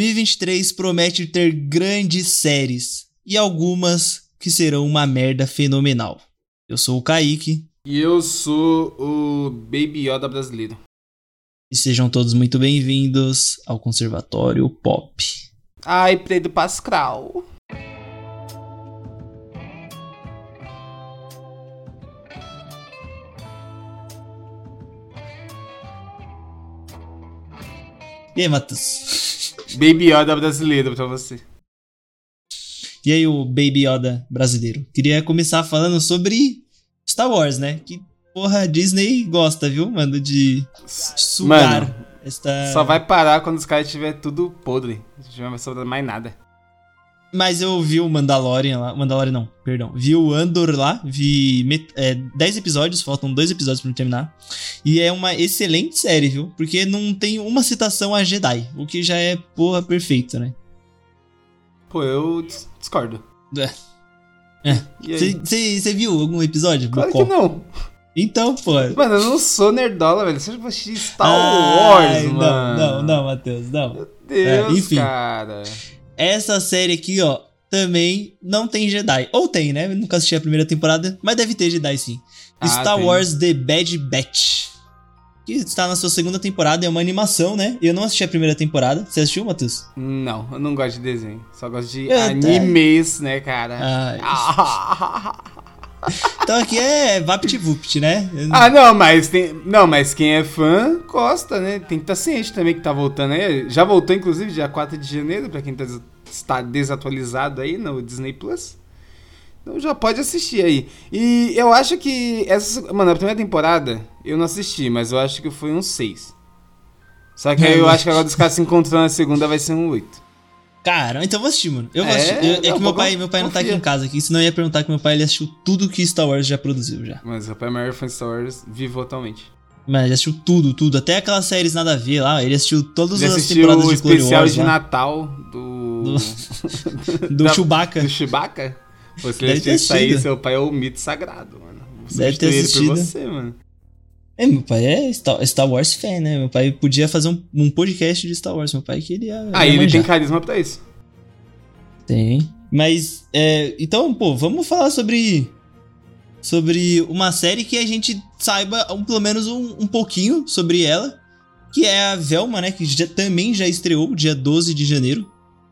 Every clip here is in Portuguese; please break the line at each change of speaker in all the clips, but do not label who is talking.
2023 promete ter grandes séries e algumas que serão uma merda fenomenal. Eu sou o Kaique
E eu sou o Baby Yoda brasileiro.
e sejam todos muito bem-vindos ao Conservatório Pop.
Ai, Pedro Pascal.
E aí, Matheus?
Baby Yoda brasileiro pra você.
E aí, o Baby Yoda brasileiro? Queria começar falando sobre Star Wars, né? Que porra, a Disney gosta, viu, mano, de sugar
Mano,
esta.
Só vai parar quando os caras tiver tudo podre. Já não vai sobrar mais nada.
Mas eu vi o Mandalorian lá. Mandalorian não, perdão. Vi o Andor lá. Vi 10 episódios, faltam dois episódios pra eu terminar. E é uma excelente série, viu? Porque não tem uma citação a Jedi, o que já é, porra, perfeito, né?
Pô, eu dis- discordo.
É.
E aí?
Você viu algum episódio?
Claro que
Bocó?
não.
Então, pô.
Mano, eu não sou nerdola, velho. Você vai assistir Star
Ai,
Tá Wars, mano.
Não, não, não, Matheus, não.
Deus,
É, enfim.
cara.
Essa série aqui, ó, também não tem Jedi. Ou tem, né? Eu nunca assisti a primeira temporada, mas deve ter Jedi sim.
Ah,
Star
tem.
Wars The Bad Batch. Que está na sua segunda temporada, é uma animação, né? Eu não assisti a primeira temporada. Você assistiu, Matheus?
Não, eu não gosto de desenho. Só gosto de
Eu também.
animes, né, cara?
Ah,
Ah.
então aqui é VaptVupt, né?
Ah, não, mas tem. Não, mas quem é fã gosta, né? Tem que estar ciente também que tá voltando aí. Já voltou, inclusive, dia 4 de janeiro, pra quem tá des- está desatualizado aí no Disney Plus. Então já pode assistir aí. E eu acho que essa. Mano, a primeira temporada eu não assisti, mas eu acho que foi um 6. Só que
É,
aí eu acho que agora os caras se encontrando na segunda vai ser um 8.
Cara, então eu vou assistir, mano. Eu vou
É?
assistir. Eu- é
Não,
que meu
pô,
pai, meu pai não tá aqui
confia.
em casa aqui, senão eu ia perguntar que meu pai ele assistiu tudo que Star Wars já produziu já.
Mas o rapaz é o maior fã de Star Wars vivo atualmente.
Mano, ele assistiu tudo, tudo. Até aquelas séries nada a ver lá. Ele assistiu todas
Já
as
assistiu
temporadas
o
de Clone
especial
Wars né?
de
lá,
Natal do.
do
da-
Chewbacca.
Do Chewbacca? Pô, se
Deve
ele
ter
assistir isso aí,
sido.
seu pai é o mito sagrado, mano. Vou
Deve ter
substituir ele
assistido.
por você, mano.
É, meu pai é Star, Star Wars fan, né? Meu pai podia fazer um, um podcast de Star Wars. Meu pai queria.
Ah,
ia
ele tem
manjar.
carisma pra isso.
Tem. Mas, é, então, pô, vamos falar sobre. Sobre uma série que a gente saiba um- pelo menos um, um pouquinho sobre ela. Que é a Velma, né? Que já- também já estreou dia 12 de janeiro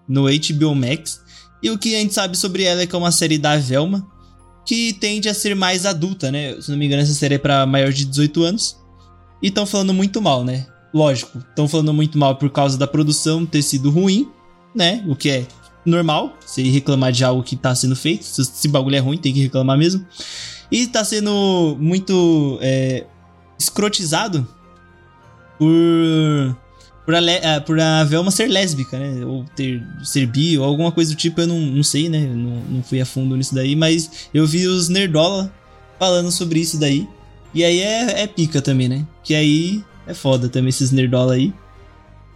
no HBO Max. E o que a gente sabe sobre ela é que é uma série da Velma que tende a ser mais adulta, né? Se não me engano, essa série é pra maior de 18 anos. E estão falando muito mal, né? Lógico, estão falando muito mal por causa da produção ter sido ruim, né? O que é normal, você ir reclamar de algo que tá sendo feito. Se esse bagulho é ruim, tem que reclamar mesmo. E tá sendo muito é, escrotizado por. Por a, le- ah, por a Velma ser lésbica, né? Ou ter, ser bi, ou alguma coisa do tipo, eu não, não sei, né? Eu não, não fui a fundo nisso daí, mas eu vi os Nerdola falando sobre isso daí. E aí é, é pica também, né? Que aí é foda também esses Nerdola aí.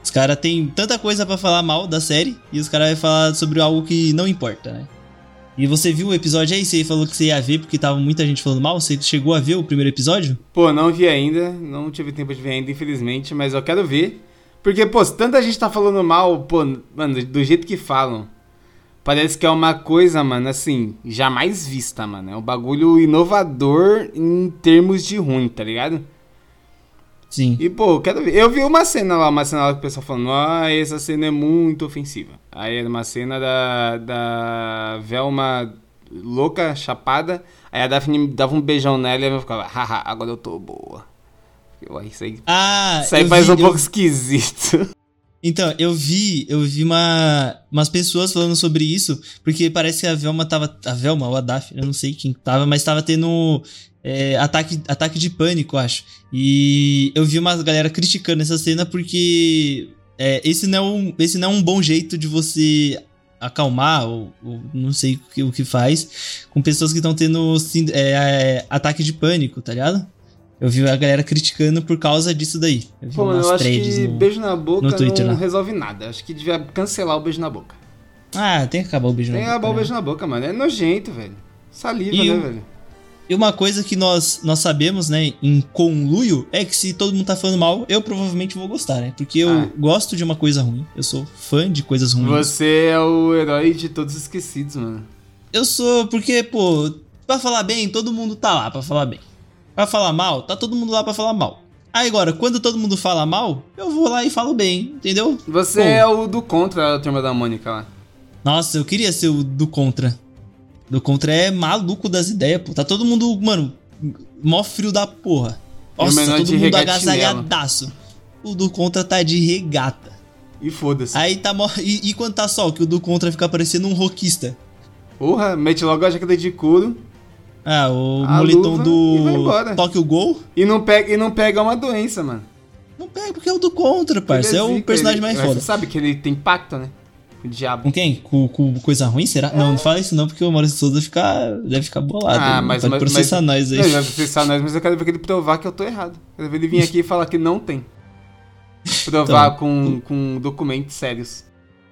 Os caras têm tanta coisa pra falar mal da série e os caras vão falar sobre algo que não importa, né? E você viu o episódio aí? Você falou que você ia ver porque tava muita gente falando mal? Você chegou a ver o primeiro episódio?
Pô, não vi ainda, não tive tempo de ver ainda, infelizmente, mas eu quero ver. Porque, pô, se tanta gente tá falando mal, pô, mano, do jeito que falam, parece que é uma coisa, mano, assim, jamais vista, mano. É um bagulho inovador em termos de ruim, tá ligado?
Sim.
E, pô, eu quero ver. Eu vi uma cena lá, uma cena lá que o pessoal falando, ah, essa cena é muito ofensiva. Aí era uma cena da, da Velma louca, chapada. Aí a Daphne dava um beijão nela e eu ficava, haha, agora eu tô boa. Eu, "Ai, isso aí,
Ah,
isso aí
eu
faz
vi-
um
eu-
pouco esquisito.
Então, eu vi, eu vi uma, umas pessoas falando sobre isso, porque parece que a Velma tava. A Velma ou a Daphne, eu não sei quem tava, mas tava tendo é, ataque, ataque de pânico, eu acho. E eu vi uma galera criticando essa cena porque é, esse, não é um, esse não é um bom jeito de você acalmar, ou, ou não sei o que, o que faz, com pessoas que estão tendo sind- é, é, ataque de pânico, tá ligado? Eu vi a galera criticando por causa disso daí. Eu vi
Pô, mano,
umas
eu acho
threads
que
no-
beijo na boca
no Twitter né?
não
lá.
resolve nada. Acho que devia cancelar o beijo na boca.
Ah, tem que acabar o beijo
Tem
na
a
boca.
o
né?
beijo na boca, mano. É nojento, velho. Saliva,
E
né,
o-
velho?
E uma coisa que nós, nós sabemos, né, em conluio, é que se todo mundo tá falando mal, eu provavelmente vou gostar, né? Porque eu
Ah.
gosto de uma coisa ruim. Eu sou fã de coisas ruins.
Você é o herói de todos os esquecidos, mano.
Eu sou, porque, pô, pra falar bem, todo mundo tá lá pra falar bem. Pra falar mal, tá todo mundo lá pra falar mal. Aí agora, quando todo mundo fala mal, eu vou lá e falo bem, entendeu?
Você
Pô.
é o do contra da turma da Mônica lá.
Nossa, eu queria ser o do contra. Do contra é maluco das ideias, pô. Tá todo mundo, mano, mó frio da porra.
E o
Nossa,
menor
todo
de
mundo
regata e chinelo.
agasalhadaço. O do contra tá de regata.
E foda-se.
Aí tá mó. E, e quando tá sol, que o do contra fica parecendo um roquista.
Porra, mete logo a jaqueta de couro
Ah, o
A
moletom
luva e vai
do.
embora.
Toque o gol.
e não pega, e não pega uma doença, mano.
Não pega, porque é o do contra, parça.
Ele
É o
zica,
personagem
ele-
mais
mas
foda.
Você sabe que ele tem pacto, né? O diabo.
Com quem? Com, com coisa ruim, será? Não, não fala isso não, porque o Maurício Souza fica, deve ficar bolado.
Ah,
ele
mas-
pode
mas-
processar nós aí.
Não, ele vai processar nós, mas eu quero ver ele provar que eu tô errado. Eu quero ver ele vir aqui e falar que não tem.
Então.
Provar com, com documentos sérios.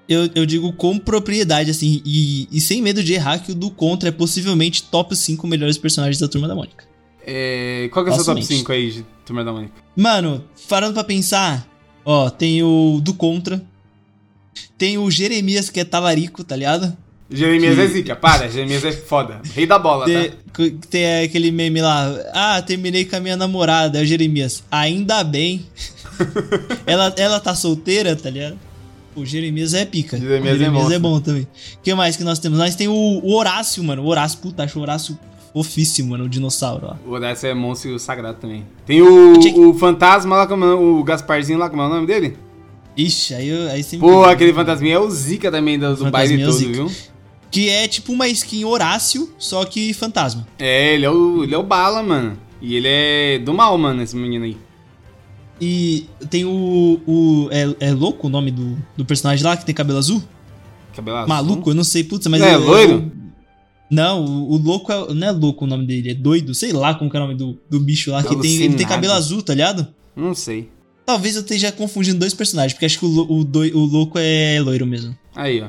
Eu, eu digo com propriedade, assim, e, e sem medo de errar, que o do contra é possivelmente top 5 melhores personagens da Turma da Mônica.
É, qual que é o seu top
Facilmente.
5 aí, de turma da Mônica?
Mano, parando pra pensar, ó, tem o do contra, tem o Jeremias, que é talarico, tá ligado?
Jeremias
Que-
é zica, para, Jeremias é foda. Rei da bola,
Tem,
tá?
tem aquele meme lá, ah, terminei com a minha namorada, é o Jeremias. Ainda bem. ela, ela tá solteira, tá ligado? O Jeremias é pica.
Jeremias
o
é
Jeremias é
monstro.
bom também. O que mais que nós temos? Nós tem o, o Horácio, mano. O Horácio, puta, acho o Horácio fofíssimo, mano, o dinossauro, ó.
O Horácio é monstro sagrado também. Tem o,
Eu tinha que-
o fantasma lá, como é- o Gasparzinho lá, como é o nome dele?
Ixi, aí, eu- aí sempre.
Pô, aquele fantasminha é o zica também do, do
Fantasminha
baile
é o
todo,
zica.
viu?
Que é tipo uma skin Horácio, só que fantasma.
É, ele é o, ele é o bala, mano. E ele é do mal, mano, esse menino aí.
E tem o. o é, é louco o nome do, do personagem lá que tem cabelo azul?
Cabelo azul.
Maluco, eu não sei, putz, mas.
Não é
eu- eu-
loiro?
Não, o, o louco é, não é louco o nome dele, é doido, sei lá como que é o nome do, do bicho lá, que tem, ele tem
Alucinado.
cabelo azul, tá ligado?
Não sei.
Talvez eu esteja confundindo dois personagens, porque acho que o, lo- o, doi- o louco é loiro mesmo.
Aí, ó.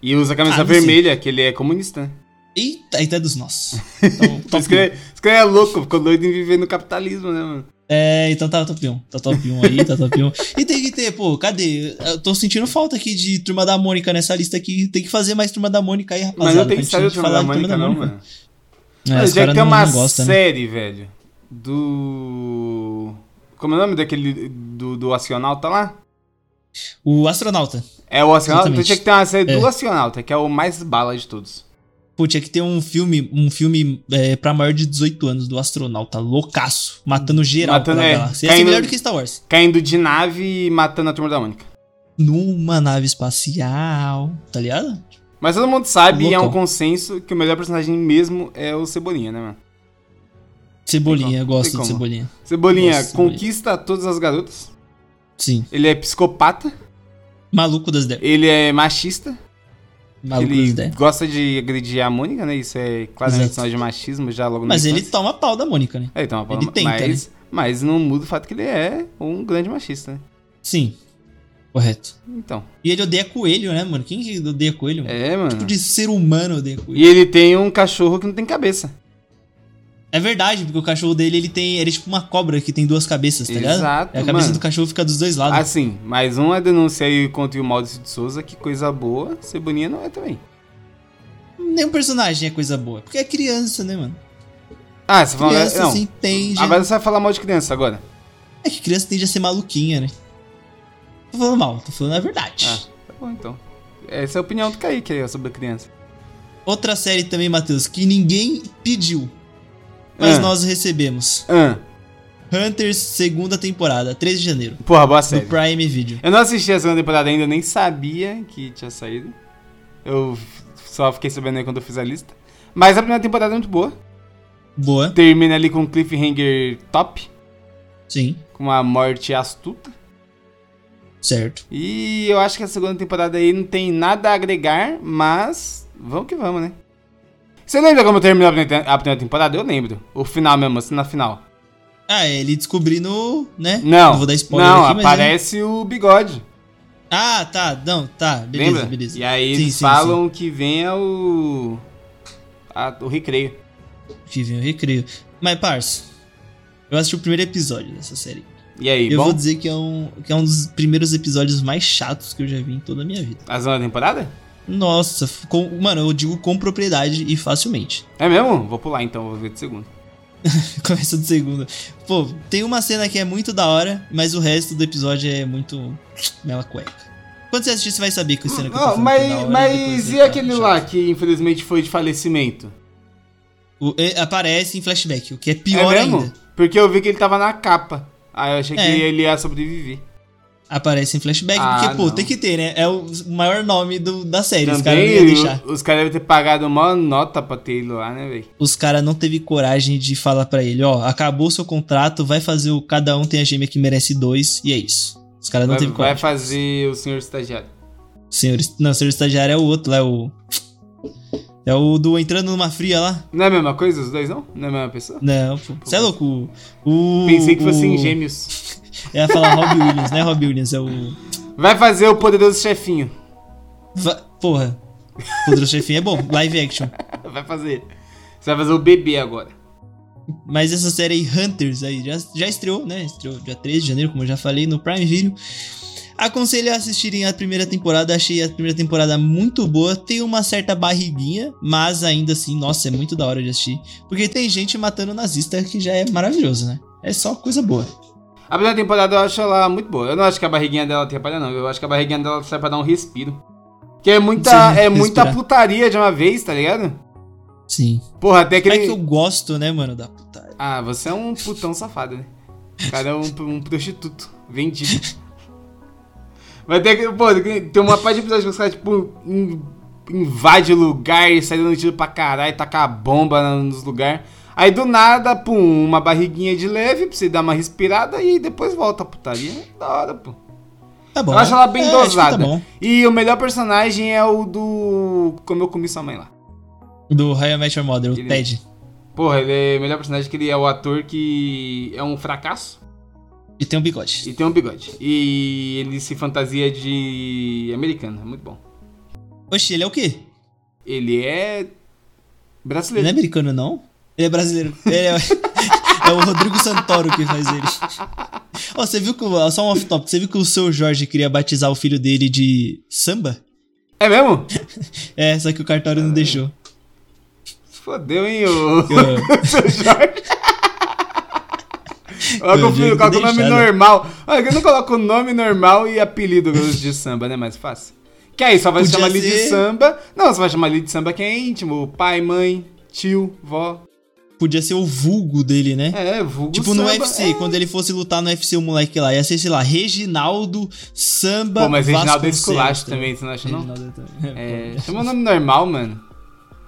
E usa a camisa
Ah, não sei.
vermelha, que ele é comunista, né?
Eita, eita é dos nossos. Então,
Por
top
isso que
um.
ele, por isso que ele é louco, ficou doido em viver no capitalismo, né, mano?
É, então tá top 1. Tá top 1 aí, tá top 1. E tem que ter, pô, cadê? Eu tô sentindo falta aqui de Turma da Mônica nessa lista aqui. Tem que fazer mais Turma da Mônica aí,
Mas
rapaziada.
não
pra
tem
gente
história de Turma
falar né,
da
de
Mônica, não, mano.
É,
Mano,
os caras
já que tem
não,
uma
não gostam, né?
série, velho, do... Como é o nome daquele... do, do astronauta lá?
O Astronauta.
É o astronauta?
Exatamente.
Então tinha que ter uma série
É.
do astronauta, que é o mais bala de todos.
Pô, tinha que ter um filme, um filme é, pra maior de 18 anos do astronauta, loucaço, matando geral
Matando,
pela
é,
galáxia. Ia ser
caindo-
melhor do que Star Wars.
Caindo de nave e matando a Turma da Mônica.
Numa nave espacial, tá ligado?
Mas todo mundo sabe, e é um
Loucão.
consenso, que o melhor personagem mesmo é o Cebolinha, né, mano?
Cebolinha,
Tem
eu
como,
gosto
tem
de
como.
Cebolinha.
Cebolinha
Nossa,
conquista todas as garotas.
Sim.
Ele é psicopata.
Maluco das ideias.
Ele é machista.
Maluco das
ele
ideias.
gosta de agredir a Mônica, né? Isso é claramente
Exato.
sinal de machismo já logo na
Mas ele
infância.
toma pau da Mônica, né?
É, então, uma
ele
palavra-
tenta, né?
mas, mas não muda o fato que ele é um grande machista, né?
Sim. Correto.
Então.
E ele odeia coelho, né, mano? Quem que odeia coelho? Mano?
É, mano.
Tipo de ser humano odeia coelho.
E ele tem um cachorro que não tem cabeça.
É verdade, porque o cachorro dele, ele tem. Ele é tipo uma cobra que tem duas cabeças, tá ligado?
Exato,
É a cabeça
mano.
do cachorro fica dos dois lados.
Assim, mais uma denúncia aí contra o Maurício de Souza, que coisa boa, Cebolinha não é também.
Nenhum personagem é coisa boa. Porque é criança, né, mano?
Ah, você falou.
Criança assim,
Não, Ah,
se entende.
agora você vai falar mal de criança agora.
É que criança tende a ser maluquinha, né? Tô falando mal, tô falando a verdade.
Ah, tá bom então. Essa é a opinião do Kaique aí ó, sobre a criança.
Outra série também, Matheus, que ninguém pediu. Mas
Ah.
nós recebemos.
Ah,
Hunters, segunda temporada, 3 de janeiro.
porra, boa
Do
série.
Prime Video.
Eu não assisti a segunda temporada ainda, eu nem sabia que tinha saído. Eu f- só fiquei sabendo aí quando eu fiz a lista. Mas a primeira temporada é muito boa.
Boa,
Termina ali com um cliffhanger top,
sim,
com uma morte astuta.
certo.
E eu acho que a segunda temporada aí não tem nada a agregar, mas vamos que vamos, né? Você lembra como terminou a primeira a primeira temporada? Eu lembro. O final mesmo, assim, na final.
Ah, é, ele descobrindo, né?
Não,
Não vou dar spoiler
não,
aqui, mas é.
aparece o bigode,
Ah, tá, não, tá, beleza,
lembra?
beleza.
E aí
Sim,
eles
sim,
falam que vem é o... a- o recreio.
Vivem o recreio. Mas, parça, eu assisti o primeiro episódio dessa série.
E aí,
eu
bom?
vou dizer que é, um, que é um dos primeiros episódios mais chatos que eu já vi em toda a minha vida.
A zona da temporada?
Nossa, f- com- mano, eu digo com propriedade e facilmente.
É mesmo? Vou pular então, vou ver de segundo.
Começa do segundo. Pô, tem uma cena que é muito da hora, mas o resto do episódio é muito. mela cueca. Quando você assistir, você vai saber que a cena que eu tô
Não,
falando que é da
Ah, mas
hora, depois
mas e
tá
aquele
chato.
lá que infelizmente foi de falecimento?
O- é, aparece em flashback, o que é pior
é mesmo?
ainda.
Porque eu vi que ele tava na capa. Aí eu achei
É.
que ele ia sobreviver.
Aparece em flashback,
Ah,
porque, pô,
não.
tem que ter, né? É o maior nome do- da série, os caras não iam
Também
deixar.
o- os caras devem ter pagado uma nota pra ter ele lá, né, velho?
Os caras não teve coragem de falar pra ele, ó, acabou seu contrato, vai fazer o cada um tem a gêmea que merece dois, e é isso. Os caras não
Vai,
teve
vai
coragem.
fazer o senhor estagiário.
Senhor, não, o senhor estagiário é o outro, lá é o. É o do entrando numa fria lá.
Não é a mesma coisa os dois, não? Não é a mesma pessoa?
Não, pô. Você é louco? O.
Pensei que
o-
fossem gêmeos.
Eu ia falar Rob Williams, né? Rob Williams é o.
Vai fazer o poderoso chefinho.
Va... Porra. Poderoso Chefinho é bom, live action.
Vai fazer. Você vai fazer o bebê agora.
Mas essa série aí, Hunters, aí, já, já estreou, né? Estreou dia 13 de janeiro, como eu já falei, no Prime Video. Aconselho a assistirem a primeira temporada, achei a primeira temporada muito boa. Tem uma certa barriguinha, mas ainda assim, nossa, é muito da hora de assistir. Porque tem gente matando nazista que já é maravilhoso, né? É só coisa boa.
A primeira temporada eu acho ela muito boa. Eu não acho que a barriguinha dela atrapalha, não. Eu acho que a barriguinha dela sai pra dar um respiro. Que é muita,
Sim,
é muita
respirar.
putaria de uma vez, tá ligado?
Sim.
Porra, até aquele.
É que eu gosto, né, mano, da putaria.
Ah, você é um putão safado, né? O cara é um, um prostituto. Vendido. Mas até que, pô, tem uma parte de episódios que os caras, tipo, in- invade lugar e sai dando tiro pra caralho, taca a bomba na- nos lugares. Aí do nada, pum, uma barriguinha de leve pra você dar uma respirada e depois volta a putaria. Da hora, pô.
Tá bom.
Eu acho ela bem
É, acho que
dosada.
Tá bom.
E o melhor personagem é o do. Como eu comi sua mãe lá.
Do How I Met Your Mother, o
Ele-
Ted.
Porra, ele é o melhor personagem que ele é o ator que é um fracasso
E tem um bigode.
e tem um bigode. E ele se fantasia de americano, é muito bom.
Oxi, ele é o quê?
Ele é.
Ele
brasileiro.
não é americano, não? Ele é brasileiro. Ele é, é o Rodrigo Santoro que faz ele. Ó, você viu que. o- Só um off-top. Você viu que o seu Jorge queria batizar o filho dele de samba?
É mesmo?
É, só que o cartório não deixou.
Fodeu, hein, ô.
Eu-
seu Jorge. Coloca o
Meu
filho,
Deus,
coloca o
que
nome
deixada.
normal. Olha, eu não coloco o nome normal e apelido de samba, né? Mais fácil. Que aí, só vai
Podia
chamar ele de
ser.
samba. Não, só vai chamar ele de samba quem é íntimo. Pai, mãe, tio, vó.
podia ser o vulgo dele, né?
É, vulgo
Tipo no
samba. é.
UFC, quando ele fosse lutar no UFC, o moleque lá ia ser, sei lá, Reginaldo Samba.
Pô, mas Reginaldo é
Vasconcelos,
esculacho
tá
também, você não acha,
ligado?
não?
Reginaldo também.
É, chama o nome normal, mano.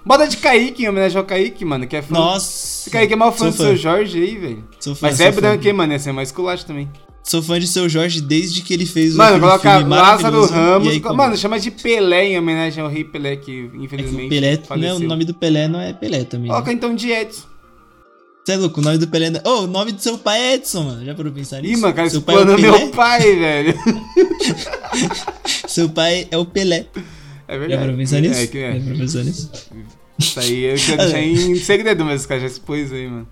Bota de Kaique em homenagem ao Kaique, mano, que é fã.
Nossa.
Esse Kaique é mal
sou
fã do seu Jorge aí, velho.
Sou fã,
Mas você
sou
é
fã.
branco, hein, mano? Esse é mais esculacho também.
Sou fã de seu Jorge desde que ele fez o
Mano,
aquele
coloca
um filme
Lázaro
maravilhoso, e
Ramos.
aí
co-
como-
Mano, chama de Pelé em homenagem ao rei Pelé, que
É que o
infelizmente.
Pelé, né,
faleceu.
o nome do Pelé não é Pelé também. Né?
Coloca então de Edson.
Você é louco, o nome do Pelé. não- Ô, o nome do seu pai é Edson, mano. Já parou pra pensar
Ih,
nisso?
mano, cara,
seu pai é o
explana
Pelé.
meu pai, velho. É
Seu pai é o Pelé.
É
Já
verdade.
parou pra pensar nisso?
É, que
Já
é.
parou pra pensar nisso?
Isso aí eu quero deixar em segredo, mas os caras já se pôs aí, mano.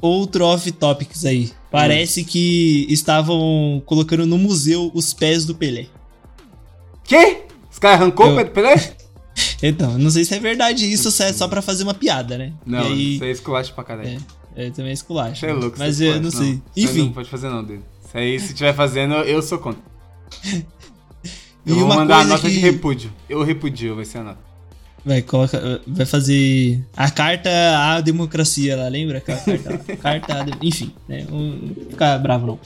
Outro off topics aí.
Hum.
Parece que estavam colocando no museu os pés do Pelé.
Quê? Os caras arrancou
Eu-
o pé do Pelé?
Então, não sei se é verdade isso, se é só pra fazer uma piada, né?
Não,
E aí,
isso aí é esculacho pra caralho.
É. é também é esculacho.
Você é
né?
louco,
Mas
você
eu
pode,
não sei.
Isso aí
Enfim.
não pode fazer não, dedo. Isso aí, se tiver fazendo, eu sou contra.
E
Eu vou
uma
mandar a
coisa
nota de
que-
repúdio. Eu repudio, vai ser a nota.
Vai, coloca, vai fazer a carta à democracia lá, lembra? Aquela carta lá. carta à de- Enfim, né? Não não ficar bravo não.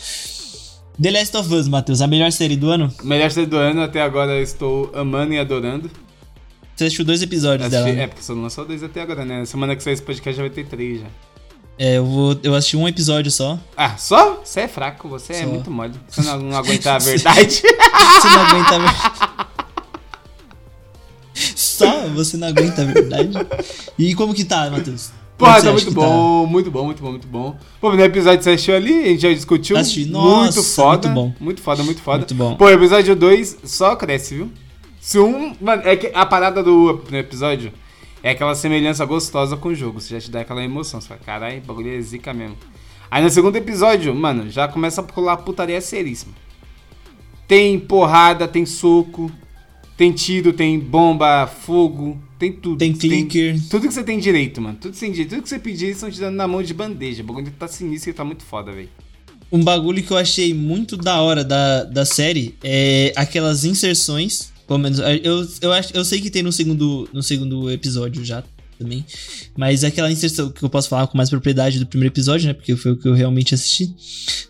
The Last of Us, Matheus, a melhor série do ano?
Melhor série do ano, até agora eu estou amando e adorando.
Você assistiu dois episódios
Assisti-
dela.
é,
né?
porque só não lançou dois até agora, né? Semana que sair esse podcast já vai ter três já.
É, eu, vou, eu assisti um episódio só.
Ah, só? Você é fraco, você é
Só.
muito mole. Você não, não aguenta a verdade.
Você não aguenta a verdade. Só você não aguenta a verdade. E como que tá, Matheus? Como
Porra,
que você acha
tá muito
que
bom, muito bom, muito bom, muito bom. Pô, no episódio que você assistiu ali, a gente já discutiu.
Assisti, nossa,
muito
muito
foda.
bom.
Muito foda, muito foda.
Muito bom.
Pô, o episódio 2 só cresce, viu? Se um. Mano, é que a parada do episódio É aquela semelhança gostosa com o jogo. Você já te dá aquela emoção. Você fala, caralho, bagulho é zica mesmo. Aí no segundo episódio, mano, já começa a pular putaria seríssima. Tem porrada, tem soco, tem tiro, tem bomba, fogo, tem tudo.
Tem clicker.
Tem, tudo que você tem direito, mano. Tudo que você tem direito. Tudo que você pedir, eles estão te dando na mão de bandeja. O bagulho tá sinistro e tá muito foda, velho.
Um bagulho que eu achei muito da hora da, da série é aquelas inserções. Pelo menos, eu, eu, acho, eu sei que tem no segundo, no segundo episódio já também. Mas é aquela inserção que eu posso falar com mais propriedade do primeiro episódio, né? Porque foi o que eu realmente assisti.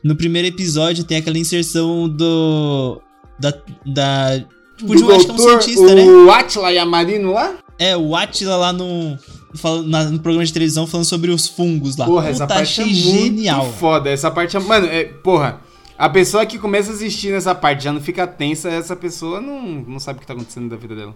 No primeiro episódio tem aquela inserção do. Da. da tipo,
do
de um, acho que é um
doutor,
cientista, né?
O Atila e a Marino lá?
É, o Atila lá no, fala- na- no programa de televisão falando sobre os fungos lá.
Porra, essa
Puta,
parte é
achei
muito
genial.
foda. Essa parte é. Mano, é, porra. A pessoa que começa a assistir nessa parte já não fica tensa, essa pessoa não, não sabe o que tá acontecendo da vida dela.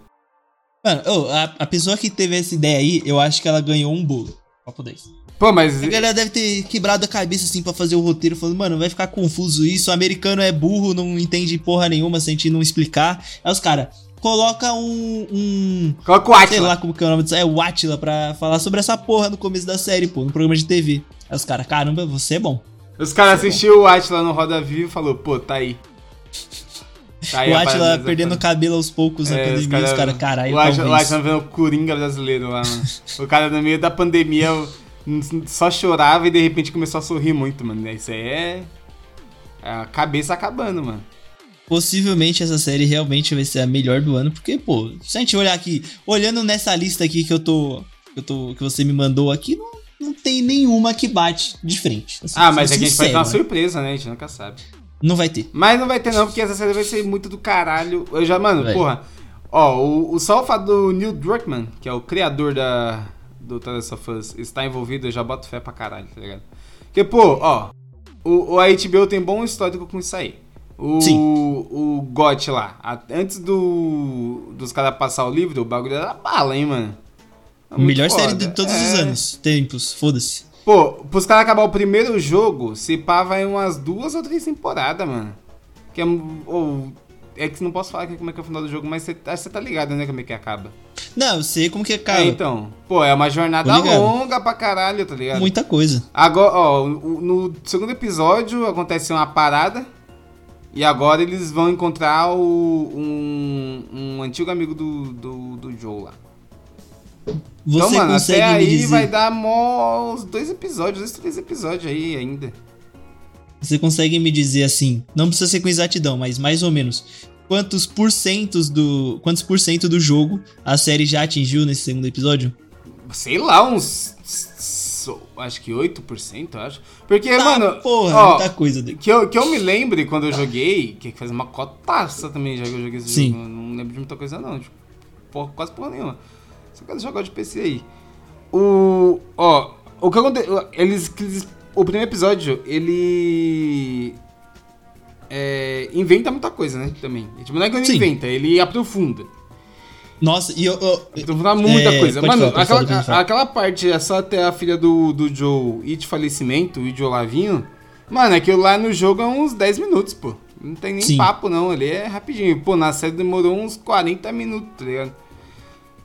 Mano, ô, a, a pessoa que teve essa ideia aí, eu acho que ela ganhou um bolo. Papo 10.
Pô, mas.
A galera deve ter quebrado a cabeça assim pra fazer o roteiro, falando, mano, vai ficar confuso isso. O americano é burro, não entende porra nenhuma se a gente não explicar. Aí os caras, coloca um. um
Coloca o
sei
Atila.
lá como que é o nome disso. É o Atila pra falar sobre essa porra no começo da série, pô, no programa de TV. Aí os caras, caramba, você é bom.
Os caras assistiram o Atila no Roda Viva e falou, pô, tá aí.
o
Tá a
Atila
parada da
perdendo
parada.
cabelo aos poucos na
É,
pandemia,
os cara-
os caras, caralho,
O Atila, o
talvez.
Atila vendo o Coringa brasileiro lá, mano. o cara no meio da pandemia n- só chorava e de repente começou a sorrir muito, mano. Isso aí é. é a cabeça acabando, mano.
Possivelmente essa série realmente vai ser a melhor do ano, porque, pô, se a gente olhar aqui, olhando nessa lista aqui que eu tô. que, eu tô, que você me mandou aqui, não, não tem nenhuma que bate de frente. Assim,
Ah, mas é
sendo
que a gente vai É ter
sincero,
uma
né?
surpresa, né? A gente nunca sabe.
Não vai ter.
Mas não vai ter, não, porque essa série vai ser muito do caralho. Eu já, mano,
Vai.
porra. Ó, o, o só o fato do Neil Druckmann, que é o criador da, do The Last of Us, estar envolvido, eu já boto fé pra caralho, tá ligado? Porque, pô, ó, o, o a HBO tem bom histórico com isso aí. O,
Sim.
o GOT lá, a- antes do, dos caras passar o livro, o bagulho era bala, hein, mano? É muito
Melhor série
foda.
de todos os
É.
anos. Tempos, foda-se.
Pô, pros caras acabar o primeiro jogo, se pá, vai umas duas ou três temporadas, mano. Que é. Ou, é que não posso falar que- como é que é o final do jogo, mas você acho que você tá ligado, né? Como é que acaba.
Não, eu sei como que é,
É,
cara.
então. Pô, é uma jornada
Tô ligado.
longa pra caralho, tá ligado?
Muita coisa.
Agora, ó, o- no segundo episódio acontece uma parada. E agora eles vão encontrar o, um, um antigo amigo do, do, do Joe lá.
Você
então, mano,
consegue
até
me
aí
dizer.
vai dar mó uns dois episódios, dois, três episódios aí ainda.
Você consegue me dizer assim, não precisa ser com exatidão, mas mais ou menos, quantos porcentos do. Quantos por cento do jogo a série já atingiu nesse segundo episódio?
sei lá, uns. so- Acho que 8%, eu acho. Porque,
Tá,
mano.
porra,
ó,
muita coisa. Diego.
que, eu, que eu me lembre quando eu joguei, que faz uma cotaça também já que eu joguei esse
Sim.
jogo. eu Não lembro de muita coisa, não. Tipo, porra, quase porra nenhuma. Só quero jogar de PC aí. O. Ó, o que aconteceu. Eles, que eles- O primeiro episódio, ele. é, inventa muita coisa, né? Também. Tipo, não é que ele
Sim.
inventa, ele aprofunda.
Nossa, e eu. eu-
Então dá muita
É,
coisa.
pode falar,
Mano,
pode
aquela,
falar, pode falar.
a- aquela parte é só até a filha do, do Joe ir de falecimento, o Joe Lavinho. Mano, aquilo lá no jogo é uns 10 minutos, pô. Não tem nem
Sim.
papo, não. Ali é rapidinho. Pô, na série demorou uns 40 minutos, tá ligado?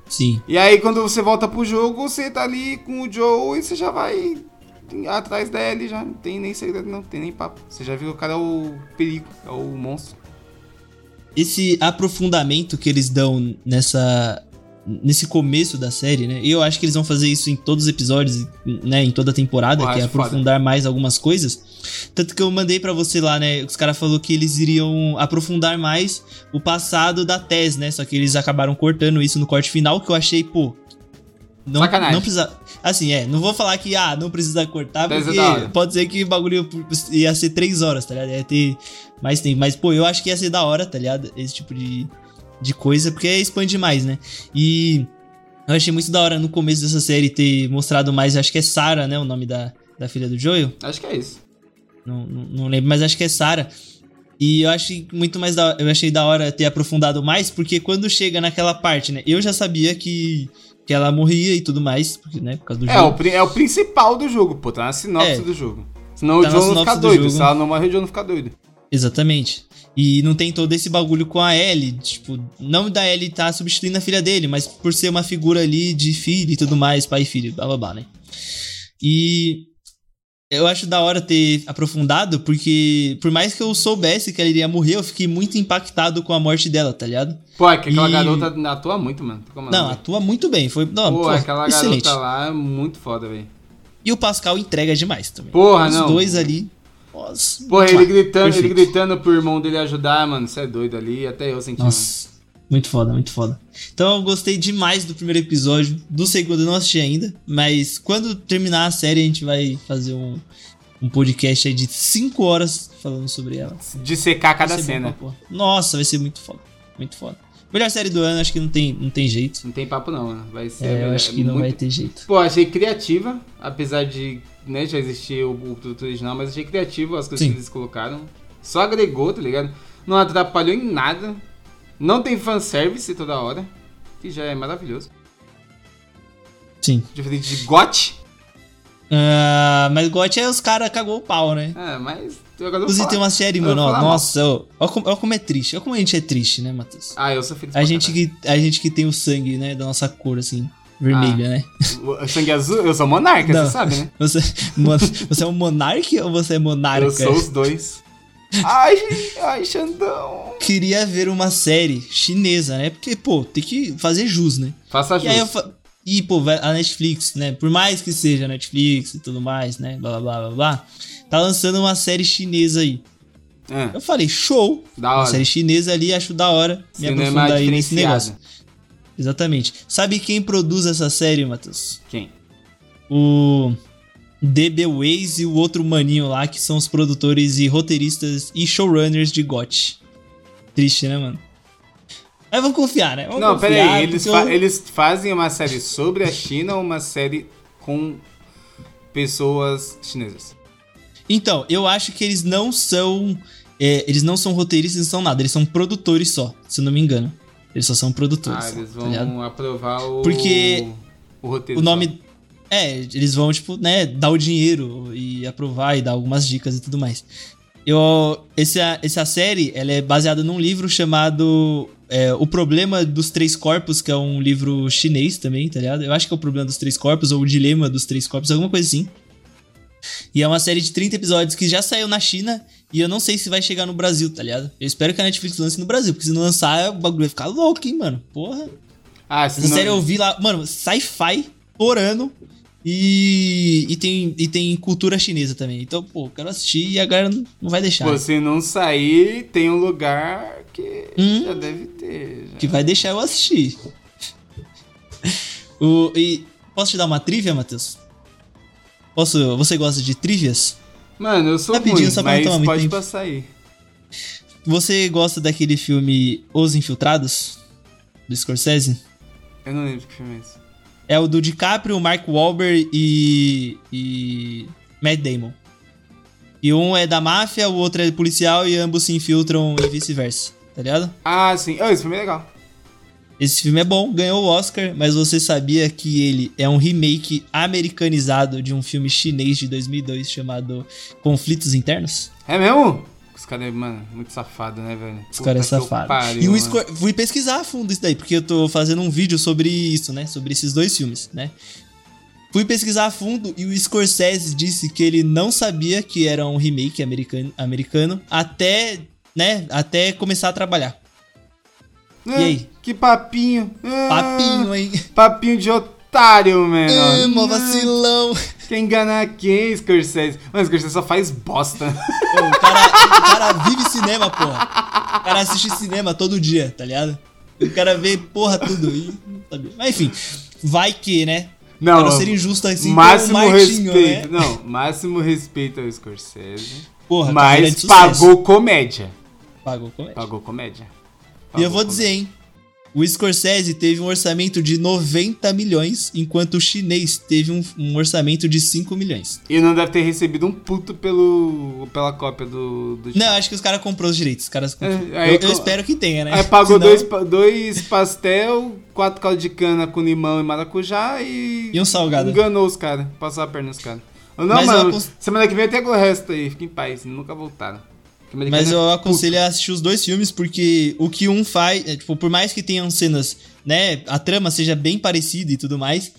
sim.
E aí, quando você volta pro jogo, você tá ali com o Joe e você já vai atrás dele. Já não tem nem segredo, não. Tem nem papo. Você já viu que o cara é o perigo, é o monstro.
Esse aprofundamento que eles dão nessa. Nesse começo da série, né? E eu acho que eles vão fazer isso em todos os episódios, né? Em toda a temporada,
Porra,
que é
acho foda.
aprofundar mais algumas coisas. Tanto que eu mandei pra você lá, né? Os caras falaram que eles iriam aprofundar mais o passado da Tess, né? Só que eles acabaram cortando isso no corte final, que eu achei, pô. Não,
Sacanagem.
não precisa. Assim, é, não vou falar que, ah, não precisa cortar,
Deve ser
porque
é da hora.
pode ser que o bagulho ia ser três horas, tá ligado? Ia ter mais tempo. Mas, pô, eu acho que ia ser da hora, tá ligado? Esse tipo de, de coisa, porque expande mais, né? E eu achei muito da hora no começo dessa série ter mostrado mais, acho que é Sarah, né? O nome da, da filha do Joel.
Acho que é isso.
Não, não, não lembro, mas acho que é Sarah. E eu achei muito mais da eu achei da hora ter aprofundado mais, porque quando chega naquela parte, né? Eu já sabia que, que ela morria e tudo mais, porque, né, por causa do
É o,
jogo.
pri- é o principal do jogo, pô. Tá na sinopse
É.
do jogo. Senão
Tá
o
na
John não
sinopse
fica
do
doido.
jogo.
Se ela não morrer, o John não fica doido.
Exatamente. E não tem todo esse bagulho com a Ellie, tipo, não da Ellie tá substituindo a filha dele, mas por ser uma figura ali de filho e tudo mais, pai e filho, blá blá blá, né? E eu acho da hora ter aprofundado, porque por mais que eu soubesse que ela iria morrer, eu fiquei muito impactado com a morte dela, tá ligado?
Pô, é que aquela garota atua muito, mano. Como
Não, atua muito bem, foi, não,
Pô,
pô,
aquela
excelente.
garota lá é muito foda, velho.
E o Pascal entrega demais também.
Porra,
Os
não.
dois ali. Nossa,
Porra,
muito
ele
massa.
gritando, ele
Perfeito.
gritando pro irmão dele ajudar, mano. Você é doido ali, até eu senti. mano.
Nossa, muito foda, muito foda. Então eu gostei demais do primeiro episódio. Do segundo eu não assisti ainda, mas quando terminar a série a gente vai fazer um, um podcast aí de 5 horas falando sobre ela.
De secar cada
Vai ser bom
cena.
pra porra. Nossa, vai ser muito foda. Muito foda. Melhor série do ano, acho que não tem, não tem jeito.
Não tem papo não, mano. Vai ser.
É, eu
é
acho que não
muito-
vai ter jeito.
Pô, achei criativa, apesar de né, já existir o, o produto original, mas achei criativo as coisas
Sim.
que eles colocaram. Só agregou, tá ligado? Não atrapalhou em nada. Não tem fanservice toda hora, que já é maravilhoso.
Sim.
Diferente de GOT.
Ah, mas GOT é os caras cagou o pau, né?
Ah, mas. Eu agora vou
Inclusive
falar.
tem uma série,
Eu
mano.
vou
Ó,
falar mal.
nossa, ó, ó, como, ó como é triste. Ó como a gente é triste, né, Matheus?
Ah, eu sou feliz.
A
pra
gente, que, a gente que tem o sangue, né? Da nossa cor, assim, vermelha, né?
caralho. O- o Sangue azul, eu sou monarca,
Não.
Ah, você sabe, né?
Você, mon- você é um monarca ou você é monarca?
Eu sou os dois. Ai, gente, ai, Xandão.
Queria ver uma série chinesa, né? Porque, pô, tem que fazer jus, né?
Faça
E aí eu
justo.
fa... E, pô, vai- a Netflix, né? Por mais que seja a Netflix e tudo mais, né? Blá, blá, blá, blá, blá. Tá lançando uma série chinesa aí.
Ah,
Eu falei, show!
da
Uma
hora.
série chinesa ali, acho da hora. Me aprofundar aí nesse negócio. Exatamente. Sabe quem produz essa série, Matheus?
Quem?
o DB Waze e o outro maninho lá, que são os produtores e roteiristas e showrunners de GOT. Triste, né, mano? Mas vamos confiar, né? Vamos
Não,
confiar,
pera aí, eles,
porque
fa-
eu-
eles fazem uma série sobre a China ou uma série com pessoas chinesas?
Então, eu acho que eles não são... é, eles não são roteiristas, não são nada. Eles são produtores só, se eu não me engano. Eles só são produtores.
Ah, eles
tá ligado?
vão aprovar o.
Porque
O roteiro.
o nome... É, eles vão, tipo, né, dar o dinheiro e aprovar e dar algumas dicas e tudo mais. Eu, essa, essa série, ela é baseada num livro chamado é, O Problema dos Três Corpos, que é um livro chinês também, tá ligado? Eu acho que é O Problema dos Três Corpos ou O Dilema dos Três Corpos, alguma coisa assim. E é uma série de 30 episódios que já saiu na China e eu não sei se vai chegar no Brasil, tá ligado? Eu espero que a Netflix lance no Brasil, porque se não lançar, o bagulho vai ficar louco, hein, mano? Porra.
Ah, se
Essa
não-
série é eu vi lá, mano, sci-fi torando e, e, tem, e tem cultura chinesa também. Então, pô, eu quero assistir e a galera não- não vai deixar.
Pô, se não sair, tem um lugar que
Hum.
já deve ter. já.
Que vai deixar eu assistir. o, e posso te dar uma trivia, Matheus? Posso, você gosta de trivias?
Mano, eu sou
Rapidinho,
ruim,
só pra não
mas
tomar muito
pode
tempo.
passar aí.
Você gosta daquele filme Os Infiltrados? Do Scorsese?
Eu não lembro que filme é esse.
É o do DiCaprio, Mark Wahlberg e. e. Matt Damon. E um é da máfia, o outro é policial e ambos se infiltram e vice-versa, tá ligado?
Ah, sim. Oh, esse filme é legal.
Esse filme é bom, ganhou o Oscar, mas você sabia que ele é um remake americanizado de um filme chinês de 2002 chamado Conflitos Internos?
É mesmo? Os caras, mano, muito safado, né, velho?
Os caras
Puta que
safados.
pariu,
E o
mano.
Scor fui pesquisar a fundo isso daí, porque eu tô fazendo um vídeo sobre isso, né? Sobre esses dois filmes, né? Fui pesquisar a fundo e o Scorsese disse que ele não sabia que era um remake americano, americano até, né, até começar a trabalhar.
Ah,
E aí?
Que papinho. Ah,
Papinho, hein?
Papinho de otário, mano.
Ah, mó vacilão.
Quer enganar quem, Scorsese? Mano, Scorsese só faz bosta.
Pô, o, cara, o cara vive cinema, porra. O cara assiste cinema todo dia, tá ligado? O cara vê, porra, tudo. E... não sabia. Mas enfim, vai que, né?
Não,
Pra não ser injusto assim,
máximo
tem o Martinho,
respeito.
né?
Não, máximo respeito ao Scorsese.
Porra, carreira de
mas
sucesso.
pagou comédia.
Pagou comédia.
Pagou é? comédia.
E eu
Pagou
vou
comédia.
dizer, hein? O Scorsese teve um orçamento de 90 milhões, enquanto o chinês teve um, um orçamento de 5 milhões.
E não deve ter recebido um puto pelo, pela cópia do. do
Não, acho que os caras comprou os direitos. Os caras comprou.
É, aí
eu, eu
co-
espero que tenha, né?
Aí pagou
Senão-
dois, pa- dois pastel, quatro caldo de cana com limão e maracujá e.
E um salgado.
Enganou os caras, passou a perna nos caras. Não,
Mas eu
mano,
acons-
semana que vem né? tem o resto aí, fica em paz, nunca voltaram.
Mas eu aconselho a assistir os dois filmes, porque o que um faz, é, tipo, por mais que tenham cenas, né, a trama seja bem parecida e tudo mais,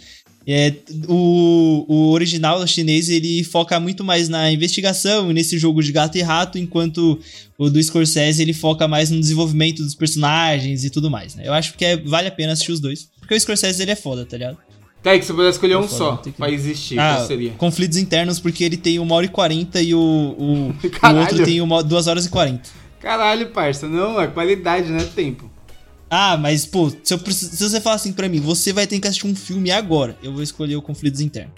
é, o, o original chinês ele foca muito mais na investigação e nesse jogo de gato e rato, enquanto o do Scorsese ele foca mais no desenvolvimento dos personagens e tudo mais, né? Eu acho que é, vale a pena assistir os dois, porque o Scorsese ele é foda, tá ligado?
Tá, aí que você pudesse escolher um só que... pra existir, ah, qual seria?
Conflitos internos, porque ele tem 1 hora e 40 e o, o, o outro tem uma, 2 horas e 40.
Caralho, parça, não, é qualidade, não é tempo.
Ah, mas, pô, se, eu, se você falar assim pra mim, você vai ter que assistir um filme agora, eu vou escolher o Conflitos Internos.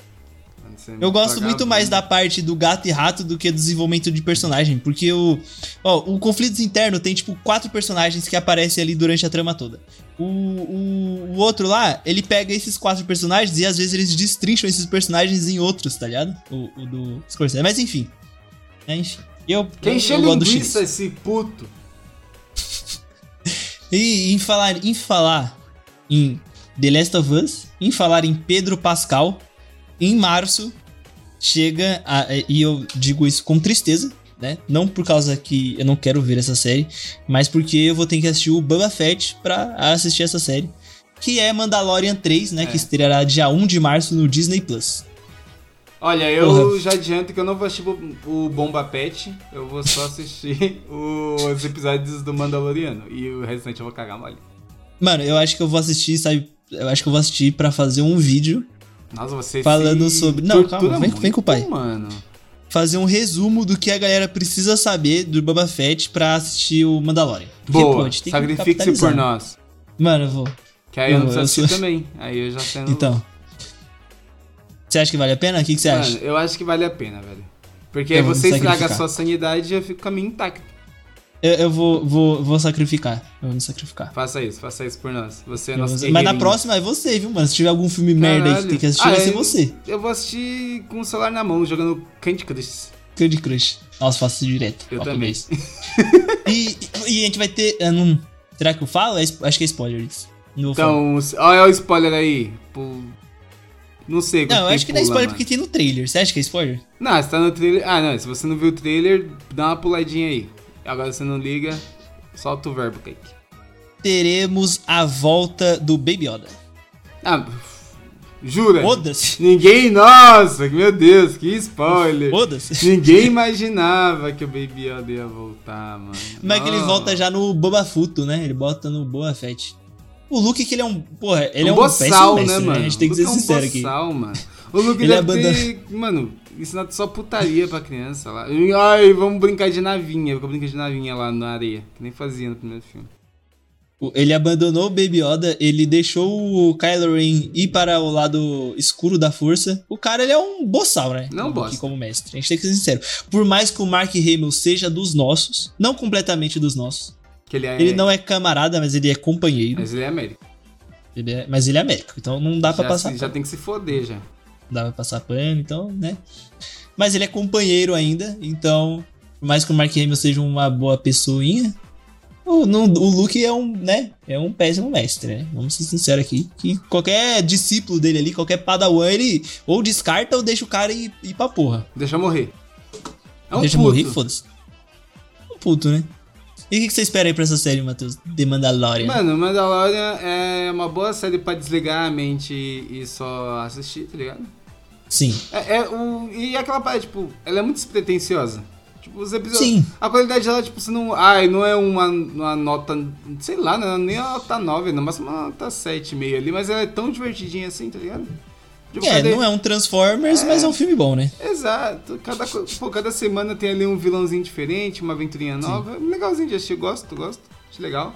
Eu
Tá
gosto muito mais da parte do gato e rato do que do desenvolvimento de personagem, porque o, ó, o conflitos interno tem tipo quatro personagens que aparecem ali durante a trama toda. O, o, o, outro lá, ele pega esses quatro personagens e às vezes eles destrincham esses personagens em outros, tá ligado? O, o do Scorsese. Mas enfim. É, enfim. Eu,
Quem
eu,
eu linguiça esse puto?
e em falar, em falar em The Last of Us, em falar em Pedro Pascal, em março chega a, e eu digo isso com tristeza, né? Não por causa que eu não quero ver essa série, mas porque eu vou ter que assistir o Boba Fett para assistir essa série, que é Mandalorian 3, né, é. que estreará dia 1 de março no Disney Plus.
Olha, eu uhum. já adianto que eu não vou assistir o Bomba Pet, eu vou só assistir os episódios do Mandaloriano e o restante eu vou cagar mole.
Mano, eu acho que eu vou assistir, sabe? Eu acho que eu vou assistir para fazer um vídeo
nossa, você
falando sobre. Não, calma, vem, vem com o pai.
Mano.
Fazer um resumo do que a galera precisa saber do Boba Fett pra assistir o Mandalorian.
Boa, sacrifique-se por nós.
Mano, eu vou.
Que aí eu, não preciso assistir sou... assim também. Aí eu já sendo...
Então. Você acha que vale a pena? O que, que você acha? Então,
eu acho que vale a pena, velho. Porque eu você estraga a sua sanidade e eu fico com a minha intacta.
Eu, eu, vou, vou, vou sacrificar. Eu vou me sacrificar.
Faça isso, faça isso por nós. Você é nosso
vou... Mas na próxima é você, viu, mano? Se tiver algum filme Caralho. merda aí que tem que assistir, ah, vai
é.
ser você.
Eu vou assistir com o celular na mão, jogando Candy Crush.
Candy Crush. Nossa, faço isso direto.
Eu também.
e, e, a gente vai ter. Uh, não, será que eu falo? É, acho que é spoiler isso.
então, olha o spoiler aí. Pô, não sei.
Não, eu acho que não é spoiler mano. porque tem no trailer. Você acha que é spoiler?
Não, se tá no trailer. Ah, não. Se você não viu o trailer, dá uma puladinha aí. Agora você não liga, solta o verbo, Cake.
Teremos a volta do Baby Yoda.
Ah, jura?
Foda-se.
Ninguém, nossa, meu Deus, que spoiler.
Foda-se.
Ninguém imaginava que o Baby Yoda ia voltar, mano.
Mas é que ele volta já no Boba Futo, né? Ele bota no Boa Fett. O Luke que ele é um, porra, ele um é um boçal, mestre, né, mano? A gente tem que ser é um sincero boçal, aqui.
Mano. O Luke ele deve abandona... ter, mano, ensinado só putaria pra criança lá. Ai, vamos brincar de navinha. Vou brincar de navinha lá na areia. Que nem fazia no primeiro filme.
Ele abandonou o Baby Yoda, ele deixou o Kylo Ren ir para o lado escuro da força. O cara, ele é um boçal, né?
Não bosta.
Como mestre, a gente tem que ser sincero. Por mais que o Mark Hamill seja dos nossos, não completamente dos nossos.
Que ele, é...
ele não é camarada, mas ele é companheiro.
Mas ele é Américo.
Ele é... Mas ele é Américo, então não dá para passar.
Se, já tem que se foder, já
dá pra passar pano, então, né? Mas ele é companheiro ainda, então, por mais que o Mark Hamill seja uma boa pessoinha, o, não, o Luke é um, né? É um péssimo mestre, né? Vamos ser sinceros aqui. Que qualquer discípulo dele ali, qualquer padawan, ele ou descarta ou deixa o cara ir, ir pra porra.
Deixa morrer.
É um deixa puto. morrer, foda-se. Um puto, né? E o que, que você espera aí pra essa série, Matheus? The Mandalorian?
Mano, Mandalorian é uma boa série pra desligar a mente e só assistir, tá ligado?
Sim.
É, é um, e aquela parte, tipo, ela é muito despretensiosa. Tipo, os episódios.
Sim.
A qualidade dela, tipo, você não. Ai, não é uma, uma nota. Sei lá, não é nem uma nota 9, não, mas uma nota 7,5 ali, mas ela é tão divertidinha assim, tá ligado?
Tipo, é, cada... não é um Transformers, é... mas é um filme bom, né?
Exato. Cada, pô, cada semana tem ali um vilãozinho diferente, uma aventurinha nova. Sim. Legalzinho de assistir, gosto, gosto. Acho legal.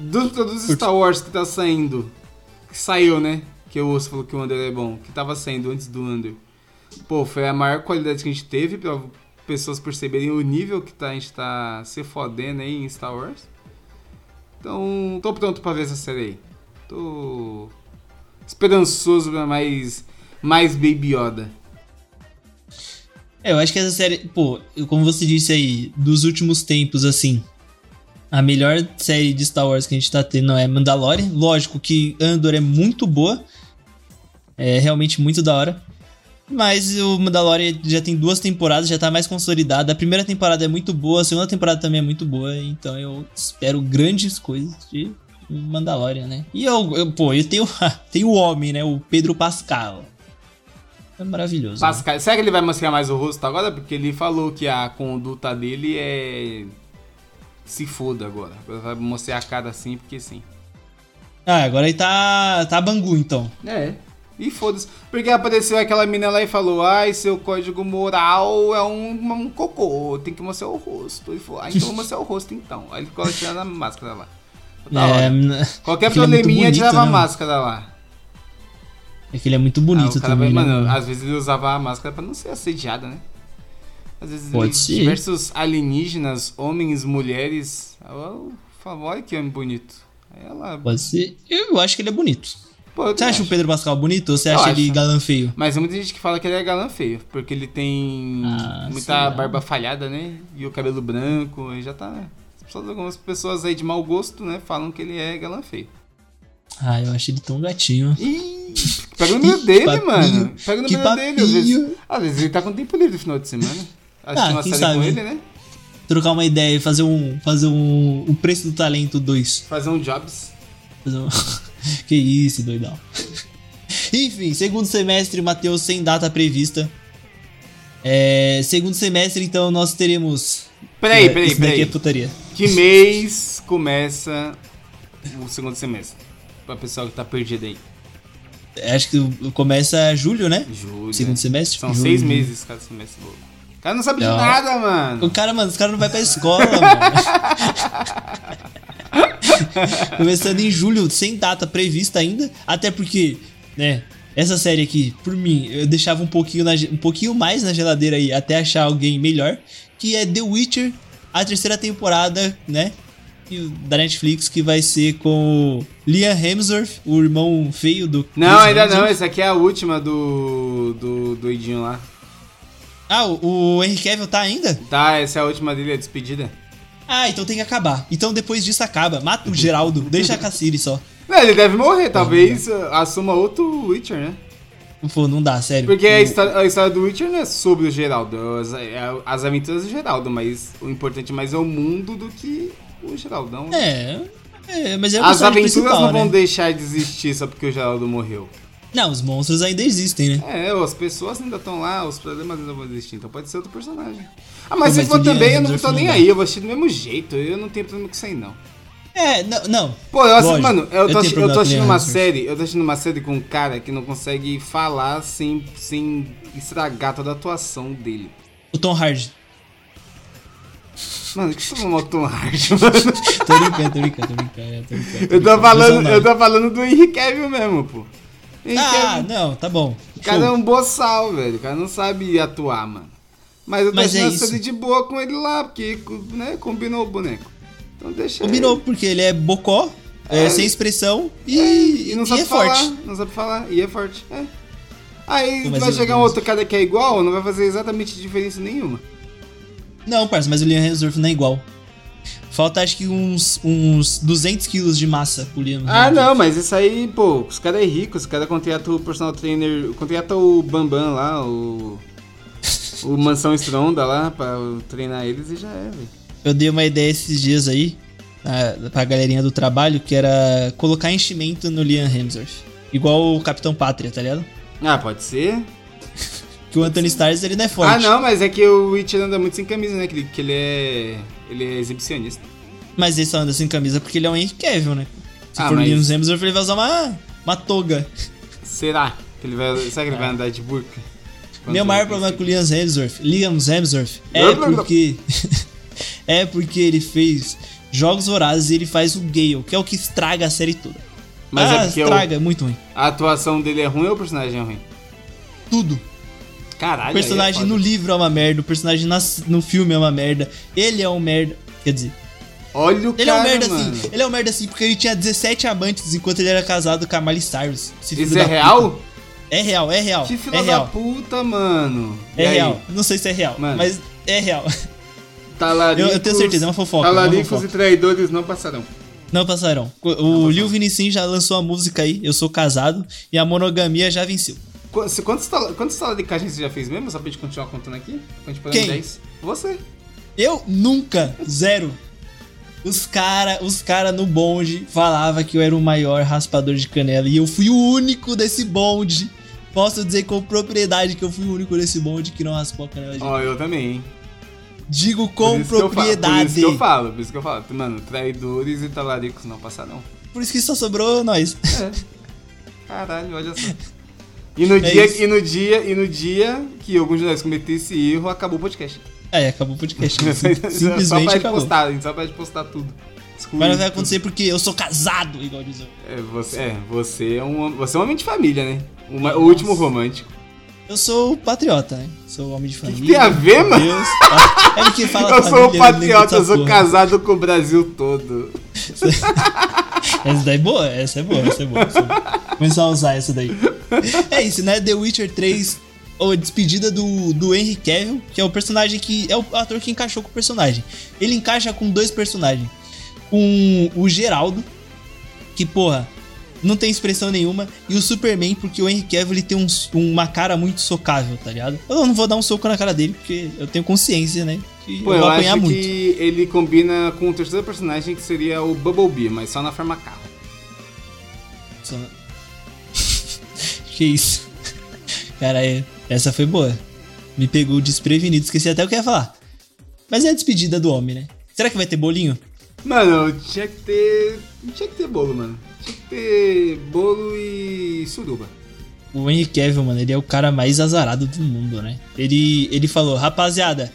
Dos produtos Por... Star Wars que tá saindo. Que saiu, né? que o Osso falou que o Under é bom, que tava saindo antes do Under. Pô, foi a maior qualidade que a gente teve pra pessoas perceberem o nível que tá, a gente tá se fodendo aí em Star Wars. Então, tô pronto pra ver essa série aí. Tô esperançoso pra mais, mais Baby Yoda.
É, eu acho que essa série, pô, como você disse aí, dos últimos tempos, assim, a melhor série de Star Wars que a gente tá tendo é Mandalorian. Lógico que Andor é muito boa, é realmente muito da hora. Mas o Mandalorian já tem duas temporadas, já tá mais consolidado. A primeira temporada é muito boa, a segunda temporada também é muito boa, então eu espero grandes coisas de Mandalorian, né? E eu, eu pô, eu tenho, tenho o homem, né? O Pedro Pascal. É maravilhoso.
Pascal, né? será que ele vai mostrar mais o rosto agora? Porque ele falou que a conduta dele é. Se foda agora. Vai mostrar a cara assim, porque sim.
Ah, agora ele tá. tá bangu então.
É. E foda-se. Porque apareceu aquela mina lá e falou: Ai, seu código moral é um, um cocô, tem que mostrar o rosto. Ele falou: Ah, então vou mostrar o rosto então. Aí ele ficou tirando a máscara lá. É, Qualquer probleminha, é bonito, tirava né? a máscara lá.
É que ele é muito bonito ah, também.
Vai, né? mano, às vezes ele usava a máscara pra não ser assediado, né? Às vezes Pode ele, ser. diversos alienígenas, homens, mulheres. Eu falo, olha que homem bonito. Ela...
Pode ser. Eu acho que ele é bonito. Pô, você acha acho. o Pedro Pascal bonito ou você eu acha acho. ele galã feio?
Mas muita gente que fala que ele é galã feio, porque ele tem ah, muita sim, barba é. falhada, né? E o cabelo branco, aí já tá. Algumas pessoas aí de mau gosto, né? Falam que ele é galã feio.
Ah, eu achei ele tão gatinho.
Ih, pega no meio dele, papinho, mano. Pega no meio papinho. dele. Às vezes, às vezes ele tá com tempo livre no final de semana. Assistir ah, uma série sabe? com ele, né?
Trocar uma ideia e fazer um. Fazer um. O preço do talento 2.
Fazer um Jobs.
Fazer um... que isso, doidão. Enfim, segundo semestre, Matheus, sem data prevista. É, segundo semestre, então, nós teremos.
Peraí, peraí, isso
peraí. É putaria.
Que mês começa o segundo semestre? Pra pessoal que tá perdido aí.
Acho que começa julho, né?
Julho.
Segundo semestre?
São
julho.
seis meses cada semestre. O cara não sabe não. de nada, mano.
O cara, mano, os caras não vai pra escola, mano. Começando em julho, sem data prevista ainda. Até porque, né? Essa série aqui, por mim, eu deixava um pouquinho, na, um pouquinho mais na geladeira aí até achar alguém melhor. Que é The Witcher, a terceira temporada, né? da Netflix que vai ser com o Liam Hemsworth, o irmão feio do.
Não, ainda Hemsworth.
um.
não, essa aqui é a última do. do doidinho lá.
Ah, o, o Henry Cavill tá ainda?
Tá, essa é a última dele, a despedida.
Ah, então tem que acabar. Então depois disso acaba. Mata o Geraldo, deixa a Cassiri só.
Não, ele deve morrer, talvez
Uhum.
ah, assuma outro Witcher, né?
Tipo, Pô, não dá, sério.
Porque é a história, a história, do Witcher não é sobre o Geraldo, é as aventuras do Geraldo, mas o importante mais é o mundo do que o Geraldão.
É, é mas é
As aventuras não vão né? deixar de existir só porque o Geraldo morreu.
Não, os monstros ainda existem, né?
É, as pessoas ainda estão lá, os problemas ainda vão existir, então pode ser outro personagem. Ah, mas, não, se for também, é, eu não tô nem aí, eu vou assistir do mesmo jeito, eu não tenho problema com isso aí, não.
É, não, não.
Pô, eu assisto, mano, eu, eu tô, assistindo, eu tô assistindo uma série, eu tô assistindo uma série com um cara que não consegue falar sem, sem estragar toda a atuação dele.
O Tom Hardy.
Mano, que você falou Tom Hardy, mano?
tô brincando, tô brincando, tô brincando. Tô brincando
eu, tô falando, eu tô é- falando do Henry Cavill mesmo, pô.
Henry ah, Kevin. não, tá bom.
O cara Show. é um boçal, velho. O cara não sabe atuar, mano. Mas eu tô Mas é de boa com ele lá, porque né, combinou o boneco. Então deixa
Combinou, ele. porque ele é bocó, é, é sem expressão e, é, e não sabe e é
falar,
forte.
Não sabe falar, e é forte. É. Aí Mas vai chegar um outro cara que é igual, não vai fazer exatamente diferença nenhuma.
Não, parça, mas o Liam Hemsworth não é igual. Falta acho que uns, uns 200 quilos de massa pro Liam
Ah, não, mas isso aí, pô, os caras é rico, os caras contratam o personal trainer, contratam o Bambam lá, o. o Mansão Estronda lá, pra treinar eles e já é, velho.
Eu dei uma ideia esses dias aí, pra, pra galerinha do trabalho, que era colocar enchimento no Liam Hemsworth. Igual o Capitão Pátria, tá ligado?
Ah, pode ser
que o Anthony Starrs ele não é forte.
Ah, não, mas é que o Witcher anda muito sem camisa, né? Que ele, que ele é. Ele é exibicionista.
Mas ele só anda sem camisa porque ele é um Henry Cavill, né? Se ah, for mas... o Liam Hemsworth, ele vai usar uma, uma toga.
Será? Que ele vai, será que ele vai andar de burca?
Quando Meu maior problema com o Liam Hemsworth, Liam Hemsworth é porque. é porque ele fez Jogos Horazes e ele faz o Gale, que é o que estraga a série toda.
Mas ah, é porque
estraga, o... muito ruim.
A atuação dele é ruim ou o personagem é ruim?
Tudo.
Caralho,
o personagem é no livro é uma merda, o personagem nas, no filme é uma merda, ele é um merda. Quer dizer.
Olha o
ele
cara,
é um merda
mano.
assim. Ele é um merda assim porque ele tinha 17 amantes enquanto ele era casado com a Miley Cyrus.
Isso é real?
Puta. É real, é real.
Que filha
é real.
da puta, mano.
E é aí? real. Não sei se é real, mano. mas é real.
Talaricos,
eu, eu tenho certeza, é uma fofoca.
Talaricos
uma fofoca.
e traidores não passarão.
Não passarão. O, não o Liu Vinicin já lançou a música aí, Eu Sou Casado, e a monogamia já venceu.
Quantos, quantos, quantos talaricagens você já fez mesmo? Só pra gente continuar contando aqui? Pra gente pagar
Quem?
10? Você.
Eu nunca, zero. Os cara, os cara no bonde falava que eu era o maior raspador de canela e eu fui o único desse bonde. Posso dizer com propriedade que eu fui o único desse bonde que não raspou a canela. De...
Ó, eu também, hein?
Digo
Ah, Por
com
isso que eu falo- Por isso
propriedade.
que eu falo, por isso que eu falo. Mano, traidores e talaricos não passaram.
Por isso que só sobrou nós.
É. Caralho, olha só. E no,
É
dia,
isso.
e no dia, e no dia que algum de nós cometeu esse erro, acabou o podcast.
É, acabou o podcast.
só pra
Simplesmente
gente
acabou.
postar, a gente só pra gente postar tudo. Excluir
Mas é não vai
tudo.
acontecer porque eu sou casado, igual diz o-
É, você, é, você é um, você é um homem de família, né? Uma-
Nossa.
o último romântico.
Eu sou patriota, né? Sou homem de
O que,
família.
que tem a ver,
meu
mano?
Deus. É porque fala
Eu sou um
família, eu lembro
patriota, eu
dessa
sou
porra.
casado com o Brasil todo.
Essa daí é boa, essa é boa, essa é boa. Essa é boa. Vou Começar a usar essa daí. É isso, né? The Witcher 3, a despedida do, do Henry Cavill, que é o personagem que. É o ator que encaixou com o personagem. Ele encaixa com dois personagens. Com o Geraldo, que, porra, não tem expressão nenhuma. E o Superman, porque o Henry Cavill ele tem um- uma cara muito socável, tá ligado? Eu não vou dar um soco na cara dele, porque eu tenho consciência, né? Que
Pô,
eu
eu
vou
acho
apanhar muito.
que ele combina com o terceiro personagem que seria o Bumblebee, mas só na forma carro.
Só- que isso? Cara, é- essa foi boa. Me pegou desprevenido, esqueci até o que eu ia falar. Mas é a despedida do homem, né? Será que vai ter bolinho?
Mano, tinha que ter. Tinha que ter bolo, mano. Tinha que ter bolo e suruba.
O Henry Cavill, mano, ele é o cara mais azarado do mundo, né? Ele, ele falou, rapaziada,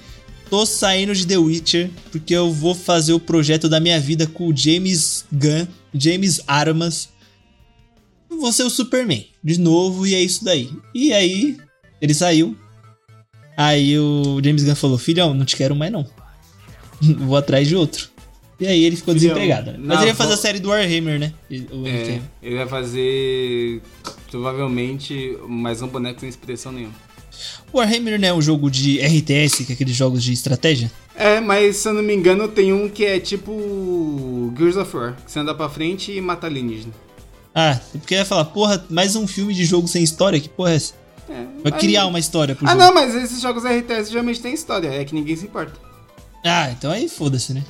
tô saindo de The Witcher porque eu vou fazer o projeto da minha vida com o James Gunn, James Armas. Vou ser o Superman, de novo, e é isso daí. E aí, ele saiu. Aí o James Gunn falou, filhão, não te quero mais não. vou atrás de outro. E aí ele ficou
Filhão,
desempregado. né? Mas
não,
ele ia fazer
vou-
a série do Warhammer, né? O Henry
É,
Cavill.
ele vai fazer. Provavelmente mais um boneco sem expressão nenhuma.
Warhammer não é um jogo de RTS, que é aqueles jogos de estratégia?
É, mas se eu não me engano, tem um que é tipo. Gears of War, que você anda pra frente e mata alienígena.
Ah, porque eu ia falar, porra, mais um filme de jogo sem história? Que porra é essa?
É,
Vai
aí-
criar uma história pro
Ah,
jogo.
não, mas esses jogos RTS geralmente tem história, é que ninguém se importa.
Ah, então aí foda-se, né?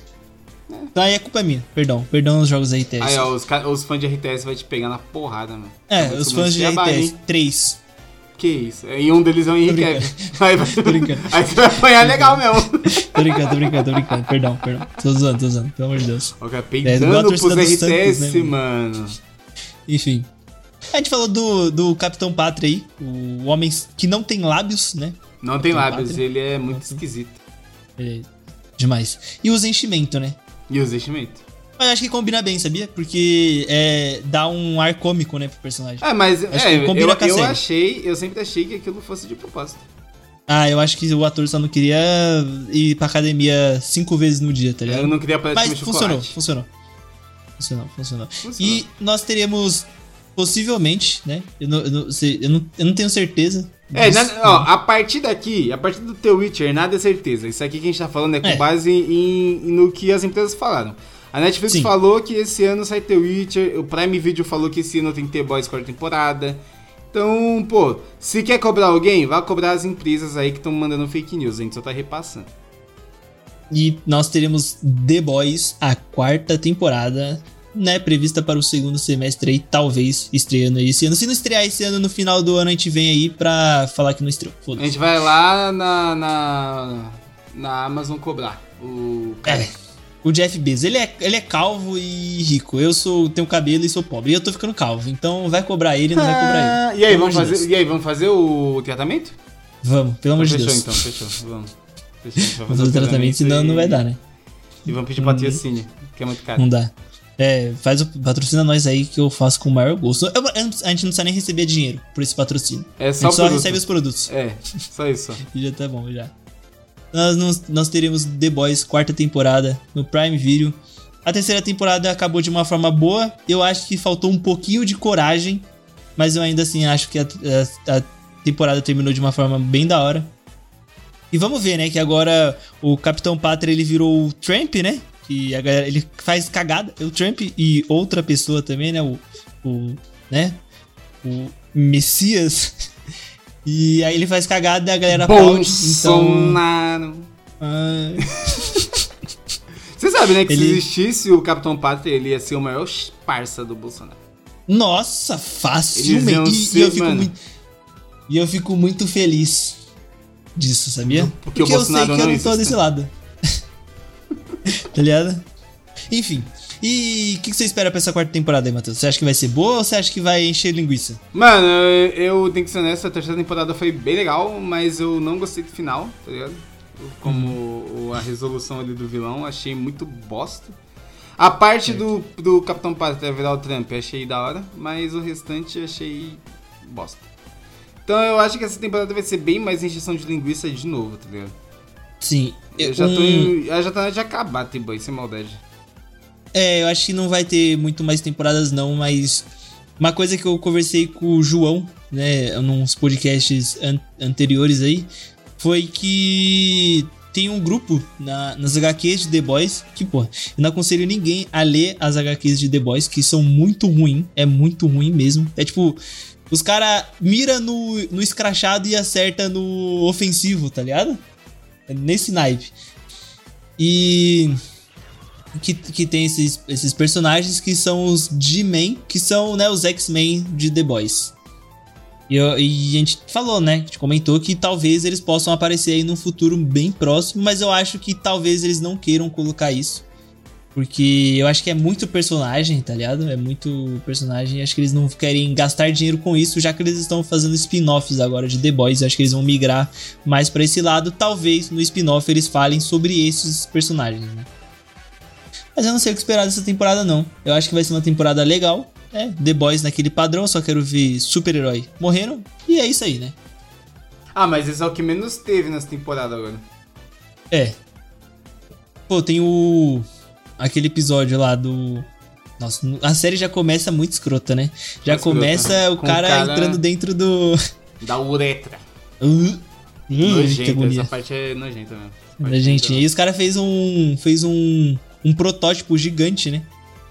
Então aí é culpa minha, perdão. Perdão os jogos RTS.
Aí, ó, os, ca- os fãs de RTS vai te pegar na porrada, mano.
é,
Tá
os
muito
fãs de
trabalho,
RTS
hein?
3.
Que isso? E um deles é o Henrique.
brincando.
Cavill. Aí, vai-
brincando.
aí você vai apanhar legal mesmo.
Tô brincando, tô brincando, tô brincando. Perdão, perdão. Tô zoando, tô zoando, pelo amor de Deus.
O cara
igual a
peidando pros
torcida É, do
RTS,
Santos, né,
mano.
Enfim. A gente falou do, do Capitão Pátria aí, o homem que não tem lábios, né?
Não tem
Capitão
lábios,
Pátria.
ele é muito esquisito.
É, demais. E os enchimentos, né?
E os enchimentos?
Mas eu acho que combina bem, sabia? Porque é, dá um ar cômico, né, pro personagem.
Ah, mas é,
que
eu,
combina com a
eu
série.
achei, eu sempre achei que aquilo fosse de propósito.
Ah, eu acho que o ator só não queria ir pra academia cinco vezes no dia, tá
Eu
ligado?
É, não queria parar de
Mas
comer
funcionou,
chocolate.
funcionou. Funcionou, funcionou.
Funcionou.
E nós teremos, possivelmente, né? Eu não, eu não, sei- eu não, eu não tenho certeza.
É,
disso.
nada- ó, a partir daqui, a partir do The Witcher, nada é certeza. Isso aqui que a gente tá falando é com
É.
base em, em- no que as empresas falaram. A Netflix
Sim.
falou que esse ano sai The Witcher, o Prime Video falou que esse ano tem The Boys quarta temporada. Então, pô, se quer cobrar alguém, vá cobrar as empresas aí que estão mandando fake news, a gente só tá repassando.
E nós teremos The Boys, a quarta temporada, né? Prevista para o segundo semestre aí, talvez estreando aí esse ano. Se não estrear esse ano, no final do ano a gente vem aí pra falar que não estreou.
A
Foda-se.
gente vai lá na, na, na Amazon cobrar o cara.
É. O Jeff Bezos, ele é, ele é calvo e rico. Eu sou tenho cabelo e sou pobre. E eu tô ficando calvo. Então vai cobrar ele, não vai cobrar
Ah,
ele.
e, aí,
Pelo
vamos
amor de
fazer,
Deus.
e aí, vamos fazer o tratamento?
Vamos, pelo amor de
fechou
Deus.
então, fechou. Vamos. Fechou, então. a gente vai
Vamos fazer o tratamento, senão não vai dar, Uhum. né?
E vamos pedir patrocínio, que é muito caro.
Não dá. É, faz o patrocina nós aí que eu faço com o maior gosto. Eu- eu- a gente não precisa nem receber dinheiro por esse patrocínio.
É
a
só
gente só
produto.
recebe os produtos.
É, só isso.
E já tá bom, já. Nós, nós, nós teremos The Boys, quarta temporada, no Prime Video. A terceira temporada acabou de uma forma boa. Eu acho que faltou um pouquinho de coragem. Mas eu ainda assim acho que a, a- a temporada terminou de uma forma bem da hora. E vamos ver, né? Que agora o Capitão Pátria ele virou o Trump, né? Que a galera, ele faz cagada. O Trump e outra pessoa também, né? O. o né? O Messias. E aí ele faz cagada e a galera aplaude. Então.
Bolsonaro.
ah,
Você sabe, né, que se
Ele-
existisse o Capitão Pátria, ele ia ser o maior parça do Bolsonaro.
nossa,
Eles iam
facilmente. E- E,
ser,
eu fico
mano.
muito, e eu fico muito feliz disso, sabia?
Porque o Bolsonaro
eu sei que
não
eu não tô
existe. né?
desse lado. tá ligado? Enfim. E o que, que você espera pra essa quarta temporada aí, Matheus? Você acha que vai ser boa ou você acha que vai encher linguiça?
Mano, eu, eu tenho que ser honesto, a terceira temporada foi bem legal, mas eu não gostei do final, tá ligado? Como o- a resolução ali do vilão, achei muito bosta. A parte do, do Capitão Pátria virar o Trump, achei da hora, mas o restante achei bosta. Então eu acho que essa temporada vai ser bem mais injeção de linguiça de novo, tá ligado?
Sim.
Eu já tô
um-
em, eu já tá na hora de acabar, Tibai, sem maldade.
É, eu acho que não vai ter muito mais temporadas, não, mas uma coisa que eu conversei com o João, né, nos podcasts an- anteriores aí, foi que tem um grupo na- nas HQs de The Boys, que, pô, eu não aconselho ninguém a ler as HQs de The Boys, que são muito ruim, é muito ruim mesmo. É tipo, os caras mira no, no escrachado e acerta no ofensivo, tá ligado? É Nesse naipe. E que, que tem esses, esses personagens que são os G-Men, que são né, os X-Men de The Boys. E, eu- e a gente falou, né? A gente comentou que talvez eles possam aparecer aí num futuro bem próximo, mas eu acho que talvez eles não queiram colocar isso. Porque eu acho que é muito personagem, tá ligado? É muito personagem. Acho que eles não querem gastar dinheiro com isso, já que eles estão fazendo spin-offs agora de The Boys. Acho que eles vão migrar mais pra esse lado. Talvez no spin-off eles falem sobre esses personagens, né? Mas eu não sei o que esperar dessa temporada, não. Eu acho que vai ser uma temporada legal. É, The Boys naquele padrão, só quero ver super-herói morrendo. E é isso aí, né?
Ah, mas esse é o que menos teve nessa temporada agora.
É. Pô, tem o. Aquele episódio lá do. Nossa, a série já começa muito escrota, né? Já
Escrota.
começa o
Com o
cara,
cara-
entrando dentro do.
Da uretra.
Uh, que
nojenta,
agonia.
essa parte é nojenta mesmo. Essa parte
Da gente.
é
E os cara fez um. fez um. um protótipo gigante, né?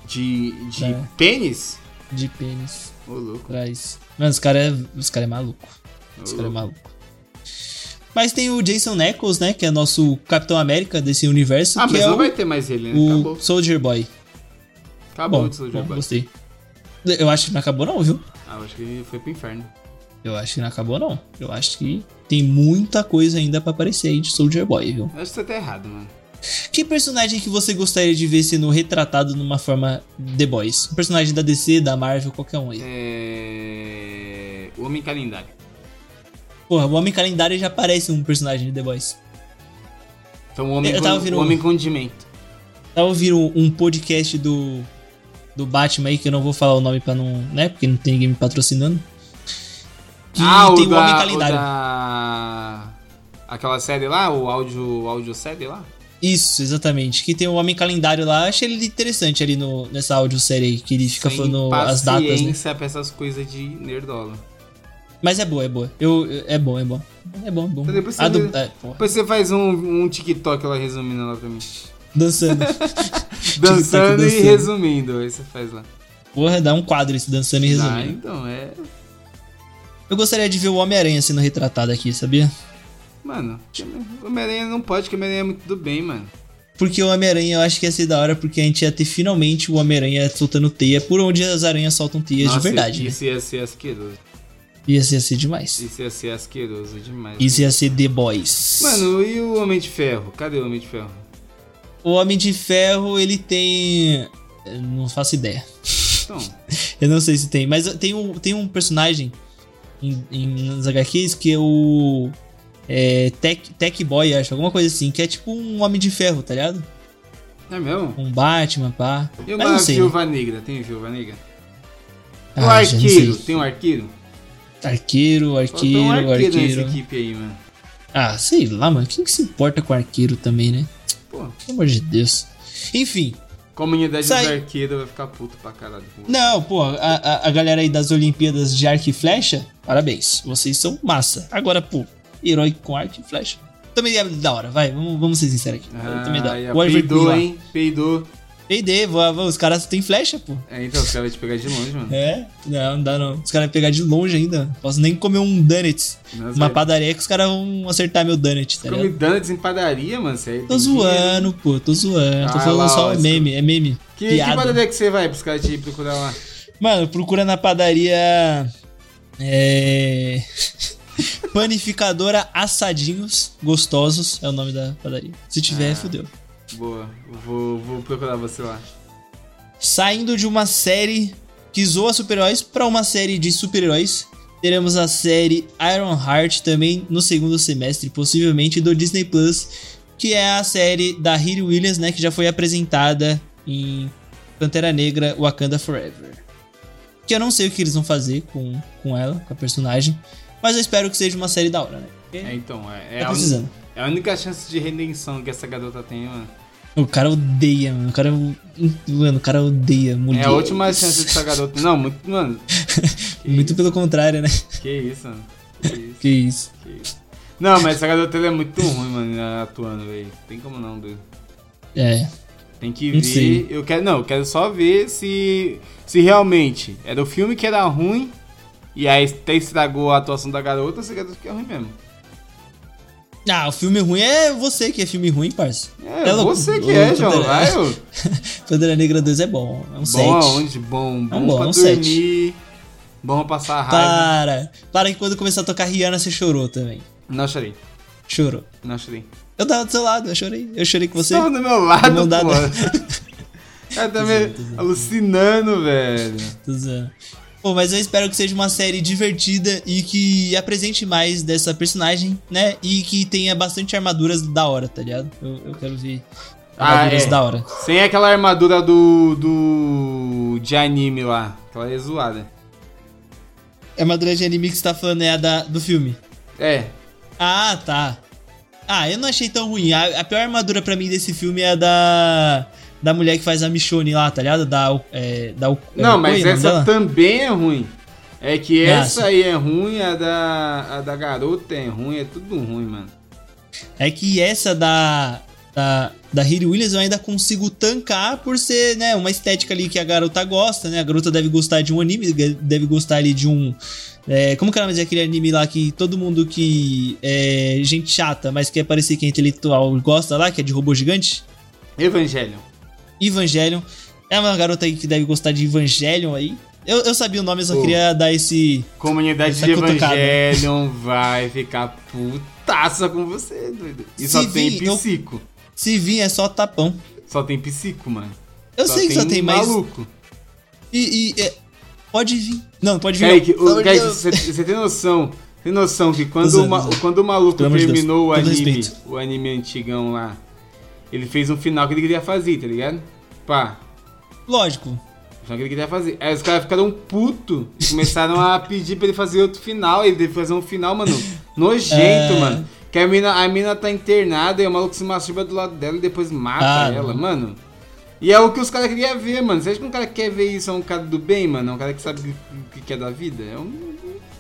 De, de
É.
pênis?
De pênis.
Ô, louco.
Atrás. Mano, os cara é. Os cara é maluco.
ô,
Esse cara é
louco.
maluco. Mas tem o Jason Neckles, né? Que é nosso Capitão América desse universo.
Ah,
que
mas
é
não
o,
vai ter mais ele, né?
o
Acabou.
Soldier Boy.
Acabou
bom,
de Soldier
bom,
Boy.
gostei. Eu acho que não acabou não, viu?
Ah, eu acho que ele foi pro inferno.
Eu acho que não acabou não. Eu acho que tem muita coisa ainda pra aparecer aí de Soldier Boy, viu?
Eu acho que você tá errado, mano.
Que personagem que você gostaria de ver sendo retratado numa forma The Boys? Um personagem da DC, da Marvel, qualquer um aí.
É. O Homem Calendário.
Porra, o Homem Calendário já parece um personagem de The Boys.
Então, o Homem,
Eu tava
con...
ouvindo
o
um-
homem Condimento.
Tava ouvindo um, um podcast do, do Batman aí, que eu não vou falar o nome pra não. né? Porque não tem ninguém me patrocinando. Que
ah,
tem
o,
o
da,
Homem
o
Calendário.
da. Aquela série lá, o áudio, o áudio série lá.
Isso, exatamente. Que tem o Homem Calendário lá. Achei ele interessante ali no, nessa audiosérie aí, que ele fica
Sem
falando as datas, né?
paciência pra essas coisas de nerdola.
Mas é boa, é boa. Eu, eu- é bom, é bom. É bom, é bom.
Então depois você
A do-
vê-
é, porra,
Depois você faz um, um TikTok lá resumindo lá pra mim.
dançando.
Dançando e
dançando.
resumindo. Aí você faz lá.
Porra, dá um quadro esse dançando e
Ah,
resumindo.
então é.
Eu gostaria de ver o Homem-Aranha sendo retratado aqui, sabia?
Mano, o Homem-Aranha não pode, porque o Homem-Aranha é muito do bem, mano.
Porque o Homem-Aranha eu acho que ia ser da hora, porque a gente ia ter finalmente o Homem-Aranha soltando teia por onde as aranhas soltam teias
Nossa,
de verdade. né?
Isso ia ser asqueroso.
Ia ser, ia ser demais.
Isso ia ser asqueroso demais.
Isso ia ser The Boys.
Mano, e o Homem de Ferro? Cadê o Homem de Ferro?
O Homem de Ferro, ele tem. eu Não faço ideia.
Então,
Eu não sei se tem, mas tem um, tem um personagem em, em, nas HQs que é o. É, Tech, Tech Boy, acho, alguma coisa assim, que é tipo um Homem de Ferro, tá ligado?
é mesmo?
Um Batman, pá.
E
mas não
uma
sei. né?
Viúva Negra? Tem Viúva Negra? O
Ah, já não
Arqueiro?
sei.
Tem um Arqueiro?
Arqueiro,
Faltou
arqueiro,
um Arqueiro nessa
arqueiro.
equipe aí, mano.
Ah, sei lá, mano. Quem que se importa com arqueiro também, né?
Pô,
Pelo amor de Deus. Enfim.
comunidade
Sai.
dos arqueiros vai ficar puto pra caralho.
Não, pô, a, a- a galera aí das Olimpíadas de arco e flecha, parabéns. Vocês são massa. Agora, pô, herói com arco e flecha. Também é da hora, vai. Vamos, vamos ser sinceros aqui. Também é da
Ah,
hora.
e a
O Everton
peidou,
lá.
hein? Peidou.
Payday, voava. Os caras têm flecha, pô.
É, então, os caras vão te pegar de longe, mano.
É? Não, não dá não. Os caras vão pegar de longe ainda. Posso nem comer um donuts.
Nossa,
Uma
velho.
padaria que os caras vão acertar meu donut, tá
Fica me
ligado?
dando é, em padaria, mano. é Sério,
Tô
tem dinheiro.
zoando, pô. Tô zoando. Tô
Ah,
falando
lá, ó,
só
esse-
meme. É meme.
Que, que
Piada.
padaria que você vai pros caras te procurar lá?
Mano, procura na padaria. É. Panificadora Assadinhos Gostosos é o nome da padaria. Se tiver,
Ah.
fodeu.
Boa, eu vou, vou procurar você lá.
Saindo de uma série que zoa super-heróis pra uma série de super-heróis, teremos a série Iron Heart também no segundo semestre, possivelmente do Disney Plus, que é a série da Riri Williams, né, que já foi apresentada em Pantera Negra Wakanda Forever. Que eu não sei o que eles vão fazer com, com ela, com a personagem, mas eu espero que seja uma série da hora, né?
É, então, é, é,
Tá
a,
precisando.
é a única chance de redenção que essa garota tem, mano.
O cara odeia, mano. O cara, é um, mano, o cara odeia mulher.
É a última chance dessa garota. Não, muito, mano. Que
Muito
isso,
pelo contrário, né?
Que isso, mano. Que isso,
Que isso.
que isso. Não, mas essa garota ela é muito ruim, mano, atuando, velho. Tem como não, doido.
É.
Tem que
Não
ver.
sei.
Eu quero, não, eu quero só ver se se realmente era o filme que era ruim e aí até estragou a atuação da garota, ou se a garota que é ruim mesmo.
Ah, o filme ruim é você que é filme ruim, parça.
É,
Ela- Um
você que
o
é, João.
Pantera-
Vai, ô.
Pantera Negra 2 é bom. É um
Bom
7.
aonde? Bom, bom,
bom,
pra
é um sete.
dormir. Bom pra passar raiva.
Para. Para que quando começar a tocar Rihanna, você chorou também.
Não chorei.
Chorou.
Não chorei.
Eu tava do seu lado, eu chorei. Eu chorei com você.
Tava do meu lado,
Do meu lado.
pô. Eu também alucinando, velho.
Tô zoando. Pô, mas eu espero que seja uma série divertida e que apresente mais dessa personagem, né? E que tenha bastante armaduras da hora, tá ligado? Eu, eu quero ver
Ah,
armaduras
é.
da hora.
Sem aquela armadura do. do. de anime lá. Aquela é zoada.
A armadura de anime que você tá falando é a da, do filme.
É,
Ah, tá. Ah, eu não achei tão ruim. A, a pior armadura pra mim desse filme é a da. Da mulher que faz a Michonne lá, tá ligado? Da. É, da
Não,
é,
mas
Oi, o nome
essa
dela?
também é ruim. É que
Ah,
essa aí é ruim, a da, a da garota é ruim, é tudo ruim, mano.
É que essa da. Da, da Hiri Williams eu ainda consigo tancar por ser, né, uma estética ali que a garota gosta, né? A garota deve gostar de um anime, deve gostar ali de um. é, como que era mais aquele anime lá que todo mundo que é gente chata, mas quer parecer que é intelectual gosta lá, que é de robô gigante?
Evangelho.
Evangelion. É uma garota aí que deve gostar de Evangelion aí. Eu, eu sabia o nome, eu só
Pô.
queria dar esse.
Comunidade
Essa
de
cutucada.
Evangelion vai ficar putaça com você, doido. E
Se
só tem
vir, eu-
psico.
Se vir, é só tapão.
Só tem psico, mano.
Eu sei que só tem, mas.
maluco.
E. e, é, Pode vir. Não, pode vir.
Kaique,
não. Pelo
o, Kaique,
Deus.
você você tem noção? Tem noção que quando,
Usando,
o, ma-
usando.
quando o maluco
Pelo amor de Deus,
terminou o
todo
anime,
respeito.
o anime antigão lá, ele fez um final que ele queria fazer, tá ligado? Pá,
Lógico.
Só que ele queria fazer. Aí os caras ficaram puto e começaram a pedir pra ele fazer outro final. Ele teve que fazer um final, mano, nojento,
É.
mano. Que a mina, a mina tá internada e o maluco se masturba do lado dela e depois mata
Ah,
ela,
não.
mano. E é o que os caras queriam ver, mano. Você acha que um cara que quer ver isso é um cara do bem, mano? É um cara que sabe o que que é da vida? É um.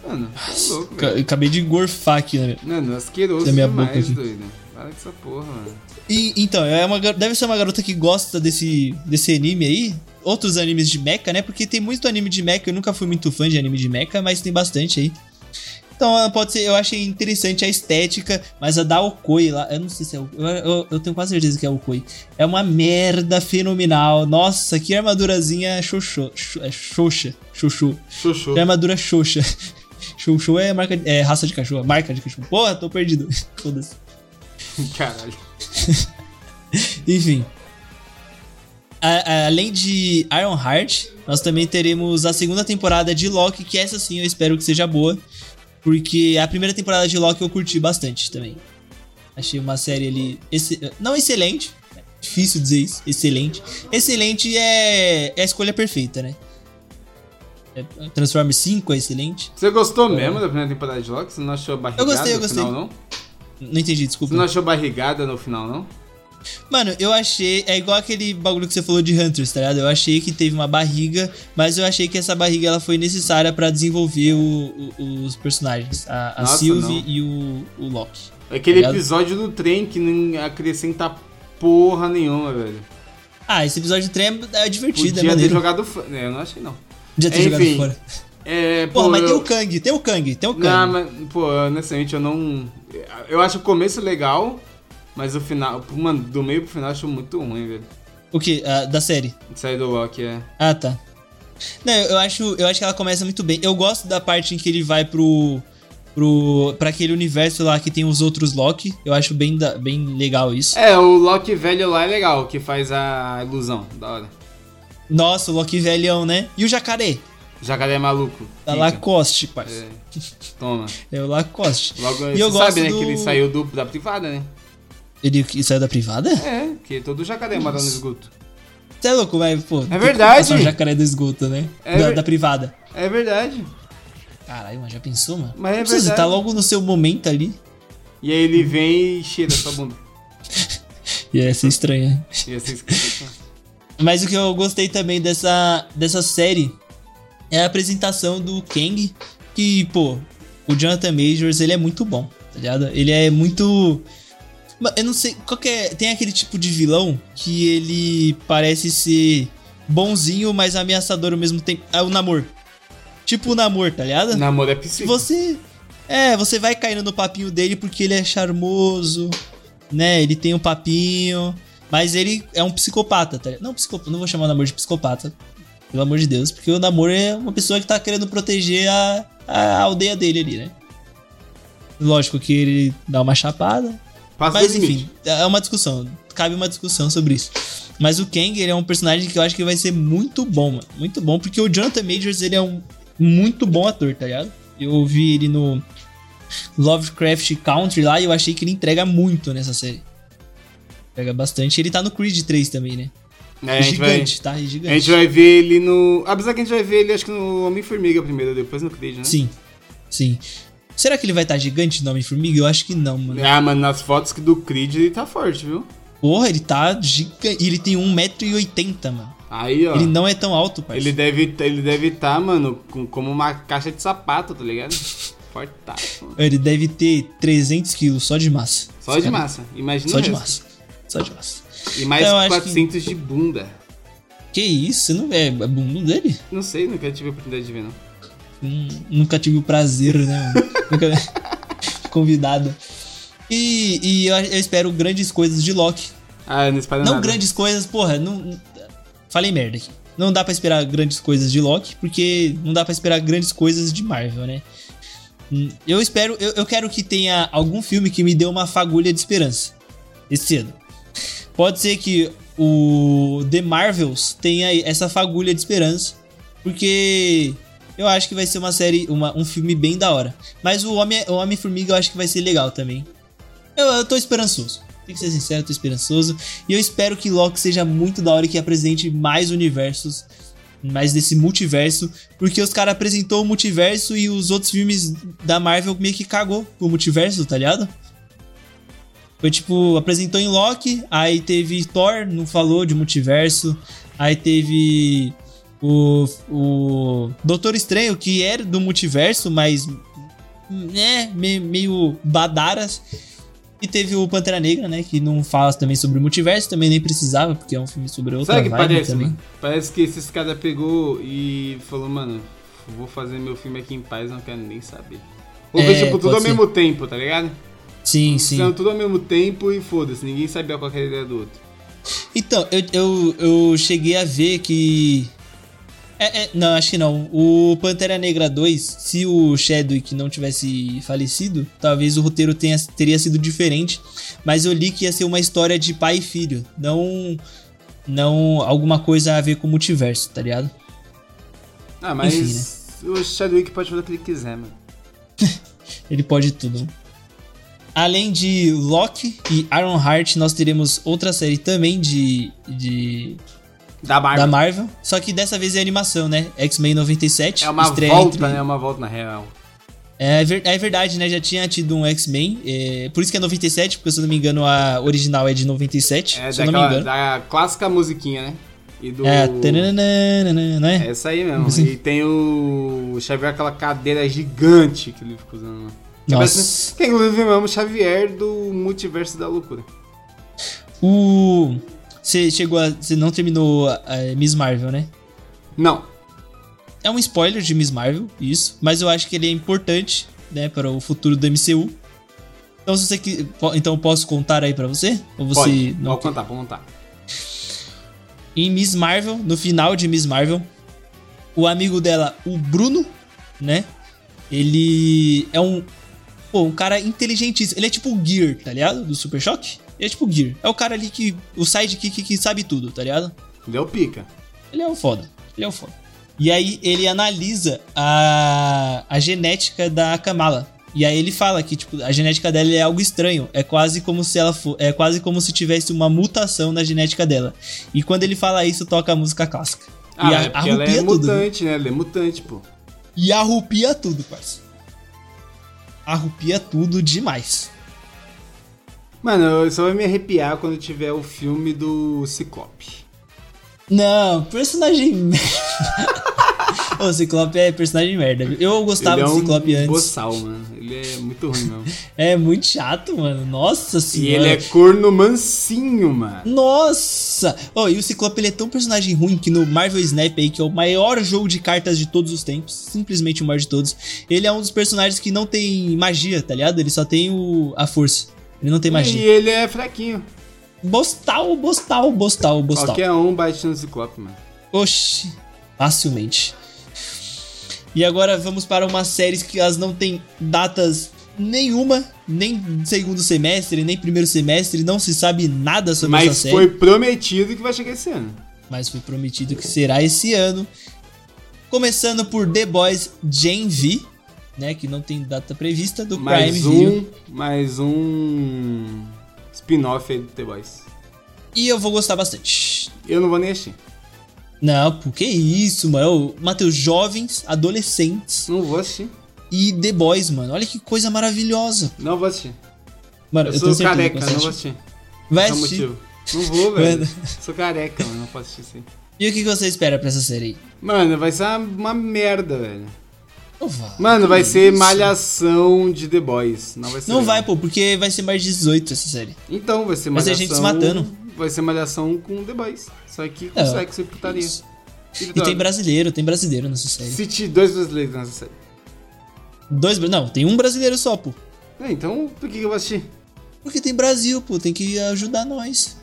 Mano, você é louco,
Ca-
velho.
eu Acabei de gorfar aqui, né?
Mano, asqueroso
Da minha boca
demais,
aqui.
doido. Para com essa porra, mano.
E, então, é uma, gar- deve ser uma garota que gosta desse, desse anime aí. Outros animes de mecha, né? Porque tem muito anime de mecha. Eu nunca fui muito fã de anime de mecha, mas tem bastante aí. Então, ela pode ser. Eu achei interessante a estética, mas a da Okoi lá. Eu não sei se é. o- Eu, eu, eu tenho quase certeza que é Okoi. É uma merda fenomenal. Nossa, que armadurazinha xoxo. xo- É xoxa. Xoxô.
Xoxô.
Que armadura xoxa. Xoxô é, marca, de- é raça de cachorro. Marca de cachorro. Porra, tô perdido. Foda-se.
Caralho.
Enfim. A- a- além de Ironheart, nós também teremos a segunda temporada de Loki, que essa sim eu espero que seja boa. Porque a primeira temporada de Loki eu curti bastante também. Achei uma série ali. exce- não excelente. é Difícil dizer isso. Excelente. Excelente é, é a escolha perfeita, né? É, Transformers 5 é excelente.
Você gostou mesmo da primeira temporada de Loki? Você não achou barrigada
gostei, eu
no
gostei.
final, não?
Não entendi,
Você
desculpa.
não achou barrigada no final, não?
Mano, eu achei. É igual aquele bagulho que você falou de Hunters, tá ligado? Eu achei que teve uma barriga, mas eu achei que essa barriga ela foi necessária pra desenvolver o- o- os personagens. A, a
Nossa,
Sylvie
não.
e o, o Loki.
Aquele
Tá ligado?
episódio do trem que não acrescenta porra nenhuma, velho.
Ah, esse episódio de trem é divertido,
Podia
é
ter
maneiro.
jogado fora. É, eu não achei, não.
Podia ter jogado
Enfim.
fora.
É, pô,
Porra, mas tem
eu...
o Kang, tem o Kang, tem o Kang.
Não, mas, pô, honestamente, eu não. Eu acho o começo legal, mas o final. Mano, do meio pro final eu acho muito ruim, velho.
O que? da série.
Sair do Loki é.
Ah, tá. Não, eu eu acho, eu acho que ela começa muito bem. Eu gosto da parte em que ele vai pro. pro pra aquele universo lá que tem os outros Loki. Eu acho bem, da- bem legal isso.
É, o Loki velho lá é legal, que faz a ilusão, da hora.
Nossa, o Loki velhão, né? E o jacaré?
Jacaré é maluco.
Da
fica.
Lacoste, parça.
É, toma.
É o Lacoste.
Logo,
E eu
você sabe,
gosto
né,
do-
que ele saiu do, da privada, né?
Ele que saiu da privada?
É, porque todo jacaré mora no esgoto.
Você é louco, mas, pô. tem que
verdade.
passar o jacaré do esgoto, né?
É
da,
ver-
da privada.
É verdade.
Caralho, mas já pensou, mano?
Mas é
Não precisa,
verdade.
tá logo no seu momento ali.
E aí ele vem e cheira sua bunda. assim
Ia ser estranho, né?
Ia ser esquisito.
Mas o que eu gostei também dessa, dessa série é a apresentação do Kang, que, pô, o Jonathan Majors, ele é muito bom, tá ligado? Ele é muito... Ma- Eu não sei, qual que é... Tem aquele tipo de vilão que ele parece ser bonzinho, mas ameaçador ao mesmo tempo. É o Namor. Tipo o Namor, tá ligado?
Namoro é
Se
psíquico.
você. É, você vai caindo no papinho dele porque ele é charmoso, né? Ele tem um papinho. Mas ele é um psicopata, tá ligado? Não, psicopata, não vou chamar o namoro de psicopata. Pelo amor de Deus, porque o namoro é uma pessoa que tá querendo proteger a, a aldeia dele ali, né? Lógico que ele dá uma chapada,
Passa
mas
do limite.
enfim, é uma discussão. Cabe uma discussão sobre isso. Mas o Kang, ele é um personagem que eu acho que vai ser muito bom, mano. Muito bom, porque o Jonathan Majors, ele é um muito bom ator, tá ligado? Eu vi ele no Lovecraft Country lá e eu achei que ele entrega muito nessa série. Entrega bastante. Ele tá no Creed 3 também, né?
É,
E
a gente vai...
gigante, tá? E
A
gigante.
gente vai ver ele no. Apesar que a gente vai ver ele, acho que no Homem-Formiga primeiro, depois no Creed, né?
Sim, sim. Será que ele vai estar gigante no Homem-Formiga? Eu acho que não, mano.
Ah, mano, nas fotos que do Creed ele tá forte, viu?
Porra, ele tá gigante. E ele tem 1,80m, mano.
Aí, ó.
Ele
Ele,
não é tão alto, parceiro.
deve ele deve tá, mano, com- como uma caixa de sapato, tá ligado? Fortaço, mano.
Ele deve ter 300 quilos só de massa.
Só
Esse
de
cara-
massa. Imagina
Só
o
de
resto.
massa. Só de massa. Então,
E mais
Eu acho que-
400 de bunda.
Que isso? Você não é, é bumbum dele?
Não sei, nunca tive a oportunidade de ver, não.
Hum, nunca tive o prazer, né? mano? nunca convidado. E, e eu, eu espero grandes coisas de Loki.
Ah, não espalha
Não
nada.
grandes coisas, porra, não. não- Falei merda aqui. Não dá pra esperar grandes coisas de Loki, porque não dá pra esperar grandes coisas de Marvel, né? Hum, Eu espero, eu, eu quero que tenha algum filme que me dê uma fagulha de esperança. Esse ano. Pode ser que o The Marvels tenha essa fagulha de esperança, porque eu acho que vai ser uma série, uma- um filme bem da hora. Mas o Homem, o Homem Formiga eu acho que vai ser legal também. Eu, eu tô esperançoso. Tem que ser sincero, eu tô esperançoso. E eu espero que Loki seja muito da hora e que apresente mais universos, mais desse multiverso, porque os caras apresentou o multiverso e os outros filmes da Marvel meio que cagou pro multiverso, tá ligado? Foi tipo, apresentou em Loki, aí teve Thor, não falou de multiverso, aí teve o, o Doutor Estranho, que era do multiverso, mas né, me- meio badaras. E teve o Pantera Negra, né? Que não fala também sobre o multiverso, também nem precisava, porque é um filme sobre outra
Sabe o que
vibe
parece, né?
também.
mano? Parece que esses caras pegou e falou, mano, vou fazer meu filme aqui em paz, não quero nem saber. Ou
É,
fez, tipo, tudo
pode
ao
ser.
mesmo tempo, tá ligado?
Sim, sim.
Fizeram tudo ao mesmo tempo e foda-se, ninguém sabia qual que era a ideia do outro.
Então, eu, eu, eu cheguei a ver que. É, é, não, acho que não. O Pantera Negra 2, se o Chadwick não tivesse falecido, talvez o roteiro tenha, teria sido diferente. Mas eu li que ia ser uma história de pai e filho, não. Não alguma coisa a ver com o multiverso, tá ligado?
Ah, mas
Enfim, né?
o Chadwick pode fazer o que ele quiser, mano.
Ele pode tudo. Além de Loki e Iron Heart, nós teremos outra série também de, de
Da Marvel.
da Marvel. Só que dessa vez é animação, né? X-Men 97.
É uma
estreia
volta,
entre-
né? É uma volta na real.
É, ver- é verdade, né? Já tinha tido um X-Men. é, Por isso que é 97, porque se eu não me engano a original é de 97.
É
se eu não me
daquela,
engano.
da clássica musiquinha, né? E do...
É, tananana, né?
É essa aí mesmo. E tem o... o Xavier, aquela cadeira gigante que ele fica usando lá.
Nossa.
Que é, inclusive mesmo o Xavier do Multiverso da Loucura.
O. Você chegou a. Você não terminou a- a Miss Marvel, né?
Não.
É um spoiler de Miss Marvel, isso. Mas eu acho que ele é importante, né, para o futuro do MCU. Então, se você que, po- então eu posso contar aí pra você? Ou você
pode.
não
Pode contar, pode contar.
em Miss Marvel, no final de Miss Marvel, o amigo dela, o Bruno, né? Ele é um. Pô, um cara inteligentíssimo. Ele é tipo o Gear, tá ligado? Do Super Choque. Ele é tipo o Gear. É o cara ali que. O sidekick que sabe tudo, tá ligado?
Deu pica.
Ele é um foda. Ele é um foda. E aí ele analisa a, a genética da Kamala. E aí ele fala que tipo, a genética dela é algo estranho. É quase como se ela fo- é quase como se tivesse uma mutação na genética dela. E quando ele fala isso, toca a música clássica.
Ah,
e
é porque ela é
arrupia tudo. viu?
mutante, né? Ela é mutante, pô.
E arrupia tudo, parça. Arrupia tudo demais.
Mano, eu só vai me arrepiar quando tiver o filme do Ciclope.
Não, personagem merda. o Ciclope é personagem merda. viu? Eu gostava
ele é
do Ciclope
um
antes.
boçal, mano. Ele é muito ruim, mesmo.
É muito chato, mano. Nossa
e
senhora.
ele é corno mansinho, mano.
Nossa! Oh, e o Ciclope ele é tão personagem ruim que no Marvel Snap aí, que é o maior jogo de cartas de todos os tempos, simplesmente o maior de todos, ele é um dos personagens que não tem magia, tá ligado? Ele só tem o, a força. Ele não tem
E
magia.
ele é fraquinho.
Bostal, bostal, bostal, bostal.
Qualquer um bate no Ciclope, mano.
Oxi, facilmente. E agora vamos para uma série que elas não têm datas nenhuma, nem segundo semestre, nem primeiro semestre, não se sabe nada sobre essa
Mas
série.
foi prometido que vai chegar esse ano.
mas foi prometido que será esse ano. Começando por The Boys Gen V, né, que não tem data prevista, do
Mais
Prime Video.
um, mais um spin-off aí do The Boys.
E eu vou gostar bastante.
Eu não vou nem assistir.
Não, pô, que isso, mano. Matheus, jovens, adolescentes
Não vou assistir.
e The Boys, mano. Olha que coisa maravilhosa.
Não vou assistir.
Mano,
Eu,
eu,
sou
tenho certeza
careca,
que
não
você
vou
assistir.
assistir.
assim, tipo, vai
Não
assistir.
motivo. Não vou, velho.
Mano.
Sou careca, mano. Não posso assistir isso aí.
E o que que você espera pra essa série aí?
Mano, vai ser uma, uma merda, velho.
Não vai.
Mano, vai
que
ser
isso?
malhação de The Boys. Não vai ser.
Não
legal.
vai, pô, porque vai ser mais 18 essa série.
Então, vai ser
Vai ser
malhação.
gente se matando.
Vai ser malhação com The Boys. Só que com
É,
sexo e putaria.
isso.
E
E tem
droga.
brasileiro, tem brasileiro nessa série.
City dois brasileiros nessa série.
Dois, bra- não, tem um brasileiro só, pô.
É, então, por que que eu vou assistir?
Porque tem Brasil, pô, tem que ajudar nós.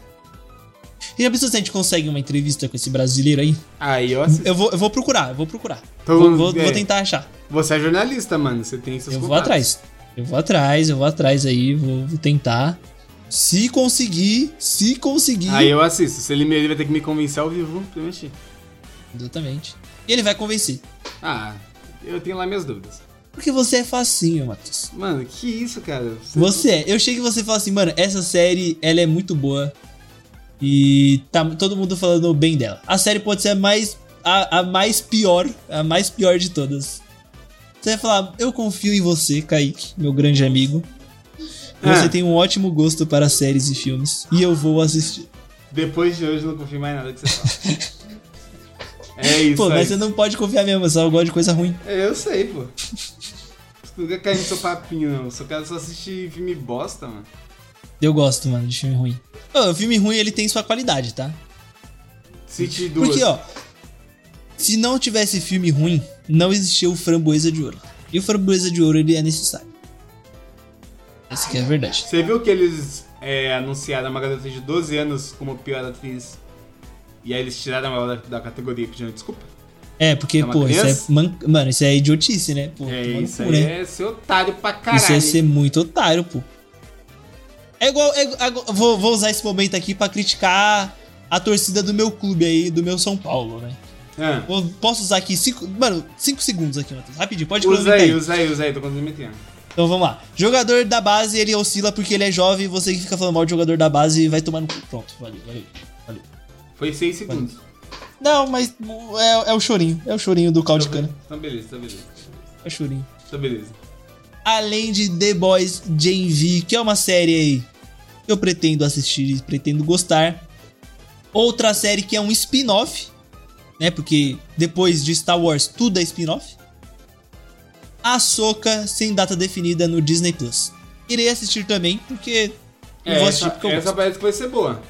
E já pensou se a gente consegue uma entrevista com esse brasileiro aí?
Aí eu assisto.
Eu vou, eu vou procurar, eu vou procurar.
Então,
vou, vou-
é.
vou tentar achar.
Você é jornalista, mano. Você tem seus
eu vou
contatos.
atrás. Eu vou atrás, eu vou atrás aí, vou, vou tentar. Se conseguir, se conseguir.
Aí eu assisto. Se ele, me, ele vai ter que me convencer ao vivo pra eu assistir.
Exatamente. E ele vai convencer.
Ah, eu tenho lá minhas dúvidas.
Porque você é facinho, Matheus.
Mano, que isso, cara? Você-
Você é. Eu chego e você fala assim, mano, essa série, ela é muito boa. E tá todo mundo falando bem dela. A série pode ser a mais, a, a mais pior, a mais pior de todas. Você vai falar, eu confio em você, Kaique, meu grande amigo. Você
Ah.
tem um ótimo gosto para séries e filmes. E eu vou assistir.
Depois de hoje eu não confio mais nada que você fala. é isso.
Pô,
é
mas
isso.
você não pode confiar mesmo, eu só gosto de coisa ruim.
É, Eu sei, pô. Você Nunca cai no seu papinho, não. Só quero só assistir filme bosta, mano.
Eu gosto, mano, de filme ruim. Ô, filme ruim, ele tem sua qualidade, tá?
City duas.
Porque, ó, se não tivesse filme ruim, não existia o Framboesa de Ouro. E o Framboesa de Ouro, ele é necessário. Essa que é a verdade.
Você viu que eles é, anunciaram uma garota de 12 anos como pior atriz? E aí eles tiraram ela da, da categoria pedindo desculpa?
É, porque,
É uma
pô, isso
criança?
é... man- Mano, isso é idiotice, né? Pô,
é
tomar no
isso
cu, né?
aí, é ser otário pra caralho.
Isso é ser muito otário, pô. É igual... é igual- agora- vou, vou usar esse momento aqui pra criticar a torcida do meu clube aí, do meu São Paulo, né?
Ah,
Vou- posso usar aqui cinco... Mano, cinco segundos aqui, Matheus. Rapidinho, pode
usa
cronometrar
aí, usa aí, usa aí, tô contra-metendo.
Então vamos lá. Jogador da base, ele oscila porque ele é jovem. Você que fica falando mal de jogador da base vai tomar no cu. Pronto, valeu, valeu. valeu.
Foi 6 segundos.
Não, mas o- é, é o chorinho. É o chorinho do caldo de cana.
Então beleza, tá beleza.
É o chorinho.
Tá beleza.
Além de The Boys Gen V, que é uma série aí que eu pretendo assistir e pretendo gostar. Outra série que é um spin-off, né? Porque depois de Star Wars tudo é spin-off. Ahsoka sem data definida no Disney Plus. Irei assistir também, porque. não
É,
vou
essa,
assistir porque eu
essa
gosto.
parece que vai ser boa.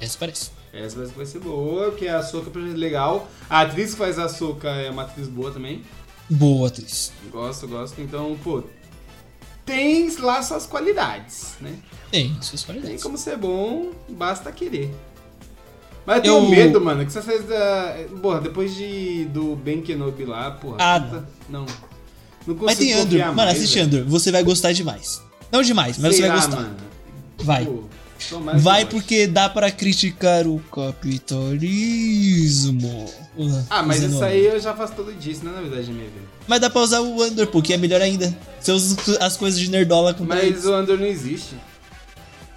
Essa parece.
Essa parece que vai ser boa, que a Soca é legal. A atriz que faz a Soca é uma atriz boa também.
Boa atriz.
Gosto, gosto. Então, pô, tem lá suas qualidades, né?
Tem suas qualidades.
Tem como ser bom, basta querer. Mas eu tenho
Eu-
medo, mano, que você fez da. Porra, depois de do Ben Kenobi lá, porra.
Ah,
puta, não. Não consigo
Mas tem Andor.
confiar
Mano,
mais,
assiste
velho.
Andor. Você vai gostar demais. Não demais, mas
Sei
você vai
lá,
gostar.
Mano.
Vai.
Pô, tomara que
Vai
eu goste.
porque dá pra criticar o capitalismo. Uh,
Ah, mas
usando
isso
Andor.
aí eu já faço todo dia, isso não é novidade na minha vida.
Mas dá pra usar o Andor, pô, que é melhor ainda. Você usa as coisas de nerdola com
Mas o Andor não existe.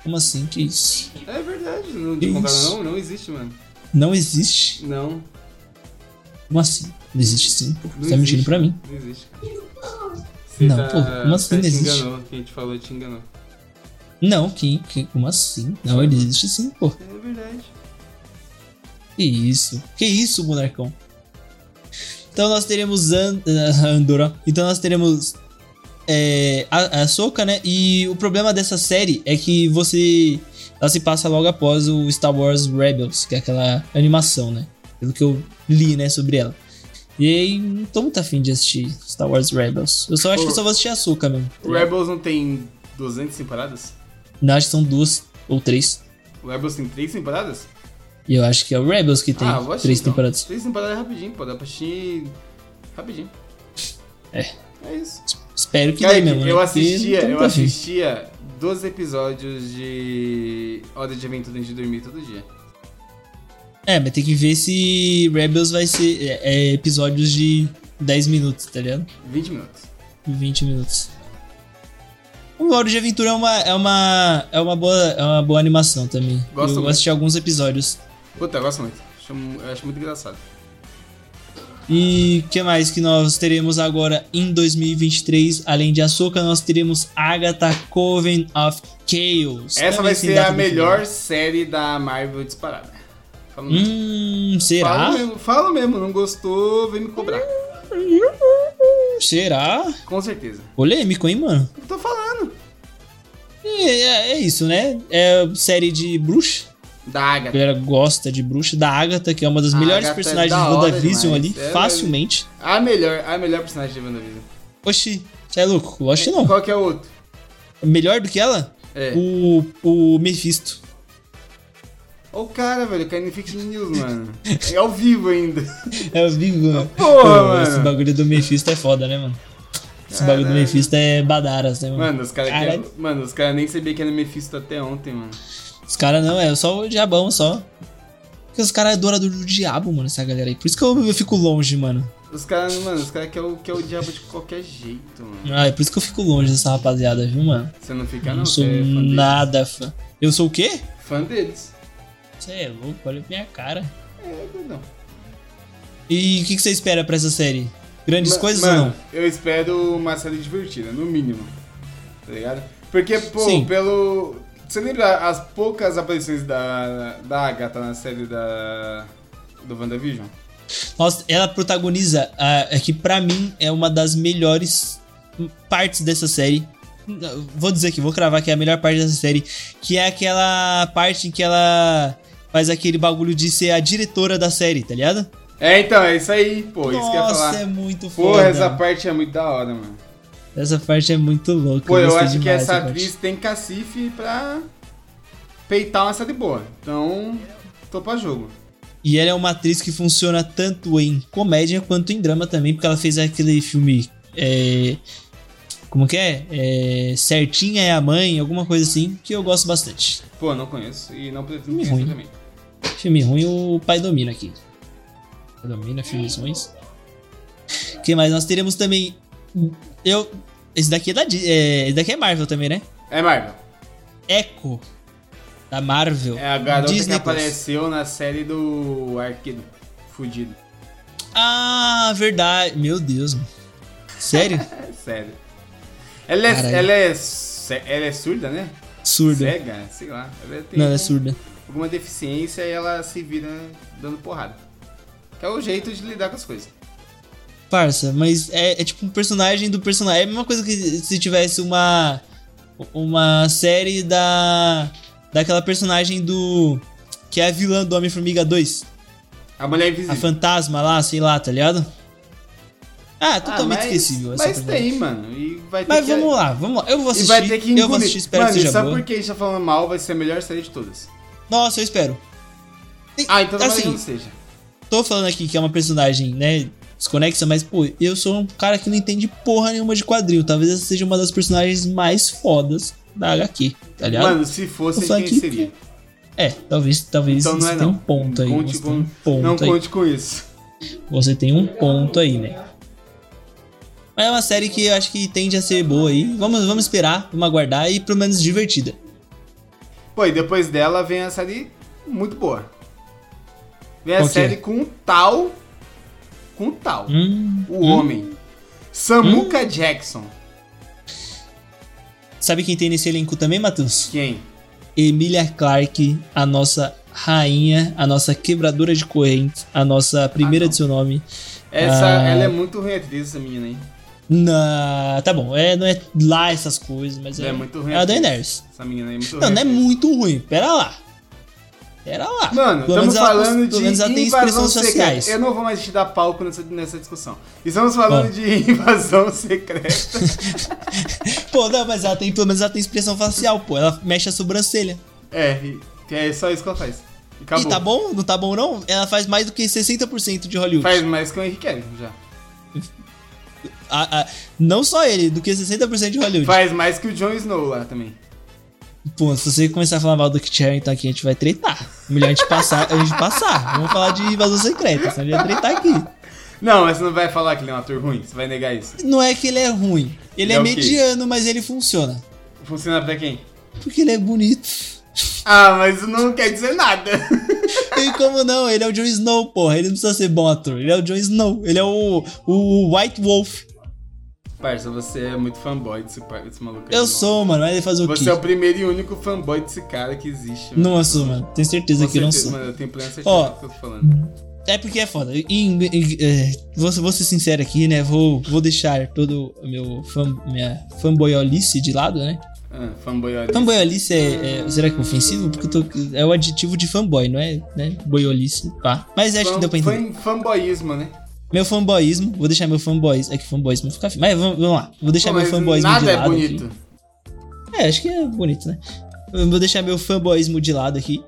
Como assim? Que isso?
É verdade, não te contaram,
Isso.
não, não existe, mano.
Não existe?
Não,
Como assim? Não existe sim. pô.
Não
Você tá mentindo
existe.
pra mim.
não existe. cara.
Não, pô, como assim
você
não
te
existe?
enganou, quem te falou te enganou.
Não, que, que, como assim? Não, ele existe sim, pô.
É verdade.
Que isso? Que isso, monarcão? Então nós teremos An ah, Andor, ó. Então nós teremos é, a, a Soca, né? E o problema dessa série é que você. Ela se passa logo após o Star Wars Rebels, que é aquela animação, né? Pelo que eu li, né, sobre ela. E aí, não tô muito afim de assistir Star Wars Rebels. Eu só acho que eu só vou assistir a Soca mesmo. tá
O Rebels não tem 200 temporadas?
Não, acho que são duas ou três.
O Rebels tem 3 temporadas?
E eu acho que é o Rebels que tem
ah, vou
três temporadas.
3 temporadas é rapidinho, pô, dá pra assistir rapidinho.
É.
É isso.
Espero que
Cara,
dê mesmo. né?
eu
Porque
assistia,
não tô
eu
muito afim.
assistia 12 episódios de Hora de Aventura antes de dormir todo dia.
É, mas tem que ver se Rebels vai ser é, é, episódios de 10 minutos, tá ligado?
20 minutos.
De 20 minutos. O Hora de Aventura é uma, é uma, é uma, boa, é uma boa animação também.
Gosto
eu
muito.
assisti alguns episódios.
Puta, eu gosto muito. Acho, eu acho muito engraçado.
E o que mais que nós teremos agora em 2023? Além de Ahsoka, nós teremos Agatha Coven of Chaos.
Essa
Também
vai
sem
ser
data definida.
a melhor série da Marvel disparada. Falo mesmo.
né? Hum,
Falo
será?
mesmo, falo mesmo, não gostou, vem me cobrar.
Será?
Com certeza.
Polêmico, hein, mano?
Eu tô falando.
É, é- é isso, né? É série de bruxa.
Da
A
Agatha.
galera gosta de bruxa, da Agatha, que é uma das
A
melhores
Agatha é
personagens
da
do
hora
WandaVision ali,
demais. É,
facilmente.
A melhor, a melhor personagem de WandaVision.
Oxi, você é louco? Eu acho que não.
Qual que é o outro?
Melhor do que ela?
É.
O, o Mephisto.
Olha o cara, velho, caindo em fake news, mano. É ao vivo ainda.
É o Vigo.
Porra,
Esse
mano.
bagulho do Mephisto é foda, né, mano? Esse bagulho do
Caralho.
Mephisto é badaras, né, mano?
Mano, os caras
Caralho.
Mano, os caras nem sabiam que era Mephisto até ontem, mano.
Os caras não, é só o diabão, só. Porque os caras é adorador do diabo, mano, essa galera aí. Por isso que eu, eu fico longe, mano.
Os caras, mano, os caras querem o, quer o diabo de qualquer jeito, mano.
Ah, é por isso que eu fico longe dessa rapaziada, viu, mano?
Você não fica,
Eu
não?
não sou
Você é fã deles.
nada fã. Eu sou o quê?
Fã deles.
Você é louco, olha pra minha cara.
É, doidão.
E o que, que você espera pra essa série? Grandes
Ma-
coisas
mano,
ou não?
Eu espero uma série divertida, no mínimo. Tá ligado? Porque, pô,
Sim.
pelo. Você lembra as poucas aparições da, da Agatha na série da. do WandaVision?
Nossa, ela protagoniza a, a que pra mim é uma das melhores partes dessa série. Vou dizer aqui, vou cravar que é a melhor parte dessa série, que é aquela parte em que ela faz aquele bagulho de ser a diretora da série, tá ligado?
É, então, é isso aí, pô, isso que eu ia
Nossa,
falar.
é muito foda.
Porra, essa parte é muito da hora, mano.
Essa parte é muito louca.
Pô, eu
gostei
acho que
demais
essa
dessa parte.
atriz tem cacife pra peitar uma série boa. Então, tô pra jogo.
E ela é uma atriz que funciona tanto em comédia quanto em drama também, porque ela fez aquele filme. é, como que é? é? Certinha é a mãe, alguma coisa assim, que eu gosto bastante.
Pô, não conheço e não pretendo
Filme
conhecer
ruim.
também.
Filme ruim, o pai domina aqui. Pai domina, filmes ruins. O que mais? Nós teremos também. Eu. Esse daqui é da. Di- É, esse daqui é Marvel também, né?
É, Marvel.
Echo. Da Marvel.
É a garota
Disney
que
Plus.
apareceu na série do Arquido Fudido.
Ah, verdade. Meu Deus, mano. Sério?
É sério. Ela é,
Caralho.
ela é, ce- ela é surda, né?
Surda.
Cega, sei lá. Ela tem
Não, ela é surda.
alguma deficiência e ela se vira dando porrada. Que é o jeito de lidar com as coisas.
Parça, mas é, é tipo um personagem do personagem. É a mesma coisa que se tivesse uma. Uma série da. Daquela personagem do. que é a vilã do Homem-Formiga 2.
A mulher
A
invisível.
fantasma lá, sei lá, tá ligado? Ah, totalmente
mas,
esquecível. essa
Mas
primeira.
tem, mano. E vai ter
Mas
que...
vamos lá, vamos lá. Eu vou
E
assistir.
vai ter que engolir.
eu vou assistir, espero
mano,
que seja
sabe
boa.
por que a gente tá falando mal? Vai ser a melhor série de todas.
Nossa, eu espero. E-
Ah, então talvez
assim,
não seja.
tô falando aqui que é uma personagem, né, desconexa, mas, pô, eu sou um cara que não entende porra nenhuma de quadril. Talvez essa seja uma das personagens mais fodas da HQ, tá ligado?
Mano, se fosse,
o funk-
quem seria?
é, talvez, talvez
Então não
você
é,
tenha
não.
um ponto aí.
Conte
você
com-
tem um ponto
Não
aí.
conte com isso.
Você tem um ponto aí, né? Mas é uma série que eu acho que tende a ser boa aí. Vamos, vamos esperar, vamos aguardar e pelo menos divertida.
Pô, e depois dela vem a série muito boa. Vem a
Qual que é?
série com um tal. Com um tal.
Hum,
O homem. Samuka Jackson.
sabe quem tem nesse elenco também, Matheus?
Quem?
Emilia Clarke, a nossa rainha, a nossa quebradora de correntes, a nossa primeira
Ah, não.
de seu nome.
Essa,
Ah.
ela é muito ruim atriz, essa menina, hein?
Na... Tá bom, é, não é lá essas coisas, mas
Ela
é,
é muito ruim
é a
atriz.
Daenerys.
Essa menina aí é muito
Não,
ruim.
não é
atriz.
muito ruim, pera lá. Pera lá.
Mano,
Pelo menos
estamos
ela-
falando
pelo menos ela
de
tem
invasão
expressões
secreta.
sociais.
Eu não vou mais te dar palco nessa, nessa discussão. Estamos falando de invasão secreta.
Pô, não, mas ela tem, pelo menos ela tem expressão facial, pô. Ela mexe a sobrancelha.
é, e- é só isso que ela faz. E
E
acabou.
tá bom? Não tá bom, não? Ela faz mais do que 60% de Hollywood.
Faz mais que o Henrique Cavill já.
A- a- não só ele, do que 60% de Hollywood.
Faz mais que o Jon Snow lá também.
Pô, se você começar a falar mal do Kit Harington aqui, a gente vai tretar. Melhor é a gente passar. A gente passar. Vamos falar de invasão secreta, senão a gente vai tretar aqui.
Não, mas você não vai falar que ele é um ator ruim, você vai negar isso.
Não é que ele é ruim. Ele
Ele
é,
é o quê?
mediano, mas ele funciona.
Funciona pra quem?
Porque ele é bonito.
Ah, mas isso não quer dizer nada.
E como não? Ele é o Jon Snow, porra. Ele não precisa ser bom ator. Ele é o Jon Snow. Ele é o, o White Wolf.
Parça, você é muito fanboy desse, par- desse maluco aí.
Eu sou, mano. Mas ele faz o
Você
quê?
é o primeiro e único fanboy desse cara que existe. mano.
Não eu sou, mano. Tenho certeza
Com
que eu não
certeza,
sou.
Mano, eu tenho plena certeza
Ó.
do que eu tô falando.
É porque é foda. E, e- é, vou, vou ser sincero aqui, né? Vou, vou deixar todo o meu fan, minha fanboyolice de lado, né?
Ah, fanboy olha.
Fanboyolice é, é- Será que é ofensivo? Porque eu tô- é o adjetivo de fanboy, não é? Né? Boyolice, pá. Mas acho que deu pra entender.
fanboyismo, né?
Meu fanboyismo, vou deixar meu fanboyismo. É que fanboyismo fica. feio. Mas vamos, vamos lá. Vou deixar
Pô,
meu
mas
fanboyismo
nada
de lado.
é bonito.
aqui. É, acho que é bonito, né? Eu vou deixar meu fanboyismo de lado aqui.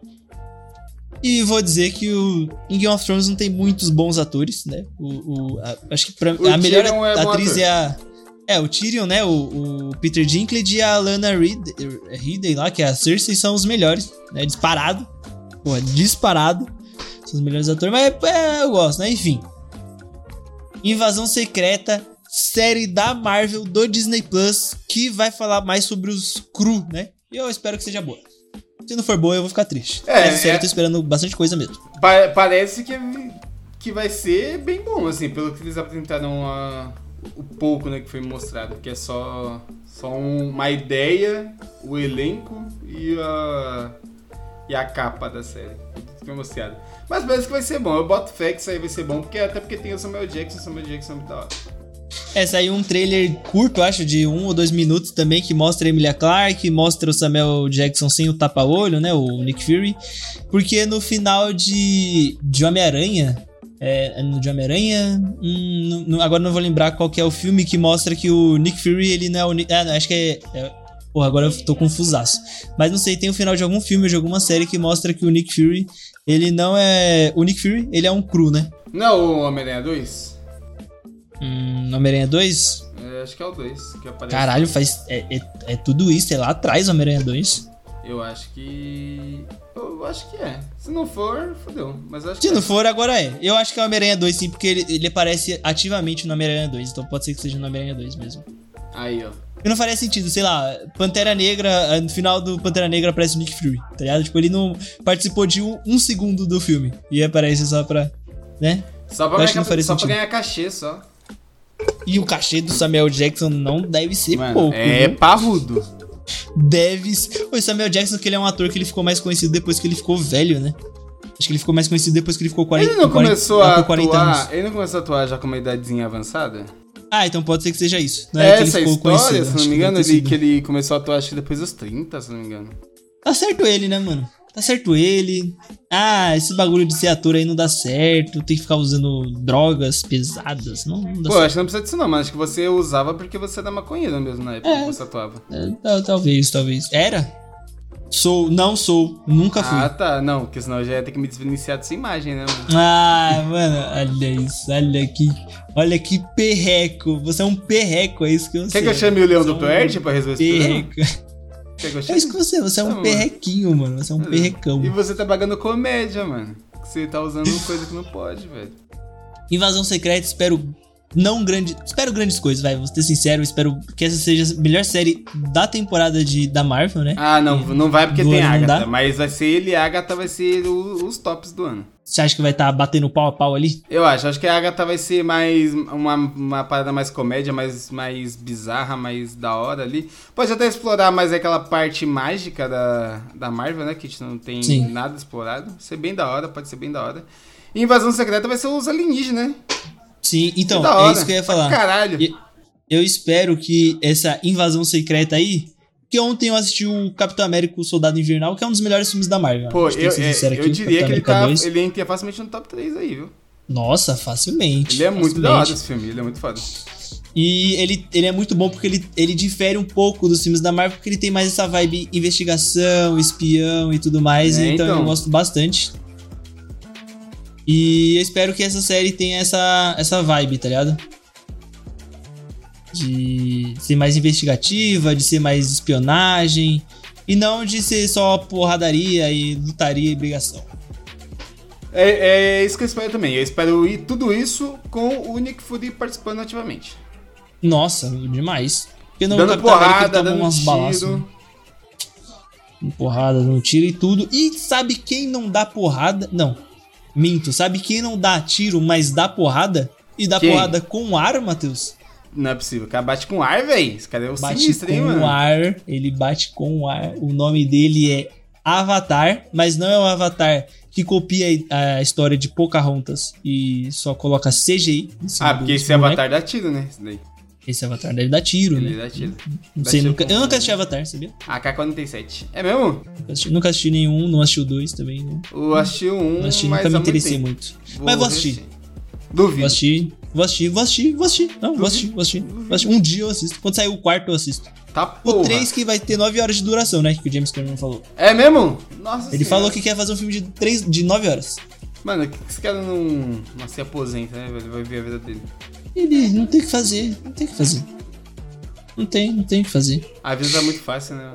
E vou dizer que o em Game of Thrones não tem muitos bons atores, né? O, o- a- acho que pra,
O
a melhor
Tyrion é bom
atriz
ator.
é a. É, o Tyrion, né? O, o Peter Dinklage e a Lana Reed, Ridley lá, que é a Cersei, são os melhores, né? Disparado. Pô, disparado. São os melhores atores, mas é, eu gosto, né? Enfim. Invasão Secreta, série da Marvel do Disney Plus, que vai falar mais sobre os cru, né? E eu espero que seja boa. Se não for boa, eu vou ficar triste.
É,
Mas, sério,
é-
eu tô esperando bastante coisa mesmo.
Pa- parece que, é que vai ser bem bom, assim, pelo que eles apresentaram a- o pouco né, que foi mostrado, que é só, só um- uma ideia, o elenco e a, e a capa da série. Tudo que foi mostrado. Mas parece que vai ser bom. Eu boto fé que isso aí vai ser bom, porque até porque tem o Samuel Jackson, o Samuel Jackson é muito da hora.
É, saiu um trailer curto, acho, de um ou dois minutos também, que mostra a Emilia Clarke, mostra o Samuel Jackson sem o tapa-olho, né? O Nick Fury. Porque no final de, de Homem-Aranha. É, no de Homem-Aranha. hum, não- não- agora não vou lembrar qual que é o filme que mostra que o Nick Fury, ele não é o. Ni- Ah, não, acho que é. é porra, agora eu tô confusaço. Mas não sei, tem o final de algum filme ou de alguma série que mostra que o Nick Fury, ele não é. O Nick Fury, ele é um cru, né?
Não é o Homem-Aranha 2?
Hum, Homem-Aranha 2?
É, acho que é o 2 que aparece.
Caralho, faz. É, é, é tudo isso, é lá atrás o Homem-Aranha 2.
Eu acho que. Eu acho que é. Se não for, fodeu. Mas eu acho
Se
que
não
é.
for, agora é. Eu acho que é o Homem-Aranha 2, sim, porque ele, ele aparece ativamente no Homem-Aranha 2, então pode ser que seja no Homem-Aranha 2 mesmo.
Aí, ó.
E não faria sentido, sei lá, Pantera Negra, ah, no final do Pantera Negra aparece o Nick Fury, tá ligado? Tipo, ele não participou de um, um segundo do filme. E aparece só pra. né?
Só pra,
Eu
ganhar,
acho que não faria
só pra
sentido.
ganhar cachê só.
E o cachê do Samuel Jackson não deve ser pouco.
é
viu?
parrudo.
Deve. ser- O Samuel Jackson, que ele é um ator que ele ficou mais conhecido depois que ele ficou velho, né? Acho que ele ficou mais conhecido depois que ele ficou 40
Ele não
quarenta-
começou
lá
a
por 40 anos.
atuar. Ele não começou a atuar já com uma idadezinha avançada?
Ah, então pode ser que seja isso. Não
é
que
essa a
ficou
história,
conhecido,
se
acho
não
que
me engano,
deve ter
ele,
sido.
que ele começou a atuar acho que depois dos 30, se não me engano.
Tá certo ele, né, mano? Tá certo ele. Ah, esse bagulho de ser ator aí não dá certo. Tem que ficar usando drogas pesadas. Não, não dá
Pô, eu
certo.
acho que não precisa disso não, mas acho que você usava porque você era maconheira mesmo na época
É.
que você atuava.
É, tal- talvez, talvez. Era? Sou, não sou. Nunca fui.
Ah, tá. Não, porque senão eu já ia ter que me desvencilhar dessa imagem, né? mano?
Ah, mano, olha isso, olha que, olha que perreco. Você é um perreco, é isso que eu
Quer
sei.
que eu chame o Leão do
Sou
Puerte pra resolver esse problema?
Perreco.
Quer que eu
É
chame?
isso que você é, você é um
Tá, mano.
perrequinho, mano. Você é um perrecão.
E você tá pagando comédia, mano. Que Você tá usando coisa que não pode, velho.
Invasão Secreta, espero não grande, espero grandes coisas, vai, vou ser sincero, espero que essa seja a melhor série da temporada de da Marvel, né?
Ah, não, não vai porque
Do
tem
ano não
Agatha,
dá?
mas vai ser ele e a Agatha vai ser o- os tops do ano.
Você acha que vai estar batendo pau a pau ali?
Eu acho, acho que a Agatha vai ser mais uma, uma parada mais comédia, mais, mais bizarra, mais da hora ali. Pode até explorar mais aquela parte mágica da, da Marvel, né? Que a gente não tem
Sim.
nada explorado. Ser bem da hora, pode ser bem da hora. E Invasão Secreta vai ser os alienígenas, né?
Sim, então,
que da hora.
é isso que eu ia
Pra
falar.
Caralho.
E- Eu espero que essa invasão secreta aí. Que ontem eu assisti o Capitão América o Soldado Invernal, que é um dos melhores filmes da Marvel.
Pô,
Acho que tem
eu,
que ser
é,
sincero
eu
aqui, o
diria que ele,
Capitão
tá,
América dois.
ele entra facilmente no top 3 aí, viu?
Nossa, facilmente.
Ele é muito
facilmente.
da hora esse filme, ele é muito foda.
E ele, ele é muito bom porque ele, ele difere um pouco dos filmes da Marvel, porque ele tem mais essa vibe investigação, espião e tudo mais.
É,
então,
então.
eu gosto bastante. E eu espero que essa série tenha essa, essa vibe, tá ligado? De ser mais investigativa, de ser mais espionagem. E não de ser só porradaria e lutaria e brigação.
É, é isso que eu espero também. Eu espero ir tudo isso com o Nick Fury participando ativamente.
Nossa, demais. Porque não
dando
Capitão América
porrada,
tomou
dando
umas
tiro.
balaças, né? porrada, não tiro e tudo. E sabe quem não dá porrada? Não, minto. Sabe quem não dá tiro, mas dá porrada? E dá
Quem?
porrada com ar, Matheus?
Não é possível. O cara bate com ar, velho. Esse cara é o
Bate
sinistro, hein,
com
mano?
o ar. Ele bate com o ar. O nome dele é Avatar, mas não é o Avatar que copia a história de Pocahontas e só coloca CGI. em cima
Ah, porque
do-
esse
do boneco.
avatar dá tiro, né? Esse daí.
Esse Avatar deve dar tiro,
Ele
né?
dá tiro.
Não
dá
sei,
tiro
nunca,
com-
eu nunca assisti Avatar, sabia?
AK-47. É mesmo?
Nunca assisti, nunca assisti nenhum, não assisti o dois também. Não,
Eu achei um,
não assisti,
mas
nunca
há
me
muito
interessei
tempo.
muito. Mas vou assistir. Vou
Duvido.
assistir, vou assistir, vou assistir, vou assistir. Não,
Duvido.
vou assistir, vou assistir, vou assistir. Um dia eu assisto. Quando sair o quarto, eu assisto.
Tá
O
Uhum. porra.
3 que vai ter 9 horas de duração, né? Que o James Cameron falou.
É mesmo? Nossa
Ele
senhora.
falou que quer fazer um filme de, 3, de 9 horas.
Mano, que esse cara não, não se aposenta, né? velho? Vai ver a vida dele.
Ele não tem o que fazer, não tem o que fazer. Não tem, não tem o que fazer.
A vida tá muito fácil, né?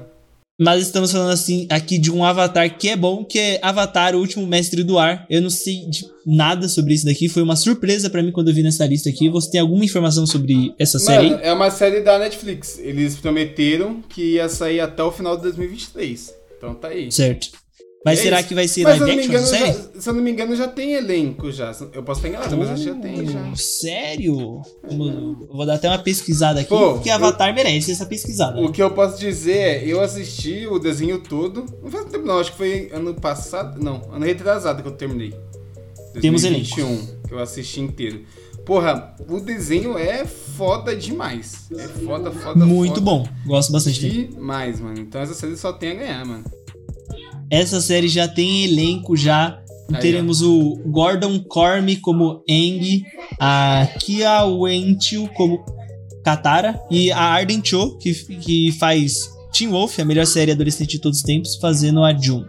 Mas estamos falando assim aqui de um avatar que é bom, que é Avatar, o último mestre do ar. Eu não sei de nada sobre isso daqui, foi uma surpresa pra mim quando eu vi nessa lista aqui. Você tem alguma informação sobre essa série?
Mano,
aí?
é uma série da Netflix. Eles prometeram que ia sair até o final de 2023. Então tá aí.
Certo. Mas
É
será
isso.
que vai ser
Mas se eu,
live
não me
action essa
engano,
série?
já, se eu não me engano, já tem elenco já. Eu posso estar enganado, Ah, mas acho que já tem já.
Hum, Sério? Vamos- Vou dar até uma pesquisada aqui,
Pô,
porque Avatar merece essa pesquisada.
O que eu posso dizer é, eu assisti o desenho todo. Não faz tempo não, acho que foi ano passado. Não, ano retrasado que eu terminei.
Temos
2021, que eu assisti inteiro. Porra, o desenho é foda demais. É foda, foda,
Muito
foda
bom, gosto bastante dele.
Demais, mano. Então essa série só tem a ganhar, mano.
Essa série já tem elenco já.
Aí, ó.
Teremos o Gordon Corme como Aang, a Kia Wentil como Katara e a Arden Cho, que, que faz Teen Wolf, a melhor série adolescente de todos os tempos, fazendo a Jun.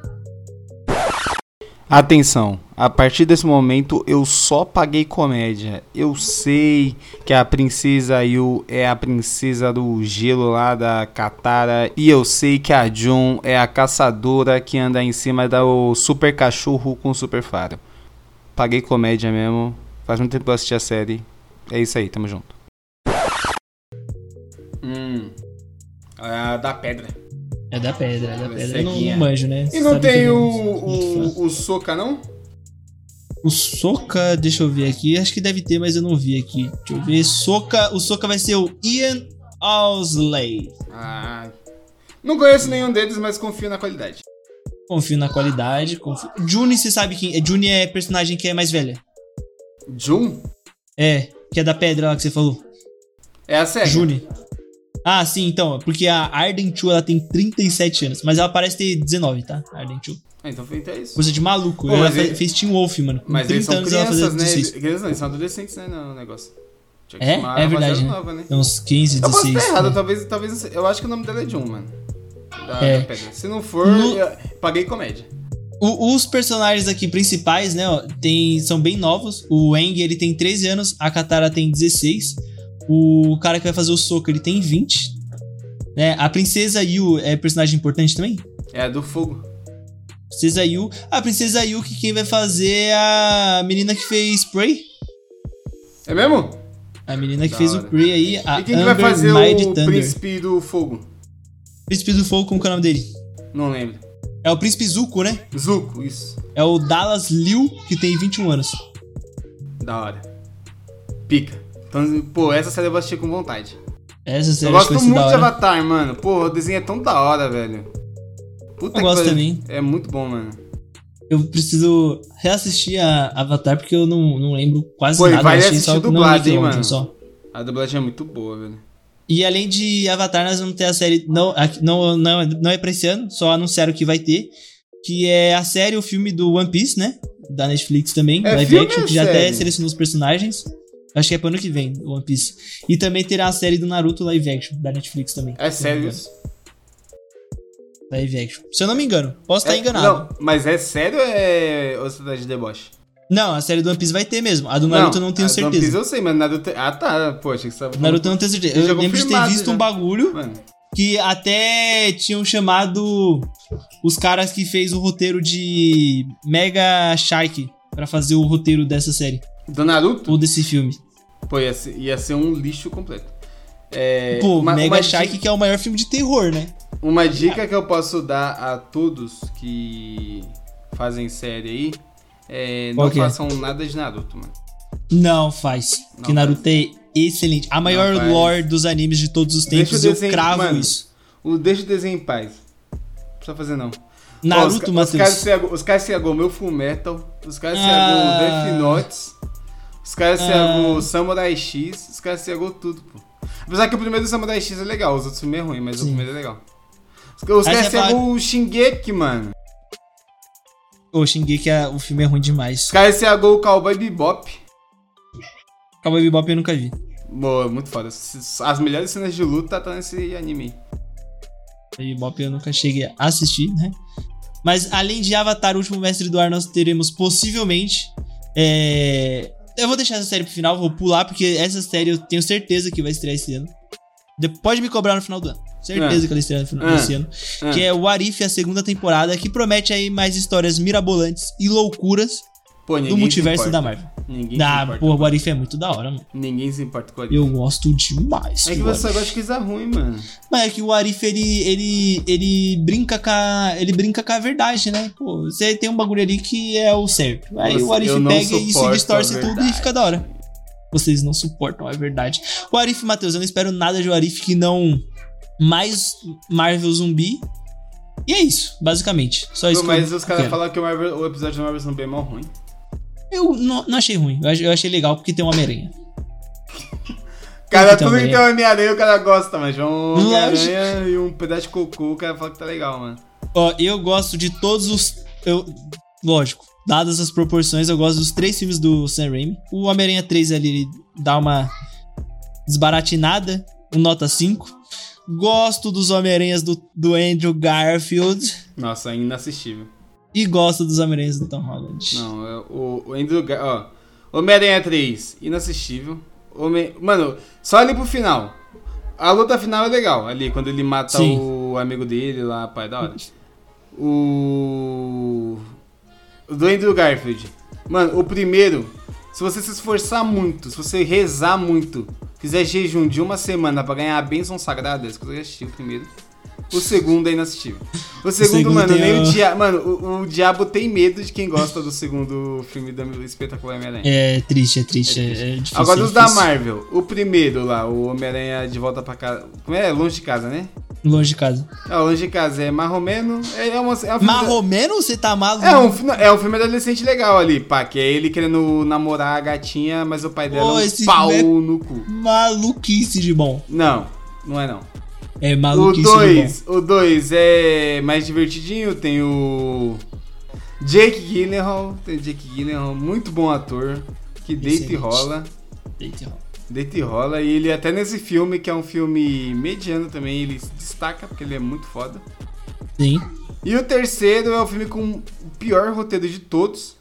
Atenção, a partir desse momento eu só paguei comédia. Eu sei que a princesa Yu é a princesa do gelo lá da Katara. E eu sei que a Jun é a caçadora que anda em cima do super cachorro com super faro. Paguei comédia mesmo. Faz muito tempo que eu assisti a série. É isso aí, tamo junto. Hum. Ah, da pedra.
É da pedra, é da pedra. Eu não,
Ceguinha.
não manjo, né?
E não
Sabe que
tem
eu
o,
sou muito fã.
o, o Soca, não?
O Soca, deixa eu ver aqui. Acho que deve ter, mas eu não vi aqui. Deixa eu ver. Soca, o Soca vai ser o Ian Owsley.
Ah. Não conheço nenhum deles, mas confio na qualidade.
Confio na qualidade. Confio... Juni, você sabe quem é? Juni é personagem que é mais velha.
Jun?
É, que é da pedra lá que você falou.
É a série.
Juni. Ah, sim, então. Porque a Arden Chu, ela tem 37 anos. Mas ela parece ter 19, tá? Arden Chu.
Ah, então feito é isso.
Coisa de maluco.
Pô,
ela
mas
fe-
ele-
fez Team Wolf, mano. Com
Mas eles
30
são
anos ela fazia
crianças, né?
16.
Crianças não, eles são adolescentes, né? No negócio. Tinha
É?
chamar
É
a rapaziada
verdade, né?
Nova, né?
Tem Uns 15,
Eu posso
16.
estar errado,
né?
talvez, talvez. não sei. Eu acho que o nome dela é John, mano. Da,
É.
da pedra. Se não for,
No-
eu- paguei comédia.
O- os personagens aqui principais, né, ó, tem, são bem novos. O Eng, ele tem 13 anos, a Katara tem 16. O cara que vai fazer o soco, ele tem 20. Né, a princesa Yu é personagem importante também?
É a do fogo.
Princesa Yu. A princesa Yu que quem vai fazer é a menina que fez Prey.
É mesmo?
A menina que
Da
fez
hora.
o Prey aí, a
e quem que
Amber
vai fazer
Maid
o
Ah, Thunder. Príncipe...
príncipe do fogo?
do Fogo, como que é o nome dele?
Não lembro.
É o Príncipe Zuko, né?
Zuko, isso.
É o Dallas Liu, que tem 21 anos.
Da hora. Pica. Então, pô, essa série eu vou assistir com vontade.
Essa
eu
série
gosto
vai ser da
muito de
hora.
Avatar, mano. Pô, o desenho é tão da hora, velho. Puta
Eu
que
gosto
pariu.
também.
É muito bom, mano.
Eu preciso reassistir a Avatar porque eu não, não lembro quase
Pô, e
nada.
vai
eu achei
assistir
só
dublado,
não,
hein,
ontem
mano?
Só.
A dublagem é muito boa, velho.
E além de Avatar, nós vamos ter a série. Não, aqui- não, não, é- não é pra esse ano, só anunciaram que vai ter. Que é a série, o filme do One Piece, né? Da Netflix também.
É
live
filme
action,
ou
que já até
série?
selecionou os personagens. Acho que é pro ano que vem, o One Piece. E também terá a série do Naruto live action, da Netflix também.
É sério isso?
Live action. Se eu não me engano, posso estar
É-
tá enganado.
Não, mas é sério ou é ou cidade de deboche?
Não. a série do One Piece vai ter mesmo. A do Naruto eu não tenho
a One Piece
certeza.
eu sei, mas Naruto... Ah, tá, pô, achei que você tava...
Naruto eu não tenho certeza.
Já
Eu lembro de ter
confirmado,
visto
já.
um bagulho
Mano,
que até tinham chamado os caras que fez o roteiro de Mega Shark pra fazer o roteiro dessa série
do Naruto,
ou desse filme.
pô, ia ser, ia ser um lixo completo. É,
Pô,
uma-
Mega
uma
Shark
dica-
que é o maior filme de terror, né?
Uma dica que eu posso dar a todos que fazem série aí, é, não
Qual que é?
façam nada de Naruto, mano.
Não faz.
Não
que Naruto é excelente. A maior
faz.
lore dos animes de todos os
Deixa
tempos,
o
eu
desenho-
cravo
mano.
isso.
O, deixa o desenho em paz. Não precisa fazer, não. Ó, os ca-
Naruto,
Os caras
Matheus.
se agou- os caras se agou meu Full Metal, os caras se
Ah.
agou Death Notes, os caras se
Ah.
agou Samurai X, os caras se agou tudo, pô. Apesar que o primeiro do Samurai X é legal, os outros filmes é ruim, mas
Sim.
o primeiro é legal. Os, os
Aí
caras
você
se
fala-
agou o Shingeki, mano.
Ô, xinguei que o filme é ruim demais.
Os caras se agou o Cowboy Bebop.
Cowboy Bebop eu nunca vi.
Boa, muito foda. As as melhores cenas de luta tá nesse anime. aí.
Bebop eu nunca cheguei a assistir, né? Mas além de Avatar, o último mestre do ar, nós teremos possivelmente. é, Eu vou deixar essa série pro final, vou pular, porque essa série eu tenho certeza que vai estrear esse ano. De- Pode me cobrar no final do ano. Certeza que ela estreia no final
Ah.
desse ano.
Ah.
Que é o Arif, a segunda temporada, que promete aí mais histórias mirabolantes e loucuras
Pô, ninguém
do
se
multiverso
importa.
da Marvel.
Ninguém se
Da,
importa.
porra, o Arif é muito da hora, mano.
Ninguém se importa com a
Eu gosto demais.
É que
do
você só
What If.
gosta de coisa ruim, mano.
Mas é que o Arif, ele, ele, ele brinca com a, ele brinca com a verdade, né? Pô, você tem um bagulho ali que é o certo. Aí
Nossa,
o Arif
eu não
pega e se
suporto
distorce
a
tudo e
verdade.
fica da hora. Vocês não suportam a verdade. O Arif, Matheus, eu não espero nada de o Arif que não mais Marvel zumbi. E é isso, basicamente. Só isso
Pô, mas
que eu
os caras
quero.
falaram que o, Marvel- o episódio do Marvel Zumbi é mó ruim.
Eu não, não achei ruim. Eu ach- eu achei legal porque tem uma Homem-Aranha. Tem que ter
Cara, tudo então que tem
Homem-Aranha.
uma Homem-Aranha o cara gosta, mas um
Lógico.
Homem-Aranha e um pedaço de cocô, o cara fala que tá legal, mano.
Ó, eu gosto de todos os. Eu, lógico, dadas as proporções, eu gosto dos três filmes do Sam Raimi. O Homem-Aranha 3 ali ele dá uma desbaratinada, um nota 5. Gosto dos Homem-Aranhas do, do Andrew Garfield.
Nossa, é inassistível.
E gosto dos Homem-Aranhas do Tom Holland.
Não, é o, o Andrew Gar- ó. Homem-Aranha 3, inassistível. Homem, mano, só ali pro final. A luta final é legal, ali, quando ele mata
Sim.
o amigo dele lá, pai, é da hora. O. O do Andrew Garfield. Mano, o primeiro, se você se esforçar muito, se você rezar muito, fizer jejum de uma semana pra ganhar a bênção sagrada, você consegue assistir o primeiro. O segundo é inassistível. O segundo,
segundo
mano,
tem
nem
o-
o dia... Mano, o, o diabo tem medo de quem gosta do segundo filme da Espetacular Homem-Aranha.
É triste, é triste. É, é difícil.
Agora
é
os da
difícil.
Marvel. O primeiro lá, o Homem-Aranha de volta pra casa. Como é? Longe de casa, né?
Longe de casa.
Ah, longe de casa. É marromeno. É, é, uma, é um filme-
Marromeno, você tá maluco?
É um, fi- é um filme adolescente legal ali, pá. Que é ele querendo namorar a gatinha, mas o pai dela
Pô,
é
esse
um pau
filme
no cu.
Maluquice de bom.
Não, não é não.
É
O
maluquice de bom.
2, o 2 é mais divertidinho, tem o Jake Gyllenhaal, tem Jake Gyllenhaal, muito bom ator, que deita e
Excelente.
rola.
Deita e rola.
Deita e rola. E ele até nesse filme, que é um filme mediano também, ele se destaca, porque ele é muito foda.
Sim.
E o terceiro é o filme com o pior roteiro de todos,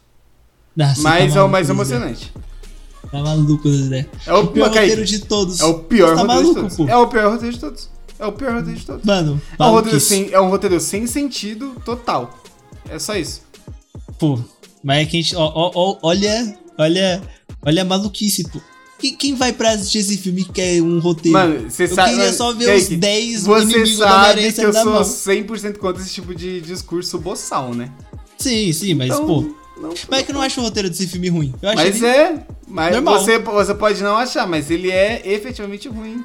Nossa,
mas
tá
é o
maluco
mais
das
emocionante.
ideias. Tá maluco das ideias.
É o,
O pior
Kaique,
roteiro de todos.
é o pior
Você tá
roteiro
maluco,
de todos.
pô.
É o pior roteiro de todos. É o pior roteiro de todos.
Mano,
É um, roteiro
maluquice.
sem, é um roteiro sem sentido total. É só isso.
Pô, mas é que a gente. ó, ó, ó, olha, olha, olha a maluquice, pô. Quem, quem vai pra assistir esse filme que quer um roteiro?
Mano, você
eu
sabe.
queria
mano,
só ver
Kaique,
os 10
Você
inimigos da
sabe
Maria
que eu
saindo da
sou assim.
mão.
100% contra esse tipo de discurso boçal, né?
Sim, sim, mas, pô.
não-
Mas é que eu não acho o roteiro desse filme ruim. Eu acho
Então, Mas
ele-
é. Mas
Normal.
você, você pode não achar, mas ele é efetivamente ruim.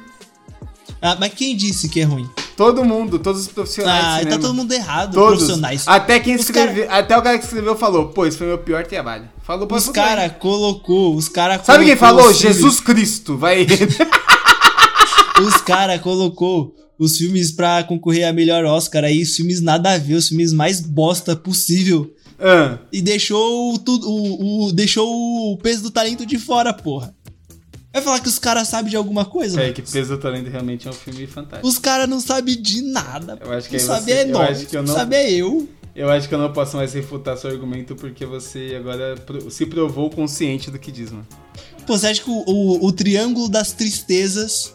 Ah, mas quem disse que é ruim?
Todo mundo, todos os profissionais.
Ah,
de
tá
cinema,
todo mundo errado,
todos. Ah,
profissionais.
Até quem
Os
escreveu. Até o cara que escreveu falou: pô, esse foi meu pior trabalho. Falou pra
Os
você.
cara assim, né? colocou, os cara
Sabe quem
colocou
falou?
os filmes-
Jesus Cristo. Vai.
Os cara colocou os filmes pra concorrer a melhor Oscar aí, os filmes nada a ver, os filmes mais bosta possível.
Ah.
E deixou o, tudo, o, o- deixou o peso do talento de fora, porra. Vai falar que os caras sabem de alguma coisa?
É,
mano?
que Peso Talento realmente é um filme fantástico.
Os caras não sabem de nada.
Eu acho que
Quem
aí
sabe
você-
é
eu
nós,
acho que eu
quem
não-
sabe é eu.
Eu acho que eu não posso mais refutar seu argumento porque você agora pro- se provou consciente do que diz, mano.
Pô, você acha que o, o- o Triângulo das Tristezas,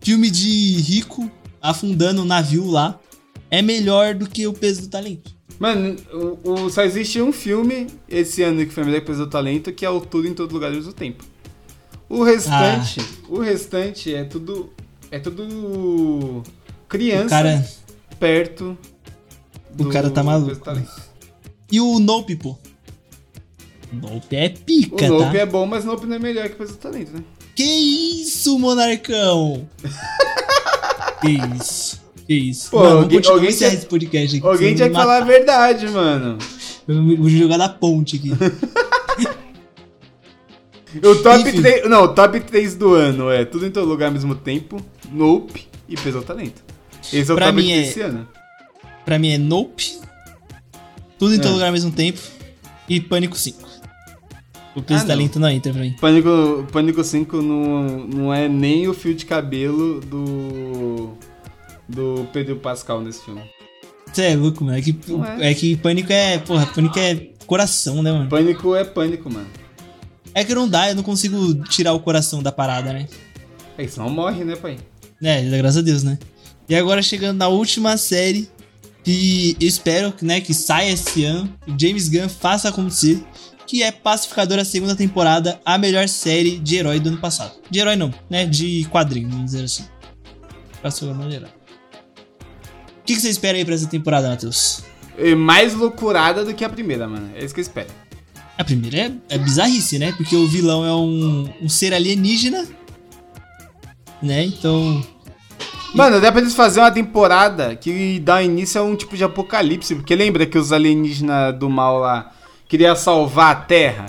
filme de rico afundando um navio lá, é melhor do que o peso do talento?
Mano, o, o- só existe um filme esse ano que foi melhor que Peso do Talento, que é o Tudo em Todo Lugar ao mesmo tempo. O restante,
Ah.
o restante é tudo é tudo criança
O cara,
perto
o cara tá maluco.
Peso do Talento.
e o Nope, pô? Nope é
O
pica,
Nope
tá?
é bom, mas Nope não é melhor que Peso do Talento, né?
Que isso, monarcão? que isso? Que isso?
Pô, alguém-
continuar
alguém
esse
tinha-
esse podcast aqui. senão
Alguém tinha
me
que falar a
matar.
verdade, mano.
Eu vou jogar na ponte aqui.
O top
Enfim.
3. Não, o top 3 do ano é Tudo em Todo Lugar ao mesmo tempo, Nope e Peso ao Talento. Esse é o
Pra
top
mim
3
é-
desse ano.
pra mim é Nope, Tudo em
É.
Todo Lugar ao Mesmo Tempo e Pânico 5. O
Ah,
Peso
não.
do Talento não entra pra mim.
Pânico, Pânico 5 não, não é nem o fio de cabelo do. do Pedro Pascal nesse filme.
Você é louco, mano. É que,
Não é.
é que Pânico é... Porra, Pânico é coração, né, mano?
Pânico é pânico, mano.
É que não dá, eu não consigo tirar o coração da parada, né?
É que senão morre, né, pai?
É, graças a Deus, né? E agora chegando na última série, que eu espero né, que saia esse ano, que o James Gunn faça acontecer, que é Pacificadora segunda temporada, a melhor série de herói do ano passado. De herói não, né? De quadrinho, vamos dizer assim. Pacificadora de herói. O que, que você espera aí pra essa temporada, Matheus?
É mais loucurada do que a primeira, mano. É isso que eu espero.
A primeira é, é bizarrice, né? Porque o vilão é um, um ser alienígena, né? Então...
Mano, dá pra eles fazerem uma temporada que dá início a um tipo de apocalipse, porque lembra que os alienígenas do mal lá queriam salvar a Terra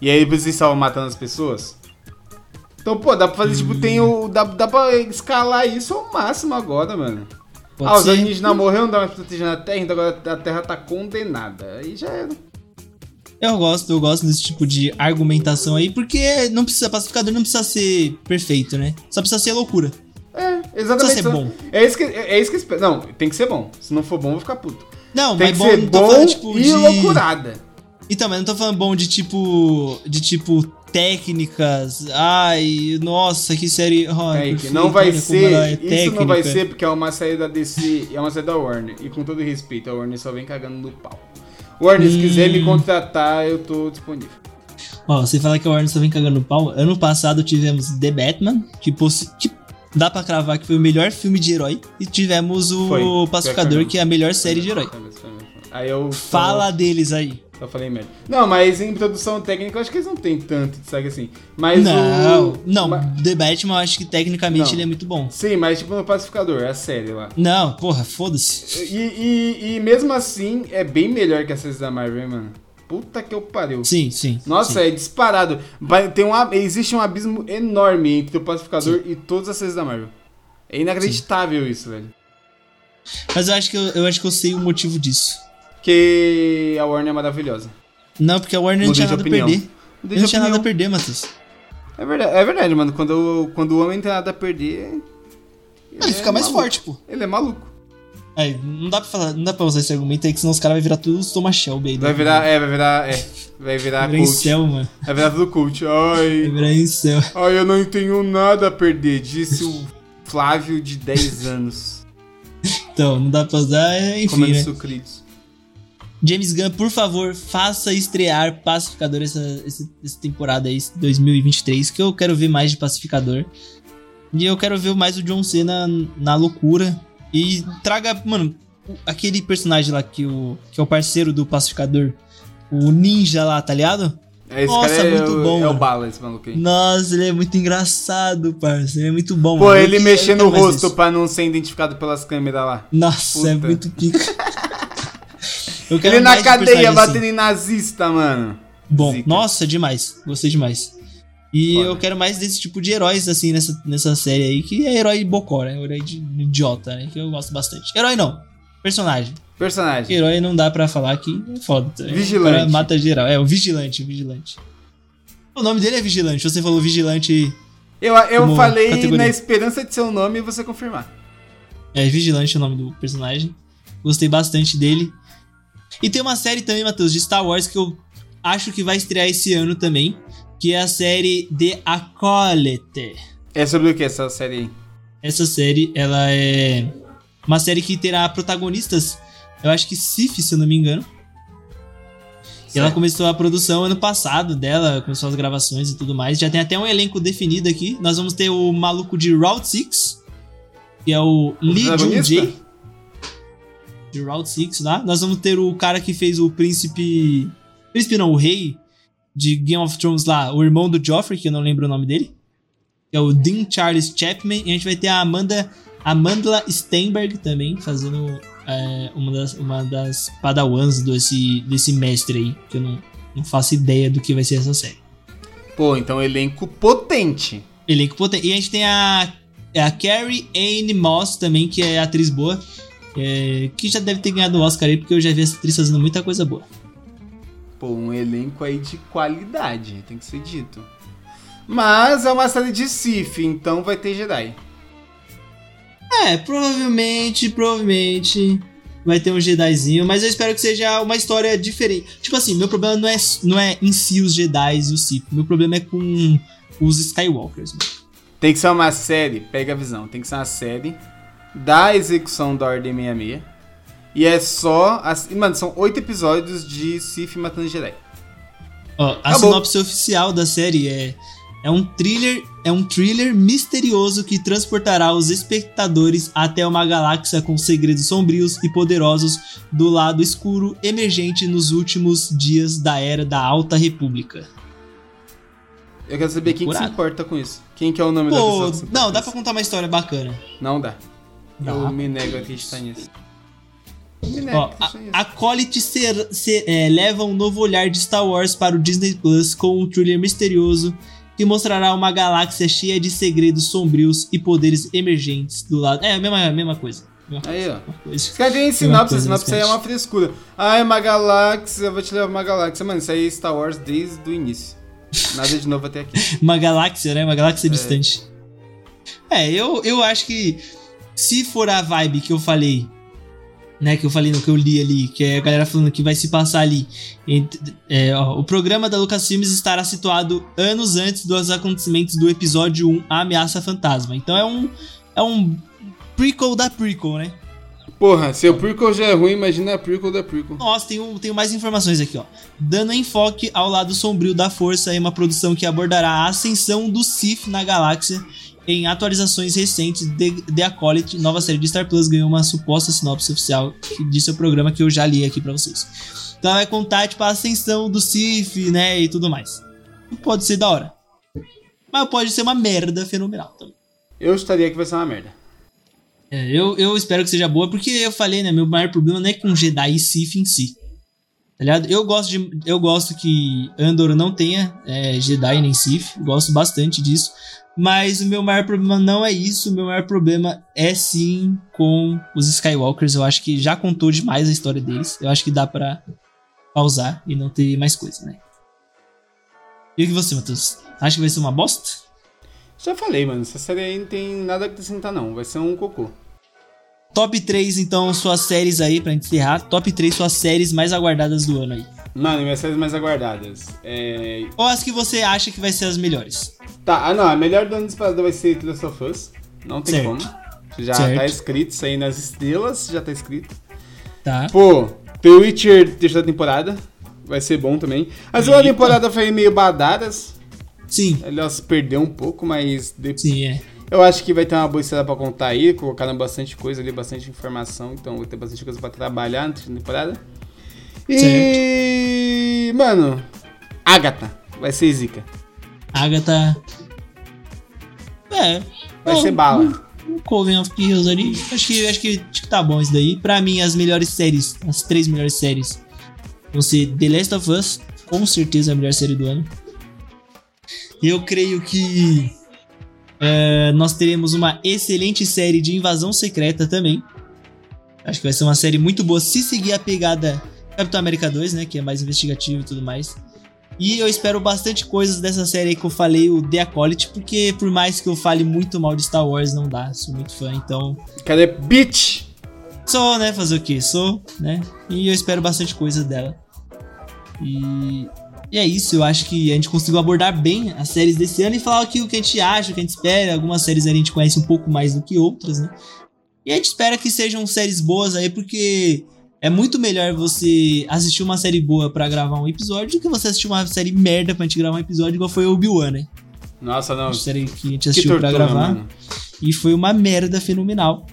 e aí eles estavam matando as pessoas? Então, pô, dá pra fazer, tipo, tem o. Dá, dá pra escalar isso ao máximo agora, mano.
pode
ah, os
ser.
alienígenas morreram, não dá mais pra proteger na Terra, então agora a Terra tá condenada. Aí já era.
Eu gosto, eu gosto desse tipo de argumentação aí, porque não precisa, pacificador não precisa ser perfeito, né? Só precisa ser loucura.
É,
Precisa
exatamente.
ser
só-
bom.
É isso que, é, é isso que eu espero. Não, tem que ser bom. Se não for bom, eu vou ficar puto.
Não,
Tem
mas
que
bom,
ser
não tô
bom
falando tipo
e
de.
loucurada.
Então, mas não tô falando bom de tipo. De tipo técnicas. Ai, nossa, que série. Oh,
Kaique,
perfeito,
não vai
olha como
ser.
ela é
isso não vai
técnica.
ser porque é uma série da DC e é uma série da Warner. E com todo respeito, a Warner só vem cagando no pau. Warner, se
Hum.
quiser me contratar, eu tô disponível.
Ó, você fala que a Warner só vem cagando pau. Ano passado tivemos The Batman, que, possi- que dá pra cravar que foi o melhor filme de herói. E tivemos o
Foi.
Pacificador, que é a melhor série de herói.
Aí eu. só-
Fala deles aí.
Só falei merda. Não, mas em produção técnica, eu acho que eles não tem tanto, sabe assim. Mas
não,
o.
não,
ma-
The Batman eu acho que tecnicamente
Não.
ele é muito bom.
Sim, mas tipo no Pacificador, a série lá.
Não, porra, foda-se.
E, e, e mesmo assim, é bem melhor que as séries da Marvel, hein, mano. Puta que eu pariu.
Sim, sim.
Nossa,
sim.
é disparado. Vai- Tem um, ab- existe um abismo enorme entre o Pacificador e todas as séries da Marvel. É inacreditável isso, velho.
Mas eu acho que eu, eu acho que eu sei o motivo disso.
que a Warner é maravilhosa.
Não, porque a Warner não tinha
Mudei de
nada a
opinião.
perder.
Mudei de
Não tinha nada a
opinião.
perder, Matheus.
É verdade, é verdade, mano. Quando, quando o homem tem nada a perder.
Ele fica mais
maluco.
forte, pô.
Ele é maluco.
Aí, É, não dá pra falar, não dá pra usar esse argumento aí, que senão os caras vão virar tudo os Thomas Shelby aí.
Vai
né?
virar. É, vai virar. É. Vai virar
Vai virar
coach.
é incel, é- mano.
Vai virar tudo coach.
Vai
Ai.
virar incel.
Ai, eu não tenho nada a perder. Disse o Flávio de 10 anos.
Então, não dá pra usar, é, enfim,
Comendo
né?
sucritos.
James Gunn, por favor, faça estrear Pacificador essa, essa, essa temporada aí, esse 2023, que eu quero ver mais de Pacificador. E eu quero ver mais o John Cena na loucura. E traga, mano, o- aquele personagem lá que, o, que é o parceiro do Pacificador, o ninja lá, tá ligado?
É, esse
Nossa,
cara é,
muito
o-
bom, né?
É o
mano.
Bala, esse maluco aí.
Nossa, ele é muito engraçado, parça. Ele é muito bom.
Pô,
mano. Eu
ele
que-
mexer
eu
no
quero mais
rosto
isso.
pra não ser identificado pelas câmeras lá.
Nossa, é
Puta.
muito pica. Eu quero
Ele na
mais de personagem
cadeia
assim.
batendo em nazista, mano.
Bom,
Zica.
nossa, demais. Gostei demais. E
Foda.
eu quero mais desse tipo de heróis, assim, nessa, nessa série aí, que é herói bocó, né? Herói de idiota, né? Que eu gosto bastante. Herói não. Personagem.
Personagem.
Herói não dá pra falar que é foda. tá ligado?
Vigilante.
O cara mata geral. É, o vigilante, o vigilante. O nome dele é Vigilante. Você falou Vigilante.
Eu, eu
Como
falei
categoria.
na esperança de seu nome e você confirmar.
É Vigilante é o nome do personagem. Gostei bastante dele. E tem uma série também, Matheus, de Star Wars que eu acho que vai estrear esse ano também, que é a série The Acolyte.
É sobre o que essa série aí?
Essa série, ela é uma série que terá protagonistas, eu acho que Sif, se eu não me engano. E ela
Certo.
começou a produção ano passado dela, começou as gravações e tudo mais. Já tem até um elenco definido aqui. Nós vamos ter o maluco de Route 6, que é o, Lee Jung
protagonista?
Jae. De Route 6 lá. Nós vamos ter o cara que fez o príncipe. Príncipe não, o rei de Game of Thrones lá, o irmão do Joffrey, que eu não lembro o nome dele. Que é o Dean Charles Chapman. E a gente vai ter a Amanda. Amandla Steinberg também fazendo é, uma das, uma das padawans desse, desse mestre aí, que eu não, não faço ideia do que vai ser essa série.
Pô, então elenco potente.
Elenco potente. E a gente tem a, é a Carrie Anne Moss também, que é atriz boa, é, que já deve ter ganhado o Oscar aí, porque eu já vi essa atriz fazendo muita coisa boa.
Pô, um elenco aí de qualidade, tem que ser dito. Mas é uma série de Sif, então vai ter Jedi.
É, provavelmente, provavelmente vai ter um Jedizinho, mas eu espero que seja uma história diferente. Tipo assim, meu problema não é, não é em si os Jedis e os Sith, meu problema é com os Skywalkers. mano.
Tem que ser uma série, pega a visão, tem que ser uma série da execução da Ordem 66. E é só. As, mano, são oito episódios de Sif matando Jedi.
Ó, a
Acabou.
sinopse oficial da série é é um thriller, é um thriller misterioso que transportará os espectadores até uma galáxia com segredos sombrios e poderosos do lado escuro emergente nos últimos dias da era da Alta República.
Eu quero saber quem que se
Curado.
importa com isso. Quem que é o nome da
Pô,
pessoa? que se importa
não,
com
dá
isso?
pra contar uma história bacana.
Não dá.
Dá.
Eu me nego a acreditar nisso. Me nego a
Ó,
acreditar nisso.
a Acolyte ser- ser- é, leva um novo olhar de Star Wars para o Disney Plus com um thriller misterioso que mostrará uma galáxia cheia de segredos sombrios e poderes emergentes do lado. É a mesma, a mesma coisa. Mesma
Aí, ó.
coisa.
Os caras têm
Tem uma
sinopse,
coisa
sinopse aí é
bastante.
uma frescura. Ah, é uma galáxia, eu vou te levar pra uma galáxia. Mano, isso aí é Star Wars desde o início. Nada de novo até aqui.
Uma galáxia, né? Uma galáxia distante. É, eu, eu acho que se for a vibe que eu falei, né? Que eu falei no que eu li ali, que é a galera falando que vai se passar ali. ent- é, ó, o programa da Lucasfilmes estará situado anos antes dos acontecimentos do episódio 1, A Ameaça Fantasma. Então é um. É um prequel da prequel, né?
Porra, se o prequel já é ruim, imagina a prequel da prequel.
Nossa, tenho, tenho mais informações aqui, ó. Dando enfoque ao lado sombrio da força é uma produção que abordará a ascensão do Sith na galáxia em atualizações recentes de The Acolyte, nova série de Star Plus, ganhou uma suposta sinopse oficial de seu programa que eu já li aqui pra vocês. Então ela vai contar, tipo, a ascensão do Sith, né, e tudo mais. Pode ser da hora. Mas pode ser uma merda fenomenal também.
Eu estaria que vai ser uma merda.
É, eu, eu espero que seja boa, porque eu falei, né, meu maior problema não é com Jedi e Sith em si. Tá ligado? Eu gosto, de, eu gosto que Andor não tenha é, Jedi nem Sith, gosto bastante disso. Mas o meu maior problema não é isso, o meu maior problema é sim com os Skywalkers. Eu acho que já contou demais a história deles. Eu acho que dá pra pausar e não ter mais coisa, né? E o que você, Matheus? Acha que vai ser uma bosta?
Já falei, mano. Essa série aí não tem nada a acrescentar, não. Vai ser um cocô.
Top 3, então, suas séries aí, pra encerrar. Top 3 suas séries mais aguardadas do ano aí.
Mano, minhas séries mais aguardadas. É...
Ou as que você acha que vai ser as melhores.
Tá, ah não, a melhor do ano disparado vai ser The Last of Us. Não tem
Certo.
como. Já
Certo.
tá escrito, isso aí nas estrelas já tá escrito.
Tá.
Pô, The Witcher terceira temporada. Vai ser bom também. A segunda
Eita.
temporada foi meio badadas.
Sim.
Ela se perdeu um pouco, mas depois.
Sim, é.
Eu acho que vai ter uma boa história pra contar aí, colocaram bastante coisa ali, bastante informação, então vai ter bastante coisa pra trabalhar na terceira temporada. E. Mano, Agatha, vai ser zica.
Agatha. É.
Vai
não,
ser bala.
Um, um Coven of Heroes ali. Acho que, acho, que, acho que tá bom isso daí. Pra mim, as melhores séries, as três melhores séries vão ser The Last of Us, com certeza a melhor série do ano. Eu creio que é, nós teremos uma excelente série de Invasão Secreta também. Acho que vai ser uma série muito boa se seguir a pegada Capitão América 2, né? Que é mais investigativo e tudo mais. E eu espero bastante coisas dessa série aí que eu falei, o The Acolyte, porque por mais que eu fale muito mal de Star Wars, não dá, sou muito fã, então.
Cadê Bitch?
Sou, né? Fazer o quê? Sou, né? E eu espero bastante coisa dela. E. E é isso, eu acho que a gente conseguiu abordar bem as séries desse ano e falar aqui o que a gente acha, o que a gente espera. Algumas séries a gente conhece um pouco mais do que outras, né? E a gente espera que sejam séries boas aí, porque é muito melhor você assistir uma série boa pra gravar um episódio do que você assistir uma série merda pra gente gravar um episódio, igual foi o Obi-Wan, né?
Nossa, não.
A série que a gente
Que
assistiu
tortura,
pra gravar.
mano.
E foi uma merda fenomenal.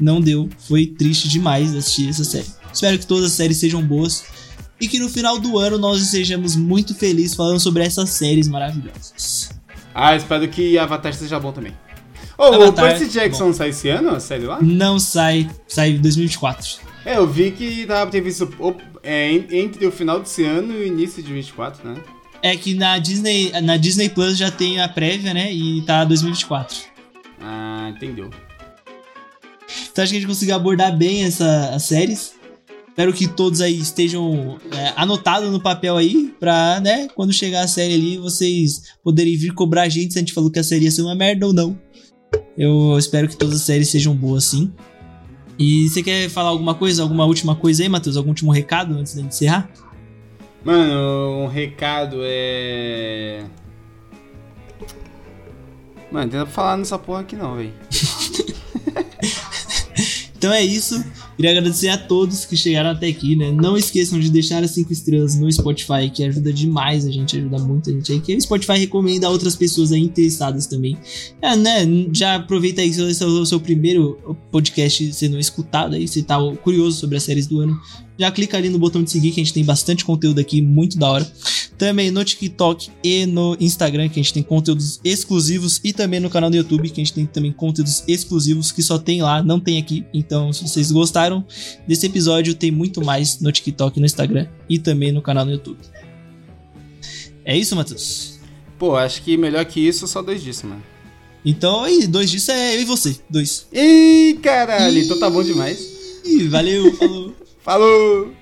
Não deu. Foi triste demais assistir essa série. Espero que todas as séries sejam boas. E que no final do ano nós estejamos muito felizes falando sobre essas séries maravilhosas.
Ah, espero que Avatar seja bom também. Ô, o
Avatar, é
Percy Jackson sai esse ano, sério lá?
Não sai. Sai em 2024.
É, eu vi que tava previsto o- é, en- entre o final desse ano e o início de 24, né?
É que na Disney, na Disney Plus já tem a prévia, né? E tá 2024.
Ah, entendeu.
Então acho que a gente conseguiu abordar bem essa, as séries. Espero que todos aí estejam é, anotados no papel aí, pra, né, quando chegar a série ali, vocês poderem vir cobrar a gente se a gente falou que a série ia ser uma merda ou não. Eu espero que todas as séries sejam boas, sim. E você quer falar alguma coisa, alguma última coisa aí, Matheus? Algum último recado antes da gente encerrar?
Mano, um recado é. Mano, não tenta falar nessa porra aqui não, velho.
Então é isso. Queria agradecer a todos que chegaram até aqui, né? Não esqueçam de deixar as 5 estrelas no Spotify, que ajuda demais a gente, ajuda muito a gente aí. Que o Spotify recomenda a outras pessoas aí interessadas também. É, né? Já aproveita aí, se esse é o seu primeiro podcast sendo escutado aí, se tá curioso sobre as séries do ano, já clica ali no botão de seguir, que a gente tem bastante conteúdo aqui, muito da hora. Também no TikTok e no Instagram, que a gente tem conteúdos exclusivos. E também no canal do YouTube, que a gente tem também conteúdos exclusivos que só tem lá, não tem aqui. Então, se vocês gostaram desse episódio, tem muito mais no TikTok, no Instagram e também no canal do YouTube. É isso, Matheus.
Pô, acho que melhor que isso, só dois disso, mano.
Então, e dois disso é eu e você. Dois.
Ih, caralho, então tá bom demais.
Ih, valeu, falou.
Falou!